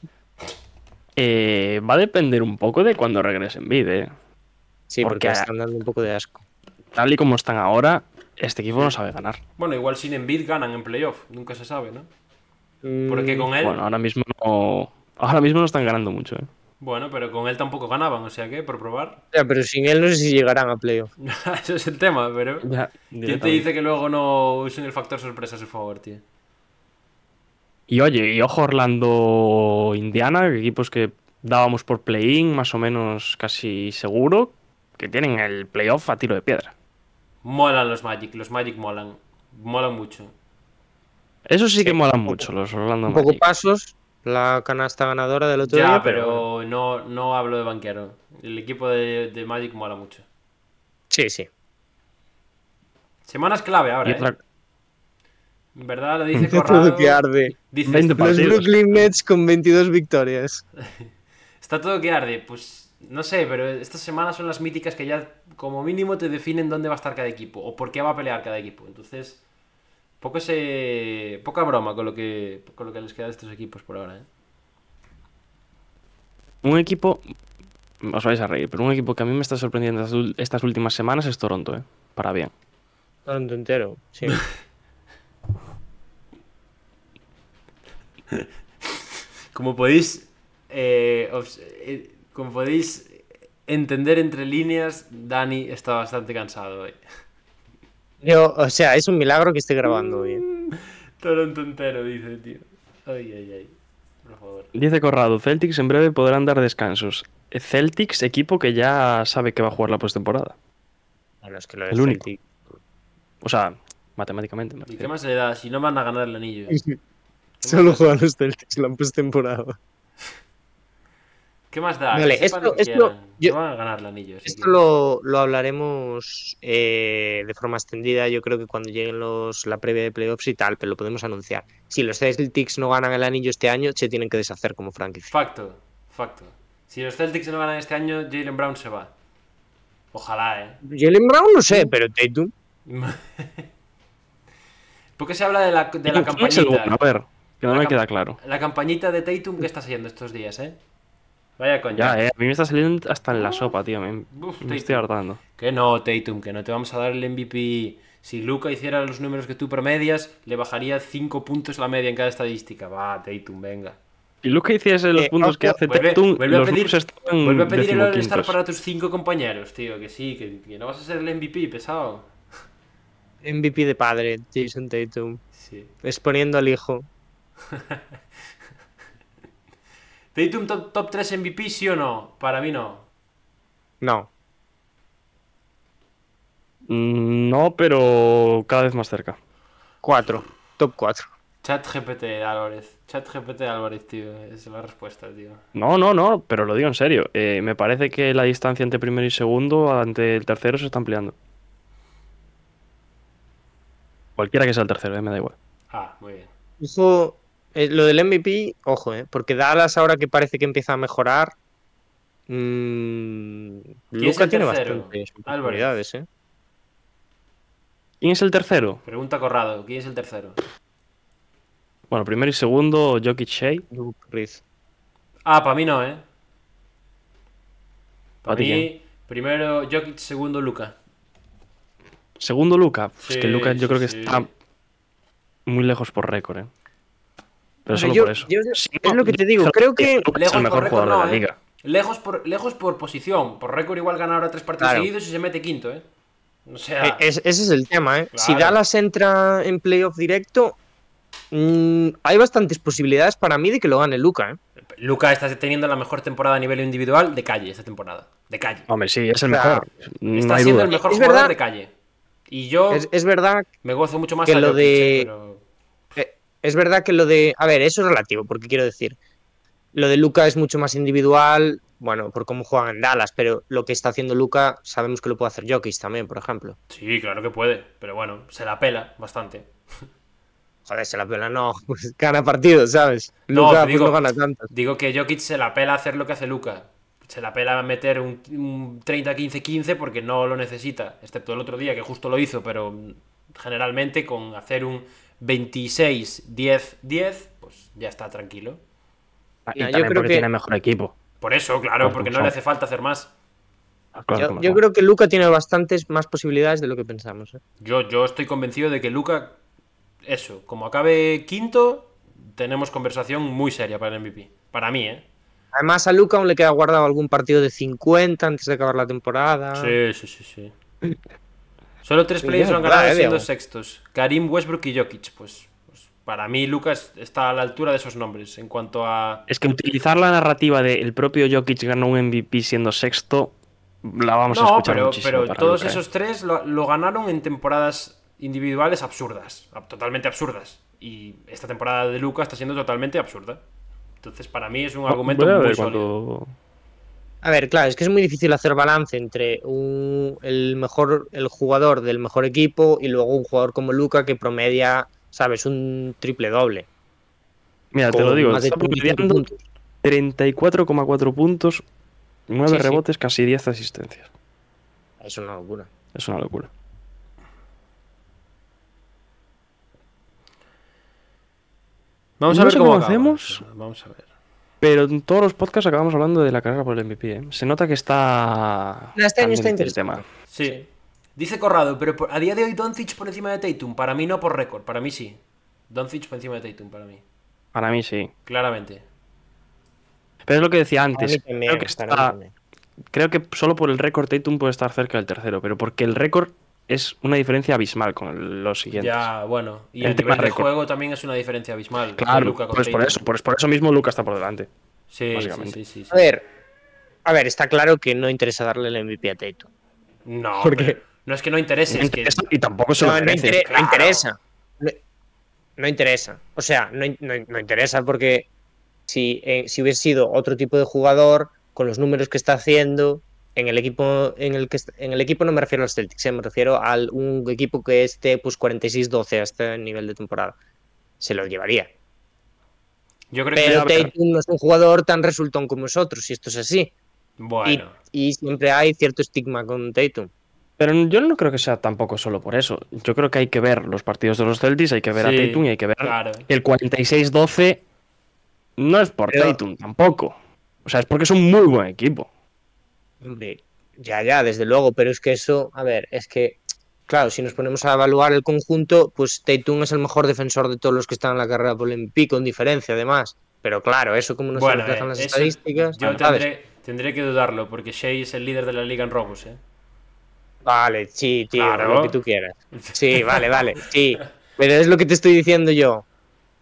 Speaker 1: Eh, va a depender un poco de cuando regresen Bid, eh.
Speaker 2: Sí, porque,
Speaker 1: Porque-
Speaker 2: me están dando un poco de asco.
Speaker 1: Tal y como están ahora, este equipo no sabe ganar.
Speaker 3: Bueno, igual sin Embiid ganan en playoff, nunca se sabe, ¿no? Mm,
Speaker 2: Mm,
Speaker 3: Porque con él,
Speaker 1: Bueno,
Speaker 3: bueno,
Speaker 1: ahora mismo no. Ahora mismo no están ganando mucho, eh.
Speaker 3: pero con él tampoco ganaban, o sea que, por probar,
Speaker 2: Ya, pero sin él no sé si llegarán a playoff.
Speaker 3: eso es el tema, pero... ¿Quién te dice que luego no usen el factor sorpresa a su favor, tío?
Speaker 1: Y oye, y ojo Orlando, Indiana, equipos que dábamos por play-in, más o menos casi seguro, que tienen el playoff a tiro de piedra.
Speaker 3: Molan los Magic, los Magic molan, molan mucho.
Speaker 1: Eso sí, que molan mucho, los Orlando
Speaker 2: Un poco
Speaker 1: Magic. pasos
Speaker 2: pasos, la canasta ganadora del otro
Speaker 3: Ya,
Speaker 2: día,
Speaker 3: pero
Speaker 2: pero...
Speaker 3: no, no hablo de banquero. El equipo de, de Magic mola mucho.
Speaker 2: Sí, sí.
Speaker 3: Semanas clave ahora,
Speaker 1: Y
Speaker 3: ¿eh?
Speaker 1: otra-
Speaker 3: En verdad lo dice
Speaker 2: Todo
Speaker 3: Corrado.
Speaker 2: que arde.
Speaker 3: Dice,
Speaker 1: 20
Speaker 3: este
Speaker 2: Los
Speaker 1: partidos.
Speaker 2: Brooklyn Nets con 22 victorias.
Speaker 3: Está todo que arde. Pues no sé, pero estas semanas son las míticas que ya como mínimo te definen dónde va a estar cada equipo o por qué va a pelear cada equipo. Entonces, poco se... poca broma con lo que con lo que les queda de estos equipos por ahora. ¿eh?
Speaker 1: Un equipo, os vais a reír, pero un equipo que a mí me está sorprendiendo estas ul- estas últimas semanas es Toronto, ¿eh? Para bien.
Speaker 2: Toronto entero, sí.
Speaker 3: Como podéis eh, obs- eh, como podéis entender entre líneas, Dani está bastante cansado hoy.
Speaker 2: Yo, o sea, es un milagro que esté grabando hoy. ¿eh?
Speaker 3: Toronto entero, dice, tío. Ay, ay, ay. Por favor.
Speaker 1: Dice Corrado, Celtics en breve podrán dar descansos. Celtics, equipo que ya sabe que va a jugar la postemporada.
Speaker 2: Bueno, es que lo
Speaker 1: El
Speaker 2: de
Speaker 1: único.
Speaker 2: Celtic-
Speaker 1: O sea, matemáticamente. me
Speaker 3: ¿Y qué
Speaker 1: refiero.
Speaker 3: más le da? Si no van a ganar el anillo.
Speaker 2: Solo juegan los Celtics la postemporada.
Speaker 3: ¿Qué más da?
Speaker 2: Vale,
Speaker 3: que sepan
Speaker 2: esto-
Speaker 3: lo que
Speaker 2: esto-
Speaker 3: quieran.
Speaker 2: yo-
Speaker 3: No van a ganar el anillo. así
Speaker 2: Esto
Speaker 3: que-
Speaker 2: lo, lo hablaremos eh, de forma extendida, yo creo que cuando lleguen los, la previa de playoffs y tal, pero lo podemos anunciar. Si los Celtics no ganan el anillo este año, se tienen que deshacer como franquicia.
Speaker 3: Facto, facto. Si los Celtics no ganan este año, Jalen Brown se va. Ojalá, eh.
Speaker 2: Jalen Brown no sé, pero Tatum.
Speaker 3: ¿Por qué se habla de la, de la
Speaker 1: ¿Quién es el bueno?
Speaker 3: campañita?
Speaker 1: A ver, que no
Speaker 3: La
Speaker 1: me
Speaker 3: cam-
Speaker 1: queda claro.
Speaker 3: La campañita de Tatum que está haciendo estos días, ¿eh? Vaya coña.
Speaker 1: Ya, eh, a mí me está saliendo hasta en la sopa, tío. Me,
Speaker 3: Ah. Uf,
Speaker 1: me
Speaker 3: Tatum.
Speaker 1: estoy hartando.
Speaker 3: Que no, Tatum, que no te vamos a dar el MVP. Si Luca hiciera los números que tú promedias, le bajaría 5 puntos la media en cada estadística. Va, Tatum, venga.
Speaker 1: Y Luca hiciese los
Speaker 2: Eh,
Speaker 1: puntos
Speaker 2: ojo,
Speaker 1: que hace
Speaker 3: Vuelve,
Speaker 1: Tatum,
Speaker 3: vuelve
Speaker 1: los
Speaker 3: a pedir,
Speaker 1: Bulls están
Speaker 3: vuelve a pedir el All-Star
Speaker 1: decimoquintos.
Speaker 3: para tus 5 compañeros, tío. Que sí, que, que no vas a ser el MVP, pesado.
Speaker 2: MVP de padre, Jason Tatum.
Speaker 3: Sí.
Speaker 2: Exponiendo al hijo.
Speaker 3: Tatum top, top 3 MVP, sí o no? Para mí no.
Speaker 2: No.
Speaker 1: Mm, No, pero cada vez más cerca.
Speaker 2: Cuatro. Top cuatro.
Speaker 3: Chat GPT Álvarez. Chat GPT Álvarez, tío. Esa es la respuesta, tío.
Speaker 1: No, no, no, pero lo digo en serio. Eh, me parece que la distancia entre primero y segundo, ante el tercero, se está ampliando. Cualquiera que sea el tercero, eh, me da igual.
Speaker 3: Ah, muy bien.
Speaker 2: Ojo, eh, lo del MVP, ojo, eh, porque Dallas ahora que parece que empieza a mejorar. Mmm,
Speaker 3: ¿Quién es
Speaker 2: Luca
Speaker 3: el
Speaker 2: tiene
Speaker 3: tercero?
Speaker 2: bastantes
Speaker 3: Álvarez.
Speaker 2: oportunidades, eh.
Speaker 1: ¿Quién es el tercero?
Speaker 3: Pregunta Corrado. ¿Quién es el tercero?
Speaker 1: Bueno, primero y segundo, Jokic Shea.
Speaker 2: Luke Reed.
Speaker 3: Ah, para mí no, ¿eh?
Speaker 1: ¿Para
Speaker 3: Para
Speaker 1: ti
Speaker 3: mí, primero Jokic, segundo Luca.
Speaker 1: Segundo, Luca. Pues es que
Speaker 3: Sí,
Speaker 1: Luca yo
Speaker 3: sí,
Speaker 1: creo que
Speaker 3: sí.
Speaker 1: está muy lejos por récord, ¿eh? Pero
Speaker 2: O sea,
Speaker 1: solo
Speaker 2: yo-
Speaker 1: por eso.
Speaker 2: yo-
Speaker 1: Si
Speaker 2: es lo que te digo,
Speaker 1: yo
Speaker 2: creo que-
Speaker 1: Luka es
Speaker 3: Lejos
Speaker 1: el
Speaker 3: por
Speaker 1: mejor
Speaker 3: récord
Speaker 1: jugador de
Speaker 3: no,
Speaker 1: la
Speaker 3: ¿eh?
Speaker 1: liga.
Speaker 3: Lejos por, lejos por posición. Por récord igual gana ahora tres partidos
Speaker 2: Claro.
Speaker 3: seguidos y se mete quinto, ¿eh? O sea,
Speaker 2: Eh, es- ese es el tema, eh. Si
Speaker 3: Claro.
Speaker 2: Dallas entra en playoff directo, mm, hay bastantes posibilidades para mí de que lo gane Luca, eh.
Speaker 3: Luca está teniendo la mejor temporada a nivel individual de calle esta temporada. De calle.
Speaker 1: Hombre, sí, es el
Speaker 2: O sea,
Speaker 1: mejor. No
Speaker 3: está
Speaker 1: hay
Speaker 3: siendo
Speaker 1: duda.
Speaker 3: el mejor
Speaker 2: Es
Speaker 3: jugador
Speaker 2: verdad.
Speaker 3: de calle. Y yo
Speaker 2: Es, es verdad
Speaker 3: me gozo mucho más
Speaker 2: que
Speaker 3: a
Speaker 2: lo
Speaker 3: Jokic,
Speaker 2: de-
Speaker 3: ¿eh? pero-
Speaker 2: Eh, Es verdad que lo de. A ver, eso es relativo, porque quiero decir. Lo de Luca es mucho más individual, bueno, por cómo juegan en Dallas, pero lo que está haciendo Luca sabemos que lo puede hacer Jokic también, por ejemplo.
Speaker 3: Sí, claro que puede. Pero bueno, se la pela bastante.
Speaker 2: Joder, se la pela, no, pues gana partidos, ¿sabes?
Speaker 3: No,
Speaker 2: Luca
Speaker 3: te digo-
Speaker 2: no gana tantos.
Speaker 3: Digo que Jokic se la pela hacer lo que hace Luca. Se la pela meter un, un 30-15-15 porque no lo necesita. Excepto el otro día que justo lo hizo, pero mm, generalmente con hacer un 26-10-10, pues ya está tranquilo.
Speaker 1: Y
Speaker 2: Mira,
Speaker 1: también
Speaker 2: yo creo
Speaker 1: porque
Speaker 2: que-
Speaker 1: tiene mejor equipo.
Speaker 3: Por eso, claro,
Speaker 1: Claro,
Speaker 3: porque
Speaker 2: pues
Speaker 1: como
Speaker 3: no le
Speaker 1: son.
Speaker 3: hace falta hacer más.
Speaker 1: Las cosas
Speaker 2: Yo,
Speaker 1: como
Speaker 2: yo
Speaker 1: son.
Speaker 2: creo que Luca tiene bastantes más posibilidades de lo que pensamos. ¿eh?
Speaker 3: Yo, yo estoy convencido de que Luca, eso, como acabe quinto, tenemos conversación muy seria para el MVP. Para mí, ¿eh?
Speaker 2: Además, a Luca aún le queda guardado algún partido de 50 antes de acabar la temporada.
Speaker 3: Sí, sí, sí, sí. Solo tres
Speaker 2: Ah.
Speaker 3: players
Speaker 2: ya,
Speaker 3: lo han ganado
Speaker 2: claro, eh,
Speaker 3: siendo
Speaker 2: Diego.
Speaker 3: sextos. Karim, Westbrook y Jokic. Pues, pues para mí Lucas está a la altura de esos nombres. En cuanto a...
Speaker 1: Es que utilizar la narrativa de el propio Jokic ganó un MVP siendo sexto, la vamos a
Speaker 3: No,
Speaker 1: escuchar
Speaker 3: pero,
Speaker 1: muchísimo
Speaker 3: pero
Speaker 1: para
Speaker 3: todos
Speaker 1: Luka, ¿eh?
Speaker 3: esos tres lo, lo ganaron en temporadas individuales absurdas. ab- Totalmente absurdas. Y esta temporada de Lucas está siendo totalmente absurda. Entonces para mí es un argumento
Speaker 1: Voy a
Speaker 3: muy
Speaker 1: ver
Speaker 3: sólido.
Speaker 1: cuando-
Speaker 2: A ver, claro, es que es muy difícil hacer balance entre un- el mejor el jugador del mejor equipo y luego un jugador como Luca que promedia, sabes, un triple doble.
Speaker 1: Mira, te
Speaker 2: con
Speaker 1: lo digo,
Speaker 2: más de
Speaker 1: está
Speaker 2: 35
Speaker 1: promediando
Speaker 2: puntos.
Speaker 1: 34,4 puntos, 9
Speaker 2: Sí, sí.
Speaker 1: rebotes, casi 10 asistencias.
Speaker 2: Es una locura.
Speaker 1: Es una locura.
Speaker 3: Vamos
Speaker 1: No
Speaker 3: a ver
Speaker 1: sé
Speaker 3: cómo
Speaker 1: cómo
Speaker 3: acaba.
Speaker 1: hacemos.
Speaker 3: Vamos a ver.
Speaker 1: Pero en todos los podcasts acabamos hablando de la carrera por el MVP. ¿eh? Se nota que está.
Speaker 2: No, este año está
Speaker 1: candente el
Speaker 2: interesante.
Speaker 1: tema.
Speaker 3: Sí. Dice Corrado, pero por- a día de hoy Doncic por encima de Tatum. Para mí no por récord, para mí sí. Doncic por encima de Tatum, para mí.
Speaker 1: Para mí sí.
Speaker 3: Claramente.
Speaker 1: Pero es lo que decía
Speaker 2: Para
Speaker 1: antes.
Speaker 2: mí también,
Speaker 1: creo, que
Speaker 2: para
Speaker 1: está-
Speaker 2: mí también.
Speaker 1: creo que solo por el récord Tatum puede estar cerca del tercero. Pero porque el récord es una diferencia abismal con el- los siguientes.
Speaker 3: Ya, bueno. Y
Speaker 1: El
Speaker 3: el
Speaker 1: tema
Speaker 3: nivel de
Speaker 1: récord.
Speaker 3: juego también es una diferencia abismal.
Speaker 1: Claro,
Speaker 3: Luka con
Speaker 1: pues por
Speaker 3: Tatum.
Speaker 1: eso, pues por eso mismo Lucas está por delante.
Speaker 3: Sí, sí,
Speaker 1: básicamente.
Speaker 3: sí, sí, sí.
Speaker 2: A ver, a ver, está claro que no interesa darle el MVP a Tatum.
Speaker 3: No,
Speaker 2: Porque-
Speaker 3: pero no es que no interese, es que
Speaker 1: este Y tampoco se
Speaker 2: No,
Speaker 1: lo
Speaker 2: no,
Speaker 1: merece.
Speaker 2: intere- no
Speaker 3: claro.
Speaker 2: interesa. No, no interesa. O sea, no, in- no- no interesa porque si, eh, si hubiese sido otro tipo de jugador, con los números que está haciendo, en el equipo, en el que est- en el equipo no me refiero a los Celtics, eh, me refiero a un equipo que esté pues 46-12 a este nivel de temporada. Se lo llevaría.
Speaker 3: yo creo
Speaker 2: Pero
Speaker 3: que...
Speaker 2: Tatum no es un jugador tan resultón como nosotros, y esto es así.
Speaker 3: Bueno,
Speaker 2: Y, y siempre hay cierto estigma con Tatum.
Speaker 1: Pero yo no creo que sea tampoco solo por eso. Yo creo que hay que ver los partidos de los Celtics, hay que ver
Speaker 3: Sí,
Speaker 1: a Tatum y hay que ver
Speaker 3: claro.
Speaker 1: el 46-12. No es por
Speaker 2: Pero-
Speaker 1: Tatum tampoco. O sea, es porque es un muy buen equipo.
Speaker 2: Hombre, ya, ya, desde luego, pero es que eso, a ver, es que, claro, si nos ponemos a evaluar el conjunto, pues Tatum es el mejor defensor de todos los que están en la carrera por el MVP, con diferencia además. Pero claro, eso como no se
Speaker 3: Bueno,
Speaker 2: refleja en
Speaker 3: eh,
Speaker 2: las
Speaker 3: eso
Speaker 2: estadísticas,
Speaker 1: Ah,
Speaker 3: Yo
Speaker 2: ¿sabes?
Speaker 3: tendré, tendré que dudarlo, porque Shea es el líder de la liga en robos, ¿eh?
Speaker 2: Vale, sí, tío,
Speaker 3: Claro.
Speaker 2: lo que tú quieras. Sí, vale, vale, sí. Pero es lo que te estoy diciendo yo.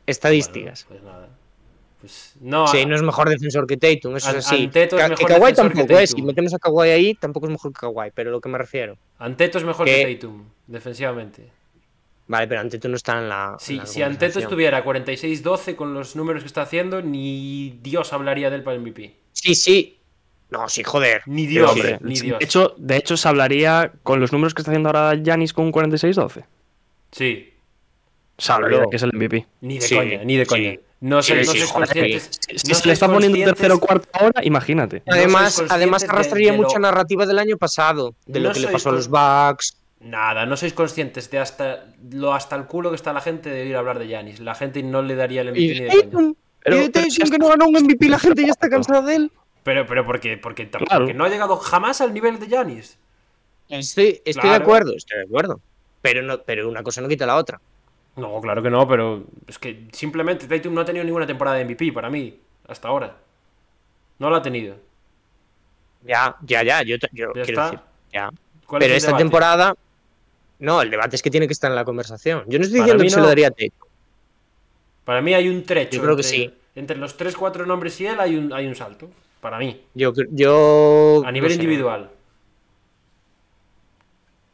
Speaker 2: Estadísticas.
Speaker 3: Bueno, pues nada. Pues, no,
Speaker 2: sí, no es mejor defensor que Tatum, eso
Speaker 3: An-
Speaker 2: es así.
Speaker 3: Anteto es
Speaker 2: Ka-
Speaker 3: mejor
Speaker 2: que Kawhi
Speaker 3: defensor que
Speaker 2: tampoco es,
Speaker 3: Tatum.
Speaker 2: si metemos a Kawhi ahí, tampoco es mejor que Kawhi, pero lo que me refiero.
Speaker 3: Anteto es mejor
Speaker 2: ¿Qué?
Speaker 3: que Tatum, defensivamente.
Speaker 2: Vale, pero Anteto no está en la. en
Speaker 3: Sí,
Speaker 2: la
Speaker 3: si Anteto
Speaker 2: conversación.
Speaker 3: estuviera 46-12 con los números que está haciendo, ni Dios hablaría de él para el MVP.
Speaker 2: Sí, sí. No, sí, joder.
Speaker 3: Ni
Speaker 2: Pero,
Speaker 3: Dios,
Speaker 2: hombre,
Speaker 3: ni
Speaker 1: De
Speaker 3: Dios.
Speaker 1: hecho, de hecho, se hablaría con los números que está haciendo ahora Yanis con un 46-12.
Speaker 3: Sí,
Speaker 1: Se hablaría
Speaker 2: Claro.
Speaker 1: que es el MVP.
Speaker 3: ni de
Speaker 2: Sí,
Speaker 3: coña, ni de
Speaker 2: sí.
Speaker 3: coña. No
Speaker 2: Sí,
Speaker 3: sé, no
Speaker 2: sí,
Speaker 3: sois
Speaker 2: joder,
Speaker 3: conscientes.
Speaker 2: sí.
Speaker 3: no
Speaker 1: Si se
Speaker 3: sois
Speaker 1: le está poniendo
Speaker 3: conscientes-
Speaker 1: tercero o cuarto ahora, imagínate.
Speaker 3: No
Speaker 2: Además,
Speaker 3: sois
Speaker 2: además
Speaker 3: conscientes
Speaker 2: arrastraría
Speaker 3: de- de
Speaker 2: mucho
Speaker 3: lo-
Speaker 2: la narrativa del año pasado, de lo
Speaker 3: No
Speaker 2: que le
Speaker 3: sois
Speaker 2: pasó a los
Speaker 3: con-
Speaker 2: Bucks.
Speaker 3: Nada, no sois conscientes de hasta lo hasta el culo que está la gente de ir a hablar de Yanis. La gente no le daría el MVP
Speaker 2: Y
Speaker 3: ni
Speaker 2: de
Speaker 3: de coña.
Speaker 2: Tatum,
Speaker 1: Pero-
Speaker 2: y de
Speaker 1: pero
Speaker 2: Tatum,
Speaker 1: si has-
Speaker 2: eh, que no ganó un MVP, la gente ya está cansada de él.
Speaker 3: Pero, pero porque, porque, tam-
Speaker 1: Claro.
Speaker 3: porque no ha llegado jamás al nivel de Yanis.
Speaker 2: Estoy, estoy de
Speaker 3: Claro.
Speaker 2: acuerdo, estoy de acuerdo. Pero, no, pero una cosa no quita la otra.
Speaker 3: No, claro que no, pero es que simplemente Tatum no ha tenido ninguna temporada de MVP para mí, hasta ahora. No la ha tenido.
Speaker 2: Ya, ya, ya, yo, te- yo
Speaker 3: Ya
Speaker 2: quiero
Speaker 3: está.
Speaker 2: decir. Ya.
Speaker 3: ¿Cuál es
Speaker 2: Pero
Speaker 3: el
Speaker 2: esta
Speaker 3: debate?
Speaker 2: temporada. No, el debate es que tiene que estar en la conversación. Yo no estoy
Speaker 3: Para
Speaker 2: diciendo
Speaker 3: mí
Speaker 2: que se lo
Speaker 3: no.
Speaker 2: daría a Tatum.
Speaker 3: Para mí hay un trecho.
Speaker 2: Yo creo que
Speaker 3: entre,
Speaker 2: sí.
Speaker 3: Entre los 3, 4 nombres y él hay un, hay un salto. Para mí.
Speaker 2: Yo, cre- yo.
Speaker 3: A nivel
Speaker 2: no sé. ¿eh?
Speaker 3: individual.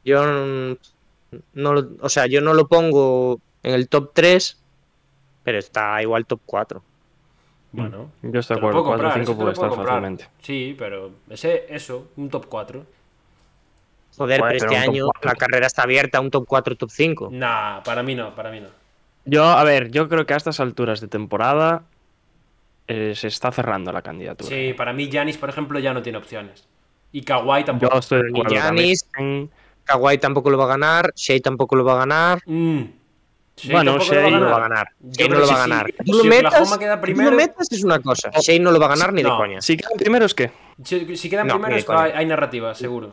Speaker 2: Yo no, no lo- o sea, yo no lo pongo en el top 3, pero está igual top 4.
Speaker 3: Bueno.
Speaker 1: Yo Mm. estoy
Speaker 3: te
Speaker 1: de
Speaker 3: lo
Speaker 1: acuerdo, 4
Speaker 3: puedo
Speaker 1: o
Speaker 3: comprar,
Speaker 1: 5
Speaker 3: eso te
Speaker 1: puede
Speaker 3: lo
Speaker 1: estar
Speaker 3: puedo comprar.
Speaker 1: fácilmente.
Speaker 3: Sí, pero ese, eso, un top 4.
Speaker 1: Joder,
Speaker 2: Joder, pero
Speaker 1: pero
Speaker 2: este
Speaker 1: un top
Speaker 2: año
Speaker 1: cuatro.
Speaker 2: la carrera está abierta a un top 4, top 5.
Speaker 3: Nah, para mí no, para mí no.
Speaker 1: Yo, a ver, yo creo que a estas alturas de temporada eh, se está cerrando la candidatura.
Speaker 3: Sí,
Speaker 2: eh.
Speaker 3: para mí Yanis, por ejemplo, ya no tiene opciones. Y Kawhi
Speaker 1: Yo
Speaker 3: tampoco.
Speaker 1: estoy de acuerdo
Speaker 2: Giannis-
Speaker 1: también.
Speaker 2: Kawhi tampoco lo va a ganar, Shea tampoco lo va a ganar.
Speaker 3: Mm. Sí,
Speaker 1: Bueno,
Speaker 3: tampoco
Speaker 1: Shea
Speaker 2: No lo va a ganar.
Speaker 3: Yo
Speaker 2: Shea no
Speaker 3: creo
Speaker 2: lo
Speaker 3: que
Speaker 2: va a
Speaker 3: sí.
Speaker 2: ganar.
Speaker 3: Si
Speaker 2: Tú lo metas,
Speaker 3: Oklahoma queda
Speaker 2: tú lo
Speaker 3: primero- Oh,
Speaker 2: metas es una cosa. Shea no lo va a ganar ni de
Speaker 3: No.
Speaker 2: coña.
Speaker 1: Si quedan primeros, ¿qué?
Speaker 3: Si, si quedan
Speaker 2: No, eh,
Speaker 3: primeros,
Speaker 2: ni de coña.
Speaker 3: hay, hay narrativa, seguro.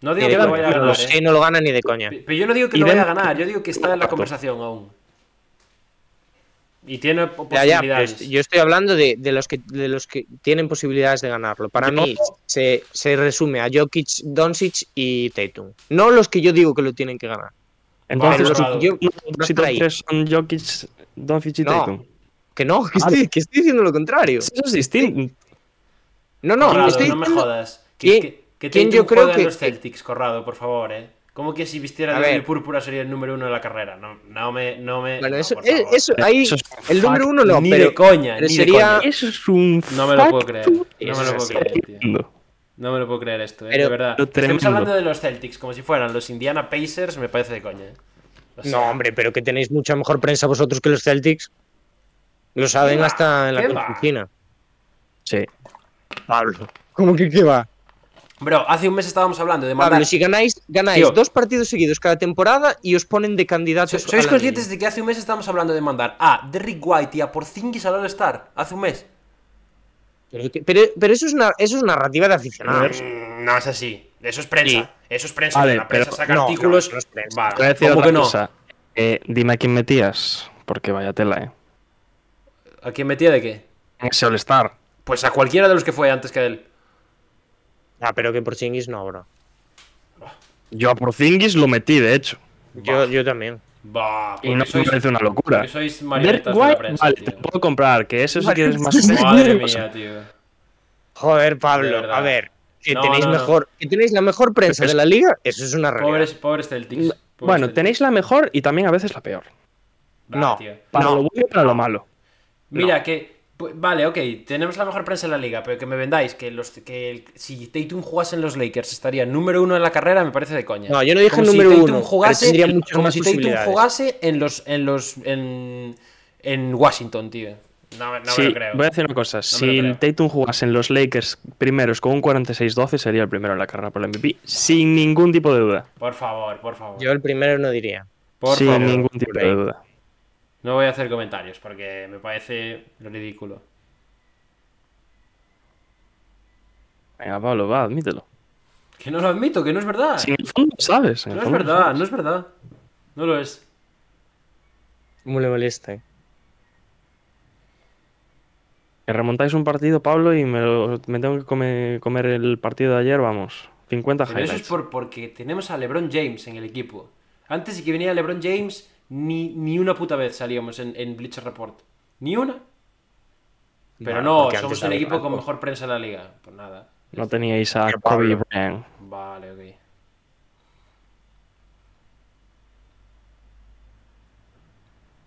Speaker 3: No
Speaker 2: Ni
Speaker 3: digo
Speaker 2: de
Speaker 3: que lo
Speaker 2: coña.
Speaker 3: vaya a ganar.
Speaker 2: No,
Speaker 3: ¿eh?
Speaker 2: Shea no lo gana ni de coña.
Speaker 3: Pe- Pero yo no digo que
Speaker 1: Y
Speaker 3: lo vaya a
Speaker 1: dentro-
Speaker 3: ganar, yo digo que está en la conversación aún. Y tiene op-
Speaker 2: Ya, ya, pero
Speaker 3: oportunidades.
Speaker 2: es- yo estoy hablando de, de los que, de los que tienen posibilidades de ganarlo. Para
Speaker 1: Yo-
Speaker 2: mí se, se resume a Jokic, Doncic y Tatum. No los que yo digo que lo tienen que ganar.
Speaker 1: Entonces,
Speaker 3: Vale,
Speaker 1: los
Speaker 3: vale.
Speaker 2: yo, no
Speaker 1: si
Speaker 2: está ahí.
Speaker 1: son Jokic, Doncic y
Speaker 2: No.
Speaker 1: Tatum.
Speaker 2: Que no, que
Speaker 1: Ah,
Speaker 2: estoy, que estoy diciendo lo contrario.
Speaker 1: Eso es distinto.
Speaker 2: No, no,
Speaker 3: Corrado,
Speaker 2: estoy
Speaker 3: no me
Speaker 2: diciendo-
Speaker 3: jodas. Que,
Speaker 2: ¿Quién-
Speaker 3: que- que
Speaker 2: quién
Speaker 3: Tatum
Speaker 2: yo creo
Speaker 3: juega en
Speaker 2: que-
Speaker 3: los Celtics, Corrado, por favor, eh. ¿Cómo que si vistiera
Speaker 2: A
Speaker 3: de
Speaker 2: ver.
Speaker 3: azul púrpura sería el número uno de la carrera? No, no me. No me
Speaker 2: Bueno,
Speaker 3: no,
Speaker 2: eso,
Speaker 3: por
Speaker 2: eh,
Speaker 3: favor.
Speaker 2: eso, ahí,
Speaker 1: Eso es
Speaker 2: el número
Speaker 1: fact.
Speaker 2: uno no,
Speaker 3: ni
Speaker 2: pero,
Speaker 3: de coña,
Speaker 2: pero
Speaker 3: ni de
Speaker 2: sería-
Speaker 3: coña.
Speaker 1: Eso es un
Speaker 3: No me lo puedo
Speaker 1: facto
Speaker 3: creer. No me
Speaker 2: Eso
Speaker 3: lo puedo
Speaker 2: es
Speaker 3: creer, tío.
Speaker 1: tremendo.
Speaker 3: No me lo puedo creer esto, eh,
Speaker 2: Pero-
Speaker 3: de verdad.
Speaker 1: pero
Speaker 3: Estamos
Speaker 1: tremendo.
Speaker 3: hablando de los Celtics como si fueran los Indiana Pacers, me parece de coña. eh. O sea,
Speaker 2: No, hombre, pero que tenéis mucha mejor prensa vosotros que los Celtics. Lo saben
Speaker 3: va?
Speaker 2: hasta en la
Speaker 3: ¿Qué va?
Speaker 2: oficina.
Speaker 1: Sí.
Speaker 2: Pablo. ¿Cómo que qué va?
Speaker 3: Bro, hace un mes estábamos hablando de mandar.
Speaker 2: Pablo, si ganáis, ganáis
Speaker 3: Tío.
Speaker 2: dos partidos seguidos cada temporada y os ponen de
Speaker 3: So-
Speaker 2: candidatos.
Speaker 3: ¿Sois
Speaker 2: a la
Speaker 3: conscientes
Speaker 2: liga.
Speaker 3: de que hace un mes estábamos hablando de mandar a Derrick White y a Porzingis al All-Star? Hace un mes.
Speaker 2: Pero, que- pero- pero eso, es una, eso es narrativa de aficionados.
Speaker 3: Mm. no es así. Eso es prensa.
Speaker 2: Sí.
Speaker 3: Eso es prensa.
Speaker 1: Vale,
Speaker 3: la prensa
Speaker 1: pero-
Speaker 3: saca
Speaker 2: no,
Speaker 3: artículos.
Speaker 2: no, no es prensa.
Speaker 3: Vale,
Speaker 1: Te voy a decir
Speaker 3: ¿cómo
Speaker 1: otra
Speaker 3: que no?
Speaker 1: cosa. Eh, dime a quién metías, porque vaya tela, ¿eh?
Speaker 3: ¿A quién metía de qué?
Speaker 1: En ese All-Star.
Speaker 3: Pues a cualquiera de los que fue antes que a él.
Speaker 2: Ah, pero que por Porzingis no, bro.
Speaker 1: Yo a Porzingis lo metí, de hecho.
Speaker 2: Yo, yo también.
Speaker 3: Bah,
Speaker 1: Y no
Speaker 3: porque
Speaker 1: me
Speaker 3: sois-
Speaker 1: parece una locura.
Speaker 3: porque sois
Speaker 1: Derek
Speaker 3: marionetas de la
Speaker 1: White,
Speaker 3: prensa,
Speaker 1: vale,
Speaker 3: tío.
Speaker 1: te puedo comprar, que eso sí que es más...
Speaker 3: Madre mía, tío.
Speaker 2: Joder,
Speaker 3: De
Speaker 2: Pablo,
Speaker 3: verdad.
Speaker 2: a ver. Que
Speaker 3: No,
Speaker 2: tenéis
Speaker 3: no, no.
Speaker 2: mejor, que tenéis la mejor prensa
Speaker 1: Pero es-
Speaker 2: de la liga, eso es una realidad.
Speaker 3: Pobres, pobres Celtics. pobres
Speaker 1: Bueno,
Speaker 3: Celtics.
Speaker 1: tenéis la mejor y también a veces la peor.
Speaker 3: Bah,
Speaker 2: No.
Speaker 3: tío.
Speaker 1: Para
Speaker 2: No.
Speaker 1: lo bueno y para lo malo.
Speaker 3: Mira, que. pu- Vale, ok, tenemos la mejor prensa en la liga, pero que me vendáis que los que el- si Tatum jugase en los Lakers estaría número uno en la carrera, me parece de coña.
Speaker 2: No, yo no dije
Speaker 3: Como si
Speaker 2: número
Speaker 3: Tatum
Speaker 2: uno, pero
Speaker 3: jugase-
Speaker 2: tendría muchas
Speaker 3: como
Speaker 2: más
Speaker 3: si Tatum
Speaker 2: posibilidades.
Speaker 3: jugase en los en los en, en Washington, tío. No, no
Speaker 1: Sí,
Speaker 3: me lo creo.
Speaker 1: voy a decir una cosa. si
Speaker 3: creo.
Speaker 1: el Tatum jugase en los Lakers primeros con un 46-12, sería el primero en la carrera por el MVP, sin ningún tipo de duda.
Speaker 3: Por favor, por favor.
Speaker 2: Yo el primero no diría.
Speaker 3: Por
Speaker 1: sin
Speaker 3: favor.
Speaker 1: ningún tipo de duda.
Speaker 3: No voy a hacer comentarios porque me parece ridículo.
Speaker 1: Venga, Pablo, va, admítelo.
Speaker 3: Que no lo admito, que no es verdad.
Speaker 1: Sin el fondo, ¿sabes? En el
Speaker 3: Ah. No es
Speaker 1: fondo,
Speaker 3: verdad,
Speaker 1: ¿sabes?
Speaker 3: no es verdad. No lo es.
Speaker 2: ¿Cómo le molesta?
Speaker 1: Que remontáis un partido, Pablo, y me, lo- me tengo que come- comer el partido de ayer, vamos. 50
Speaker 3: Pero eso es
Speaker 1: highlights.
Speaker 3: por, porque tenemos a LeBron James en el equipo. Antes de que viniera LeBron James, ni, ni una puta vez salíamos en, en Bleacher Report. Ni una. Pero
Speaker 2: Bueno,
Speaker 3: no,
Speaker 2: porque antes
Speaker 3: somos el
Speaker 2: había
Speaker 3: equipo con
Speaker 2: algo.
Speaker 3: mejor prensa de la liga. Pues nada.
Speaker 1: No teníais a
Speaker 2: Pero
Speaker 1: Kobe
Speaker 2: Pablo.
Speaker 1: Bryant.
Speaker 3: Vale, ok.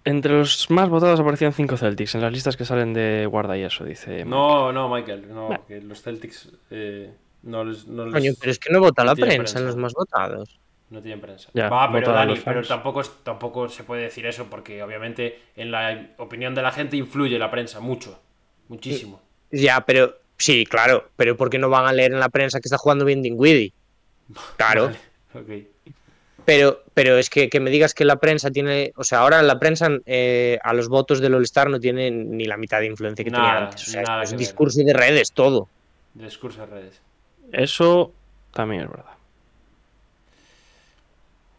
Speaker 1: Entre los más votados aparecían 5 Celtics en las listas que salen de guarda y eso, dice.
Speaker 3: No, no, Michael, no, que los Celtics eh, no, les, no, les-
Speaker 2: Coño, pero es que no vota la
Speaker 3: tiene
Speaker 2: prensa en los
Speaker 3: Pues prensa.
Speaker 2: más votados.
Speaker 3: no tienen prensa.
Speaker 1: Ya,
Speaker 3: Va, pero
Speaker 1: votada a
Speaker 3: Dani,
Speaker 1: los
Speaker 3: pero
Speaker 1: fans.
Speaker 3: tampoco, es- tampoco se puede decir eso porque obviamente en la opinión de la gente influye la prensa mucho, muchísimo.
Speaker 2: Ya, pero sí, claro. Pero ¿por qué no van a leer en la prensa que está jugando bien Dinwiddie? Claro.
Speaker 3: Vale, ok.
Speaker 2: Pero, pero es que, que me digas que la prensa tiene. O sea, ahora la prensa eh, a los votos del All-Star no tiene ni la mitad de influencia que tenía
Speaker 3: Nada,
Speaker 2: antes. O sea,
Speaker 3: nada
Speaker 2: es
Speaker 3: que
Speaker 2: un
Speaker 3: ver.
Speaker 2: discurso de redes, todo.
Speaker 3: Discurso de redes.
Speaker 1: Eso también es verdad.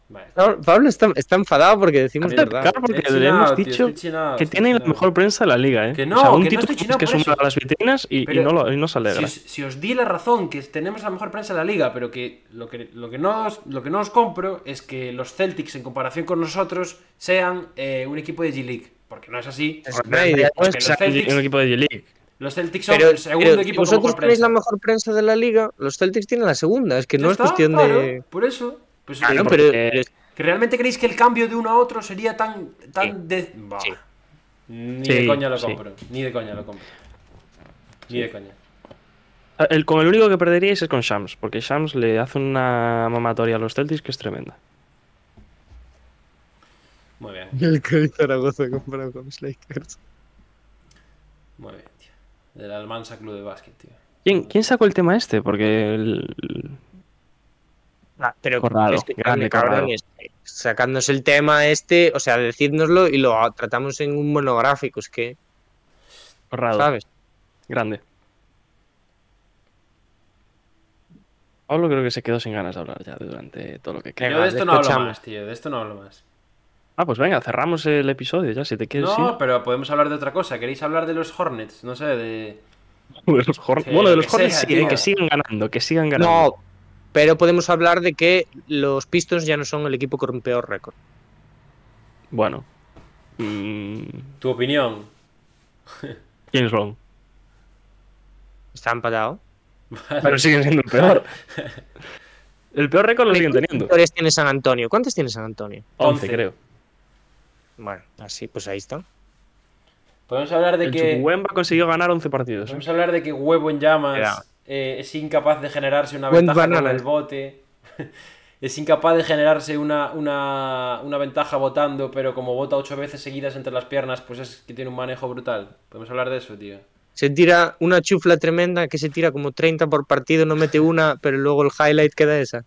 Speaker 3: Vale.
Speaker 2: Pa- Pablo está, está enfadado porque decimos
Speaker 1: Está
Speaker 2: verdad.
Speaker 1: claro porque le
Speaker 3: Estoy chinado,
Speaker 1: hemos
Speaker 3: tío,
Speaker 1: dicho
Speaker 3: estoy chinado,
Speaker 1: que
Speaker 3: estoy
Speaker 1: tienen la
Speaker 3: chinado.
Speaker 1: mejor prensa de la liga, ¿eh?
Speaker 3: Que
Speaker 1: o sea,
Speaker 3: no,
Speaker 1: un
Speaker 3: que no
Speaker 1: tipo
Speaker 3: estoy chinado
Speaker 1: que
Speaker 3: por
Speaker 1: se une
Speaker 3: eso.
Speaker 1: a las vitrinas y, y
Speaker 3: Pero-
Speaker 1: no, lo- y no se
Speaker 3: Si
Speaker 1: alegra.
Speaker 3: os, si os di la razón que tenemos la mejor prensa de la liga, pero que lo que, lo que, no, os, lo que no os compro es que los Celtics en comparación con nosotros sean eh, un equipo de G-League, porque no es así.
Speaker 2: Es una idea.
Speaker 1: No es que
Speaker 3: que los
Speaker 1: sea un
Speaker 3: Celtics-
Speaker 1: un equipo de G-League.
Speaker 3: Los Celtics son
Speaker 2: Pero,
Speaker 3: el segundo
Speaker 2: pero
Speaker 3: equipo con
Speaker 2: vosotros
Speaker 3: mejor
Speaker 2: tenéis
Speaker 3: prensa.
Speaker 2: la mejor prensa de la liga, los Celtics tienen la segunda. Es que
Speaker 3: Ya
Speaker 2: no
Speaker 3: está,
Speaker 2: es cuestión
Speaker 3: claro,
Speaker 2: de.
Speaker 3: Por eso. Pues,
Speaker 2: Claro,
Speaker 3: eh,
Speaker 2: pero,
Speaker 1: porque-
Speaker 2: pero es-
Speaker 3: ¿Que realmente creéis que el cambio de uno a otro sería tan. tan de... Bah.
Speaker 2: Sí.
Speaker 3: Ni
Speaker 1: Sí,
Speaker 3: de coña lo
Speaker 1: sí.
Speaker 3: compro. Ni de coña lo compro. Ni de coña.
Speaker 1: El, con el único que perderíais es con Shams, porque Shams le hace una mamatoria a los Celtics que es tremenda.
Speaker 3: Muy bien.
Speaker 2: El que Zaragoza comparado con los Lakers.
Speaker 3: Muy bien, tío. Del Almansa Club de Básquet, tío.
Speaker 1: ¿Quién, quién sacó el tema este? Porque el-
Speaker 2: Ah, pero
Speaker 1: Corrado,
Speaker 2: escuchadme,
Speaker 1: grande Corrado.
Speaker 2: cabrones, eh, sacándose el tema este, o sea, decídnoslo y lo tratamos en un monográfico, es que,
Speaker 1: Corrado,
Speaker 2: ¿sabes?
Speaker 1: grande. Pablo creo que se quedó sin ganas de hablar ya durante todo lo que queda.
Speaker 3: Yo de esto no hablo
Speaker 2: despechamos.
Speaker 3: más, tío. De esto no hablo más.
Speaker 1: Ah, pues venga, cerramos el episodio ya, si te quieres
Speaker 3: No,
Speaker 1: ir.
Speaker 3: pero podemos hablar de otra cosa. ¿Queréis hablar de los Hornets? No sé, de.
Speaker 1: De los Hor-
Speaker 3: Sí,
Speaker 1: bueno, de
Speaker 3: lo
Speaker 1: los
Speaker 3: que
Speaker 1: Hornets
Speaker 3: sea,
Speaker 1: sí, eh,
Speaker 3: tío.
Speaker 1: que sigan ganando, que sigan ganando.
Speaker 2: No, pero podemos hablar de que los Pistons ya no son el equipo con peor récord.
Speaker 1: Bueno. Mm,
Speaker 3: Tu opinión.
Speaker 1: James Brown.
Speaker 2: Está empatado.
Speaker 1: Pero siguen siendo el peor. El peor récord lo siguen teniendo.
Speaker 2: ¿Cuántos tiene San Antonio? ¿Cuántos tiene San Antonio?
Speaker 1: 11,
Speaker 3: Once.
Speaker 1: creo.
Speaker 2: Bueno, así, pues ahí está.
Speaker 3: Podemos hablar de
Speaker 1: El
Speaker 3: que.
Speaker 1: Chukwuemba consiguió ganar 11 partidos.
Speaker 3: Podemos hablar de que Huevo en Llamas
Speaker 2: Era.
Speaker 3: eh, es incapaz de generarse una
Speaker 2: Buen
Speaker 3: ventaja con
Speaker 2: banana.
Speaker 3: el bote. es incapaz de generarse una, una, una ventaja votando, pero como vota ocho veces seguidas entre las piernas, pues es que tiene un manejo brutal. Podemos hablar de eso, tío.
Speaker 2: Se tira una chufla tremenda que se tira como 30 por partido, no mete una, pero luego el highlight queda esa.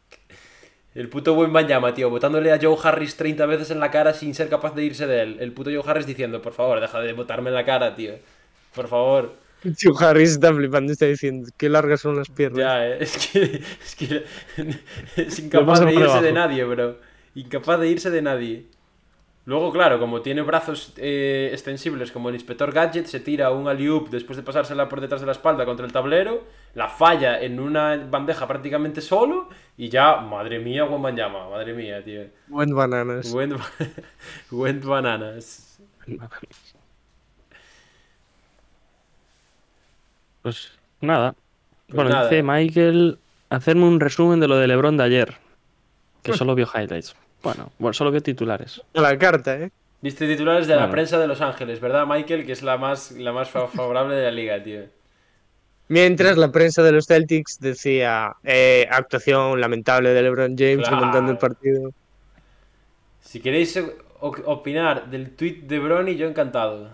Speaker 3: El puto buen Banyama, tío, votándole a Joe Harris 30 veces en la cara sin ser capaz de irse de él. El puto Joe Harris diciendo, por favor, deja de votarme en la cara, tío. Por favor.
Speaker 2: Tío, Harris está flipando, está diciendo, qué largas son las piernas.
Speaker 3: Ya, eh, es que es, que es
Speaker 1: Lo
Speaker 3: incapaz
Speaker 1: paso
Speaker 3: de
Speaker 1: por
Speaker 3: irse de
Speaker 1: debajo.
Speaker 3: nadie, bro. Incapaz de irse de nadie. Luego, claro, como tiene brazos eh, extensibles como el inspector Gadget, se tira un alley-oop después de pasársela por detrás de la espalda contra el tablero, la falla en una bandeja prácticamente solo y ya, madre mía, buen llama, madre mía, tío.
Speaker 2: Buen bananas.
Speaker 3: Went, ba- went bananas.
Speaker 1: Pues nada.
Speaker 3: Pues
Speaker 1: bueno,
Speaker 3: nada.
Speaker 1: dice Michael, hacerme un resumen de lo de LeBron de ayer.
Speaker 3: Hmm.
Speaker 1: Que solo vio highlights. Bueno, bueno, solo vio titulares.
Speaker 2: A la carta, ¿eh?
Speaker 3: Viste titulares de la
Speaker 1: Bueno.
Speaker 3: prensa de Los Ángeles, ¿verdad, Michael? Que es la más, la más fa- favorable de la liga, tío.
Speaker 2: Mientras la prensa de los Celtics decía eh, actuación lamentable de LeBron James
Speaker 3: Claro.
Speaker 2: remontando el partido.
Speaker 3: Si queréis eh, o- opinar del tweet de Brony, yo encantado.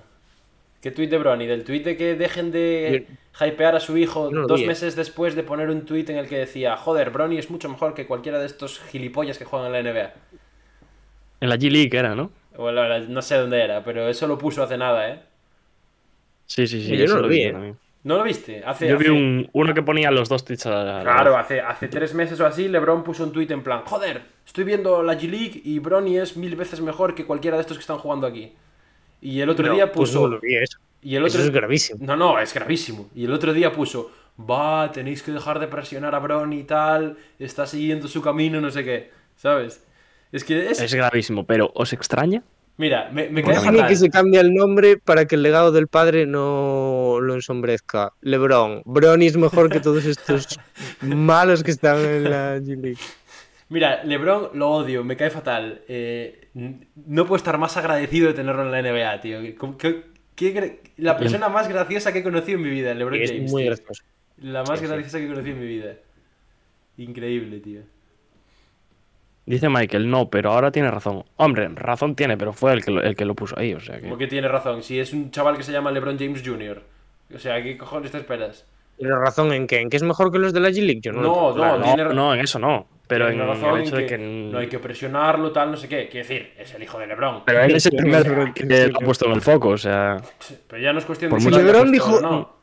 Speaker 3: ¿Qué tuit de Brony? ¿Del tuit de que dejen de hypear a su hijo
Speaker 2: Yo no lo
Speaker 3: dos
Speaker 2: vi, eh.
Speaker 3: meses después de poner un tuit en el que decía, joder, Brony es mucho mejor que cualquiera de estos gilipollas que juegan en la NBA?
Speaker 1: En la G-League era, ¿no?
Speaker 3: O la- la- no sé dónde era, pero eso lo puso hace nada, ¿eh?
Speaker 1: Sí, sí, sí.
Speaker 2: Yo no
Speaker 1: eso
Speaker 2: lo vi,
Speaker 1: yo
Speaker 2: eh.
Speaker 1: también.
Speaker 3: ¿No lo viste? Hace,
Speaker 1: Yo vi
Speaker 3: hace-
Speaker 1: un- uno que ponía los dos tweets a la- a la
Speaker 3: Claro,
Speaker 1: vez.
Speaker 3: hace, hace tres meses o así, LeBron puso un tuit en plan, joder, estoy viendo la G-League y Brony es mil veces mejor que cualquiera de estos que están jugando aquí. Y el otro
Speaker 2: No,
Speaker 3: día
Speaker 2: pues
Speaker 3: puso...
Speaker 2: no lo vi eso.
Speaker 3: y el otro...
Speaker 2: Eso es gravísimo.
Speaker 3: No, no, es gravísimo. Y el otro día puso, va, tenéis que dejar de presionar a Bron y tal, está siguiendo su camino, no sé qué, ¿sabes? Es que es...
Speaker 1: Es gravísimo, pero ¿os extraña?
Speaker 3: Mira, me, me cae
Speaker 2: Pues tiene
Speaker 3: fatal.
Speaker 2: que se cambia el nombre para que el legado del padre no lo ensombrezca. LeBron. Brony es mejor que todos estos malos que están en la G League.
Speaker 3: Mira, LeBron lo odio, me cae fatal. Eh, n- no puedo estar más agradecido de tenerlo en la NBA, tío. Como que- que gra- la persona más graciosa que he conocido en mi vida, LeBron
Speaker 2: Es
Speaker 3: James.
Speaker 2: muy
Speaker 3: tío.
Speaker 2: gracioso.
Speaker 3: La más
Speaker 2: Sí, sí.
Speaker 3: graciosa que he conocido en mi vida. Increíble, tío.
Speaker 1: Dice Michael, no, pero ahora tiene razón. Hombre, razón tiene, pero fue el que lo, el que lo puso ahí, o sea que.
Speaker 3: Porque tiene razón, si es un chaval que se llama LeBron James Jr. O sea, ¿qué cojones te esperas?
Speaker 2: Pero razón en que, en que es mejor que los de la G League. Yo no, lo
Speaker 3: No,
Speaker 2: tengo claro.
Speaker 1: No,
Speaker 3: tiene ra-
Speaker 1: no, en eso no. Pero en
Speaker 3: Tiene razón
Speaker 1: el hecho
Speaker 3: en
Speaker 1: de que.
Speaker 3: no hay que presionarlo, tal, no sé qué. Quiero decir, es el hijo de LeBron.
Speaker 1: Pero él es el
Speaker 2: Sí,
Speaker 1: primero
Speaker 2: sí,
Speaker 1: que
Speaker 2: sí,
Speaker 1: lo
Speaker 2: sí.
Speaker 1: ha puesto en el foco, o sea.
Speaker 3: Pero ya no es cuestión
Speaker 1: Por
Speaker 3: de si
Speaker 1: mucho
Speaker 3: lo haya
Speaker 2: LeBron
Speaker 3: puesto o
Speaker 2: dijo-
Speaker 3: no.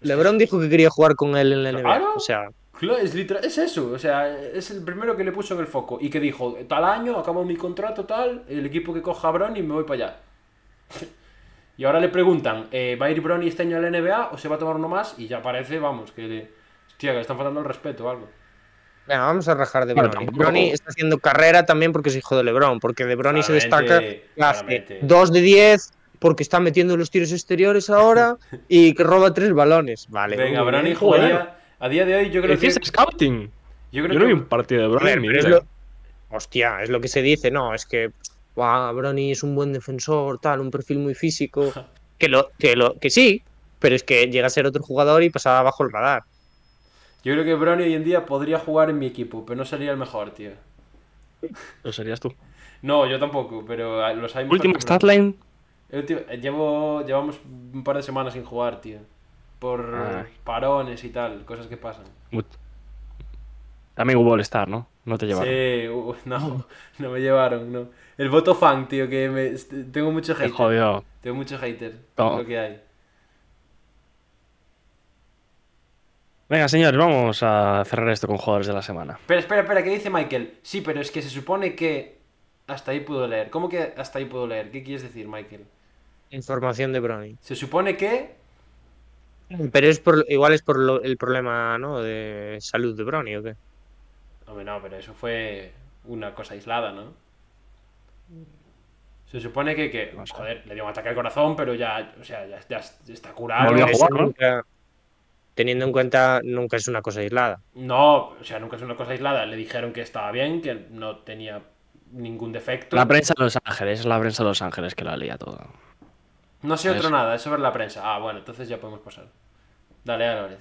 Speaker 2: LeBron dijo que quería jugar con él en la NBA.
Speaker 3: Claro.
Speaker 2: O sea,
Speaker 3: Claro, ¿Ah, es, literal- es eso, o sea, es el primero que le puso en el foco y que dijo, tal año acabo mi contrato, tal, el equipo que coja a Bronny me voy para allá. Y ahora le preguntan, eh, ¿va a ir Bronny este año a la NBA o se va a tomar uno más? Y ya parece, vamos, que le... Hostia, que le están faltando el respeto o algo.
Speaker 2: venga, vamos a rajar de
Speaker 1: Bueno,
Speaker 2: Bronny.
Speaker 1: tampoco-
Speaker 2: Bronny está haciendo carrera también porque es hijo de LeBron. Porque de Bronny se destaca
Speaker 3: Claramente,
Speaker 2: que hace
Speaker 3: claramente.
Speaker 2: 2 de 10 porque está metiendo los tiros exteriores ahora y que roba tres balones. Vale.
Speaker 3: Venga,
Speaker 2: muy
Speaker 3: Bronny
Speaker 2: bien, joder.
Speaker 3: jugaría... A día de hoy yo creo que...
Speaker 1: ¿Hiciste scouting?
Speaker 3: Yo creo
Speaker 1: Yo no vi
Speaker 3: que-
Speaker 1: un partido de
Speaker 2: A
Speaker 1: Brown
Speaker 2: ver,
Speaker 1: en mi
Speaker 2: pero es
Speaker 1: vida.
Speaker 2: lo- Hostia, es lo que se dice, no, es que "Buah, Bronny es un buen defensor, tal, un perfil muy físico. Que lo, que lo, que sí, pero es que llega a ser otro jugador y pasaba bajo el radar.
Speaker 3: Yo creo que Bronny hoy en día podría jugar en mi equipo, pero no sería el mejor, tío.
Speaker 1: Lo serías tú.
Speaker 3: No, yo tampoco, pero ah, los hay mejor
Speaker 1: Última
Speaker 3: que Bronny.
Speaker 1: statline.
Speaker 3: El último- eh, llevo, llevamos un par de semanas sin jugar, tío. Por
Speaker 1: Ay.
Speaker 3: parones y tal, cosas que pasan.
Speaker 1: Ut. También hubo el Star, ¿no? No te llevaron.
Speaker 3: Sí, u- no, no me llevaron, no. El voto fan, tío, que me, est- tengo mucho
Speaker 1: Te
Speaker 3: hater.
Speaker 1: jodió.
Speaker 3: Tengo mucho hater,
Speaker 1: No.
Speaker 3: lo que hay.
Speaker 1: Venga, señores, vamos a cerrar esto con jugadores de la semana.
Speaker 3: Pero espera, espera, ¿qué dice Michael? Sí, pero es que se supone que hasta ahí puedo leer. ¿Cómo que hasta ahí puedo leer? ¿Qué quieres decir, Michael?
Speaker 2: Información de Bronny.
Speaker 3: Se supone que
Speaker 2: Pero es por, igual es por lo- el problema, ¿no? De salud de Bronny, ¿o qué?
Speaker 3: Hombre, no, pero eso fue una cosa aislada, ¿no? Se supone que, que
Speaker 1: No sé.
Speaker 3: joder, le dio un ataque al corazón, pero ya, o sea, ya, ya está curado.
Speaker 1: Volvió a
Speaker 2: Eso
Speaker 1: jugar, ¿no?
Speaker 2: nunca- teniendo en cuenta, nunca es una cosa aislada.
Speaker 3: No, o sea, nunca es una cosa aislada. Le dijeron que estaba bien, que no tenía ningún defecto.
Speaker 1: La prensa de Los Ángeles, es la prensa de Los Ángeles que la lía todo.
Speaker 3: No sé otro
Speaker 1: Eso.
Speaker 3: nada, es sobre la prensa. Ah, bueno, entonces ya podemos pasar. Dale, Álvarez.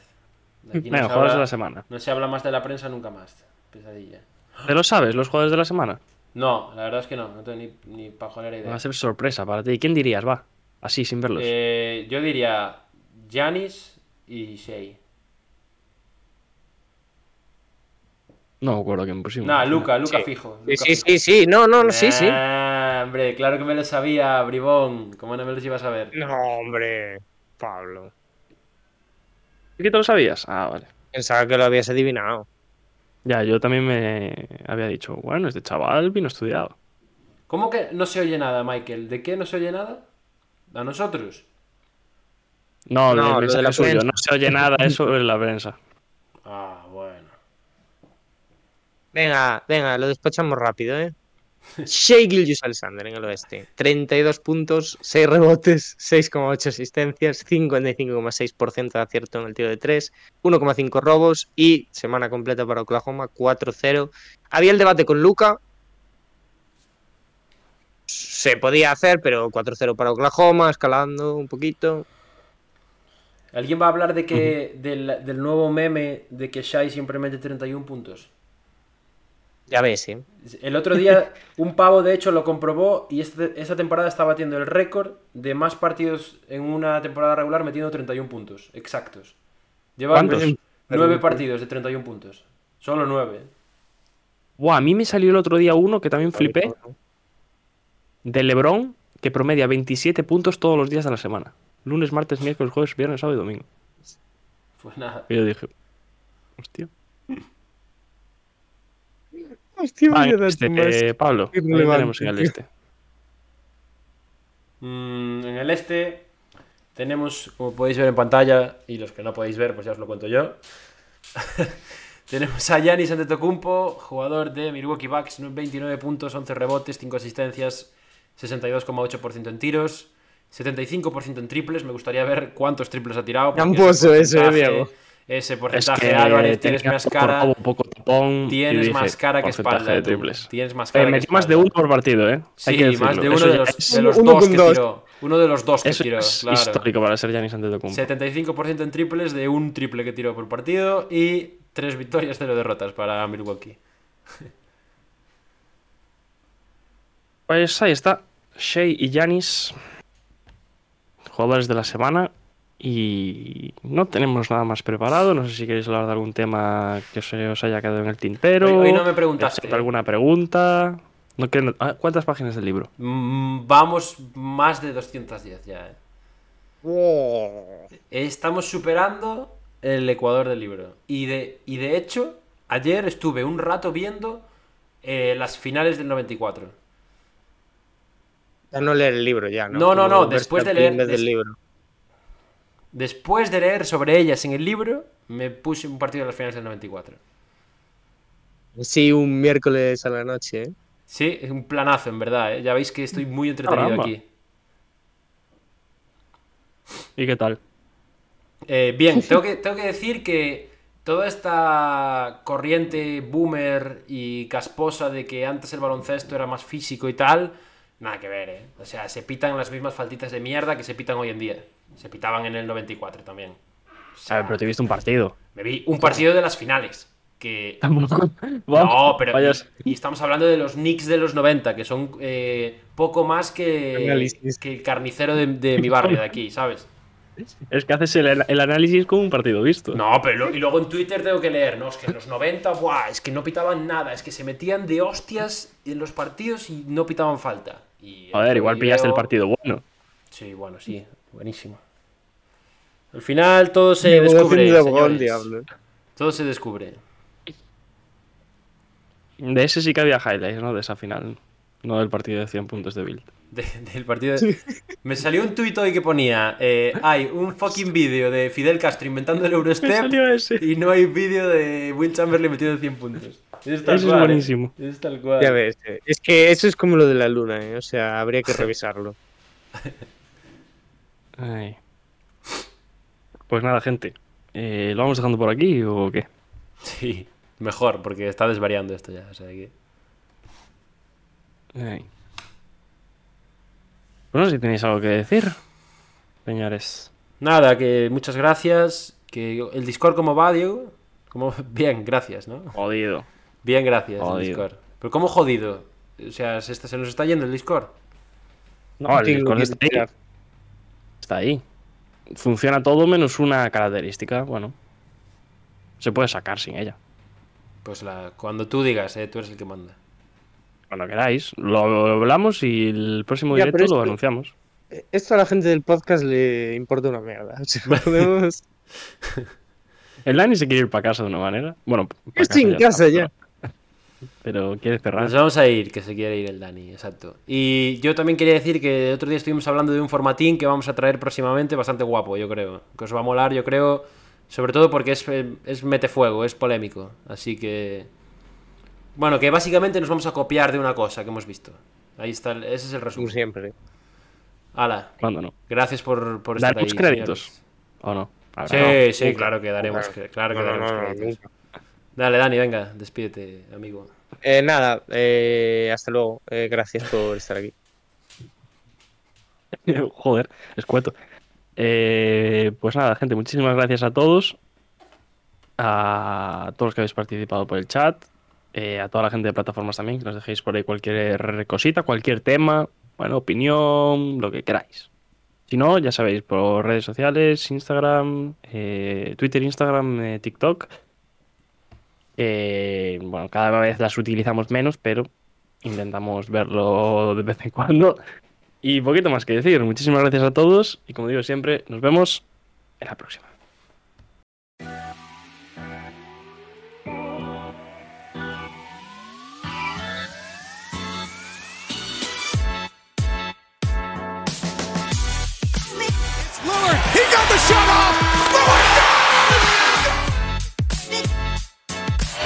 Speaker 3: De aquí no
Speaker 1: Venga,
Speaker 3: se
Speaker 1: jugadores de
Speaker 3: habla-
Speaker 1: la semana.
Speaker 3: No se habla más de la prensa nunca más. Pesadilla.
Speaker 1: ¿Te lo sabes, los jugadores de la semana?
Speaker 3: No, la verdad es que no, no tengo ni, ni pajolera idea.
Speaker 1: Va a ser sorpresa para ti. ¿Quién dirías, va? Así, sin verlos.
Speaker 3: Eh, yo diría Janis y Shea.
Speaker 1: No me acuerdo quién pusimos.
Speaker 3: Nah, Luca, Luca
Speaker 2: Sí.
Speaker 3: fijo.
Speaker 2: Sí,
Speaker 3: Luca
Speaker 2: sí,
Speaker 3: fijo.
Speaker 2: sí, sí, no, no, no, sí, sí.
Speaker 3: Nah, hombre, claro que me lo sabía, bribón. ¿Cómo no me lo ibas a ver?
Speaker 2: No, hombre, Pablo.
Speaker 1: ¿Y ¿Qué te lo sabías? Ah, vale.
Speaker 2: Pensaba que lo habías adivinado.
Speaker 1: Ya, yo también me había dicho, bueno, este chaval vino estudiado.
Speaker 3: ¿Cómo que no se oye nada, Michael? ¿De qué no se oye nada? ¿A nosotros?
Speaker 1: No,
Speaker 2: No,
Speaker 1: del
Speaker 2: lo de
Speaker 1: mensaje
Speaker 2: la
Speaker 1: suyo,
Speaker 2: prensa.
Speaker 1: no se oye nada eso en la prensa.
Speaker 3: Ah, bueno.
Speaker 2: Venga, venga, lo despachamos rápido, ¿eh? Shea Gilgeous Alexander en el oeste. 32 puntos, 6 rebotes, 6,8 asistencias, 55,6% de acierto en el tiro de 3, 1,5 robos y semana completa para Oklahoma, 4-0. Había el debate con Luca. Se podía hacer, pero 4-0 para Oklahoma, escalando un poquito.
Speaker 3: ¿Alguien va a hablar de que del, del nuevo meme de que Shai siempre mete 31 puntos?
Speaker 2: Ya ves, ¿eh?
Speaker 3: El otro día un pavo de hecho lo comprobó y este- esta temporada está batiendo el récord de más partidos en una temporada regular metiendo 31 puntos exactos. Lleva
Speaker 1: ¿Cuántos?
Speaker 3: 9 partidos de 31 puntos. Solo 9.
Speaker 1: Buah, a mí me salió el otro día uno que también flipé, de LeBron, que promedia 27 puntos todos los días de la semana. Lunes, martes, miércoles, jueves, viernes, sábado y domingo.
Speaker 3: Pues nada.
Speaker 1: Y yo dije, hostia.
Speaker 2: Hostia,
Speaker 1: Ah,
Speaker 2: mierda,
Speaker 1: este,
Speaker 2: Tomás.
Speaker 1: eh, Pablo, ¿qué
Speaker 2: irrelevante,
Speaker 1: tenemos en el
Speaker 2: tío.
Speaker 1: este?
Speaker 3: Mm, en el este tenemos, como podéis ver en pantalla, y los que no podéis ver, pues ya os lo cuento yo. tenemos a Giannis Antetokounmpo, jugador de Milwaukee Bucks, 29 puntos, 11 rebotes, 5 asistencias, 62,8% en tiros, 75% en triples. Me gustaría ver cuántos triples ha tirado. porque
Speaker 2: Tramposo
Speaker 3: ese
Speaker 2: eso, eh,
Speaker 3: porcentaje-
Speaker 2: Diego.
Speaker 3: Ese
Speaker 1: Es
Speaker 3: porcentaje,
Speaker 1: que
Speaker 3: Álvarez, tienes
Speaker 1: tenía
Speaker 3: más
Speaker 1: poco
Speaker 3: cara.
Speaker 1: robo, poco tapón, y
Speaker 3: Tienes
Speaker 1: dije,
Speaker 3: más cara que
Speaker 1: porcentaje
Speaker 3: espalda.
Speaker 1: de
Speaker 3: tú.
Speaker 1: triples.
Speaker 3: Tienes más
Speaker 1: Eh,
Speaker 3: cara. que
Speaker 1: metí más de
Speaker 3: espalda.
Speaker 1: uno por partido, ¿eh?
Speaker 3: Sí,
Speaker 1: Hay que decirlo.
Speaker 3: más de uno
Speaker 1: Eso
Speaker 3: de
Speaker 1: ya
Speaker 3: los,
Speaker 1: es-
Speaker 3: de los
Speaker 2: Uno
Speaker 3: dos
Speaker 2: con
Speaker 3: que
Speaker 2: dos.
Speaker 3: tiró. Uno de los dos que
Speaker 1: eso
Speaker 3: tiró,
Speaker 1: es
Speaker 3: claro.
Speaker 1: histórico para ser Giannis Antetokounmpo.
Speaker 3: 75% en triples de un triple que tiró por partido y tres victorias, cero derrotas para Milwaukee.
Speaker 1: Pues ahí está. Shea y Yanis. Jugadores de la semana. Y no tenemos nada más preparado. No sé si queréis hablar de algún tema que se os haya quedado en el tintero.
Speaker 3: Hoy- hoy no me preguntaste.
Speaker 1: echar alguna pregunta. No quiero- ah, ¿Cuántas páginas del libro?
Speaker 3: Mm, Vamos más de 210 ya. eh.
Speaker 2: Wow.
Speaker 3: Estamos superando el Ecuador del libro. Y de, y de hecho, ayer estuve un rato viendo eh, las finales del 94.
Speaker 2: Ya no leer el libro, ya, ¿no?
Speaker 3: No, no,
Speaker 2: Como
Speaker 3: no,
Speaker 2: ver
Speaker 3: después de
Speaker 2: Chaplin
Speaker 3: leer-
Speaker 2: desde
Speaker 3: des-
Speaker 2: el libro.
Speaker 3: Después de leer sobre ellas en el libro, me puse un partido de las finales del 94.
Speaker 2: Sí, un miércoles a la noche, ¿eh?
Speaker 3: Sí, es un planazo, en verdad. ¿eh? Ya veis que estoy muy entretenido
Speaker 1: Caramba.
Speaker 3: aquí.
Speaker 1: ¿Y qué tal?
Speaker 3: Eh, bien, tengo que, tengo que decir que toda esta corriente boomer y casposa de que antes el baloncesto era más físico y tal, nada que ver, ¿eh? O sea, se pitan las mismas faltitas de mierda que se pitan hoy en día. Se pitaban en el 94 también. O sea,
Speaker 1: A ver, pero te viste un partido.
Speaker 3: me vi un partido de las finales. Que
Speaker 1: Tampoco.
Speaker 3: no, pero.
Speaker 1: Vayas.
Speaker 3: Y, y estamos hablando de los Knicks de los 90, que son eh, poco más que,
Speaker 2: Análisis.
Speaker 3: que el carnicero de, de mi barrio de aquí, ¿sabes?
Speaker 1: Es que haces el, el análisis con un partido visto.
Speaker 3: No, pero lo- y luego en Twitter tengo que leer, no, es que en los 90, buah, es que no pitaban nada, es que se metían de hostias en los partidos y no pitaban falta. Y
Speaker 1: Joder,
Speaker 3: entro
Speaker 1: igual
Speaker 3: y
Speaker 1: pillaste el
Speaker 3: veo-
Speaker 1: partido bueno.
Speaker 3: Sí, bueno, sí, buenísimo. Al final todo se
Speaker 2: Diego,
Speaker 3: descubre,
Speaker 2: defiende abogado al
Speaker 3: señores.
Speaker 2: diablo.
Speaker 3: Todo se descubre.
Speaker 1: De ese sí que había highlights, ¿no? De esa final. No del partido de 100 puntos de Bill.
Speaker 3: de- del partido. de- Me salió un tuit hoy que ponía: eh, hay un fucking vídeo de Fidel Castro inventando el Eurostep
Speaker 1: salió ese.
Speaker 3: y no hay vídeo de Will Chamberlain metido en 100 puntos. Es tal
Speaker 1: Eso es
Speaker 3: cual, ¿eh?
Speaker 1: buenísimo.
Speaker 3: Es tal cual.
Speaker 2: Ya ves, eh. es que eso es como lo de la luna, ¿eh? O sea, habría que revisarlo.
Speaker 1: Ay. Pues nada, gente. Eh, ¿Lo vamos dejando por aquí o qué?
Speaker 3: Sí, mejor, porque está desvariando esto ya. O sea que...
Speaker 1: Ay. Pues no sé si tenéis algo que decir, señores.
Speaker 3: Nada, que muchas gracias. Que el Discord, ¿cómo va, Diego? ¿Cómo... Bien, gracias, ¿no?
Speaker 1: Jodido.
Speaker 3: Bien, gracias,
Speaker 1: Jodido.
Speaker 3: el Discord. Pero ¿cómo jodido? O sea, se, está- se nos está yendo el Discord.
Speaker 1: No, el
Speaker 2: tengo
Speaker 1: Discord
Speaker 2: que
Speaker 1: está ahí.
Speaker 2: tirar.
Speaker 1: Está ahí. Funciona todo menos una característica. Bueno, se puede sacar sin ella.
Speaker 3: Pues la... cuando tú digas, ¿eh? tú eres el que manda.
Speaker 1: Cuando queráis, lo hablamos y el próximo
Speaker 2: Ya, pero
Speaker 1: directo
Speaker 2: es
Speaker 1: lo
Speaker 2: que-
Speaker 1: anunciamos.
Speaker 2: Eh, Esto a la gente del podcast le importa una mierda. O sea, podemos...
Speaker 1: El Dani se quiere ir para casa de una manera. Bueno, pa'
Speaker 2: Yo estoy en
Speaker 1: está,
Speaker 2: casa ya.
Speaker 1: Pero, pero quiere cerrar.
Speaker 3: Nos vamos a ir, que se quiere ir el Dani, exacto. Y yo también quería decir que el otro día estuvimos hablando de un formatín que vamos a traer próximamente bastante guapo, yo creo. Que os va a molar, yo creo, sobre todo porque es, eh, es metefuego, es polémico. Así que... Bueno, que básicamente nos vamos a copiar de una cosa que hemos visto. Ahí está, el- ese es el
Speaker 2: Como
Speaker 3: resumen.
Speaker 2: siempre.
Speaker 3: Hala,
Speaker 1: ¿Cuándo no?
Speaker 3: gracias por, por estar
Speaker 1: Daremos
Speaker 3: ahí,
Speaker 1: créditos.
Speaker 3: señores.
Speaker 1: ¿O no? Habrá,
Speaker 3: Sí,
Speaker 1: ¿no?
Speaker 3: sí, claro que daremos, cre- claro que
Speaker 2: No, no,
Speaker 3: daremos
Speaker 2: no, no,
Speaker 3: créditos.
Speaker 2: nunca.
Speaker 3: Dale, Dani, venga, despídete, amigo.
Speaker 2: Eh, nada, eh, hasta luego. Eh, gracias por estar aquí.
Speaker 1: Joder, escueto. Eh, pues nada, gente, muchísimas gracias a todos. A todos los que habéis participado por el chat. eh, a toda la gente de plataformas también, que nos dejéis por ahí cualquier cosita, cualquier tema, bueno, opinión, lo que queráis. Si no, ya sabéis, por redes sociales, Instagram, eh, Twitter, Instagram, eh, TikTok. Eh, bueno, cada vez las utilizamos menos, pero intentamos verlo de vez en cuando. Y poquito más que decir. Muchísimas gracias a todos y como digo siempre, nos vemos en la próxima.
Speaker 4: He got the shot off. Lillard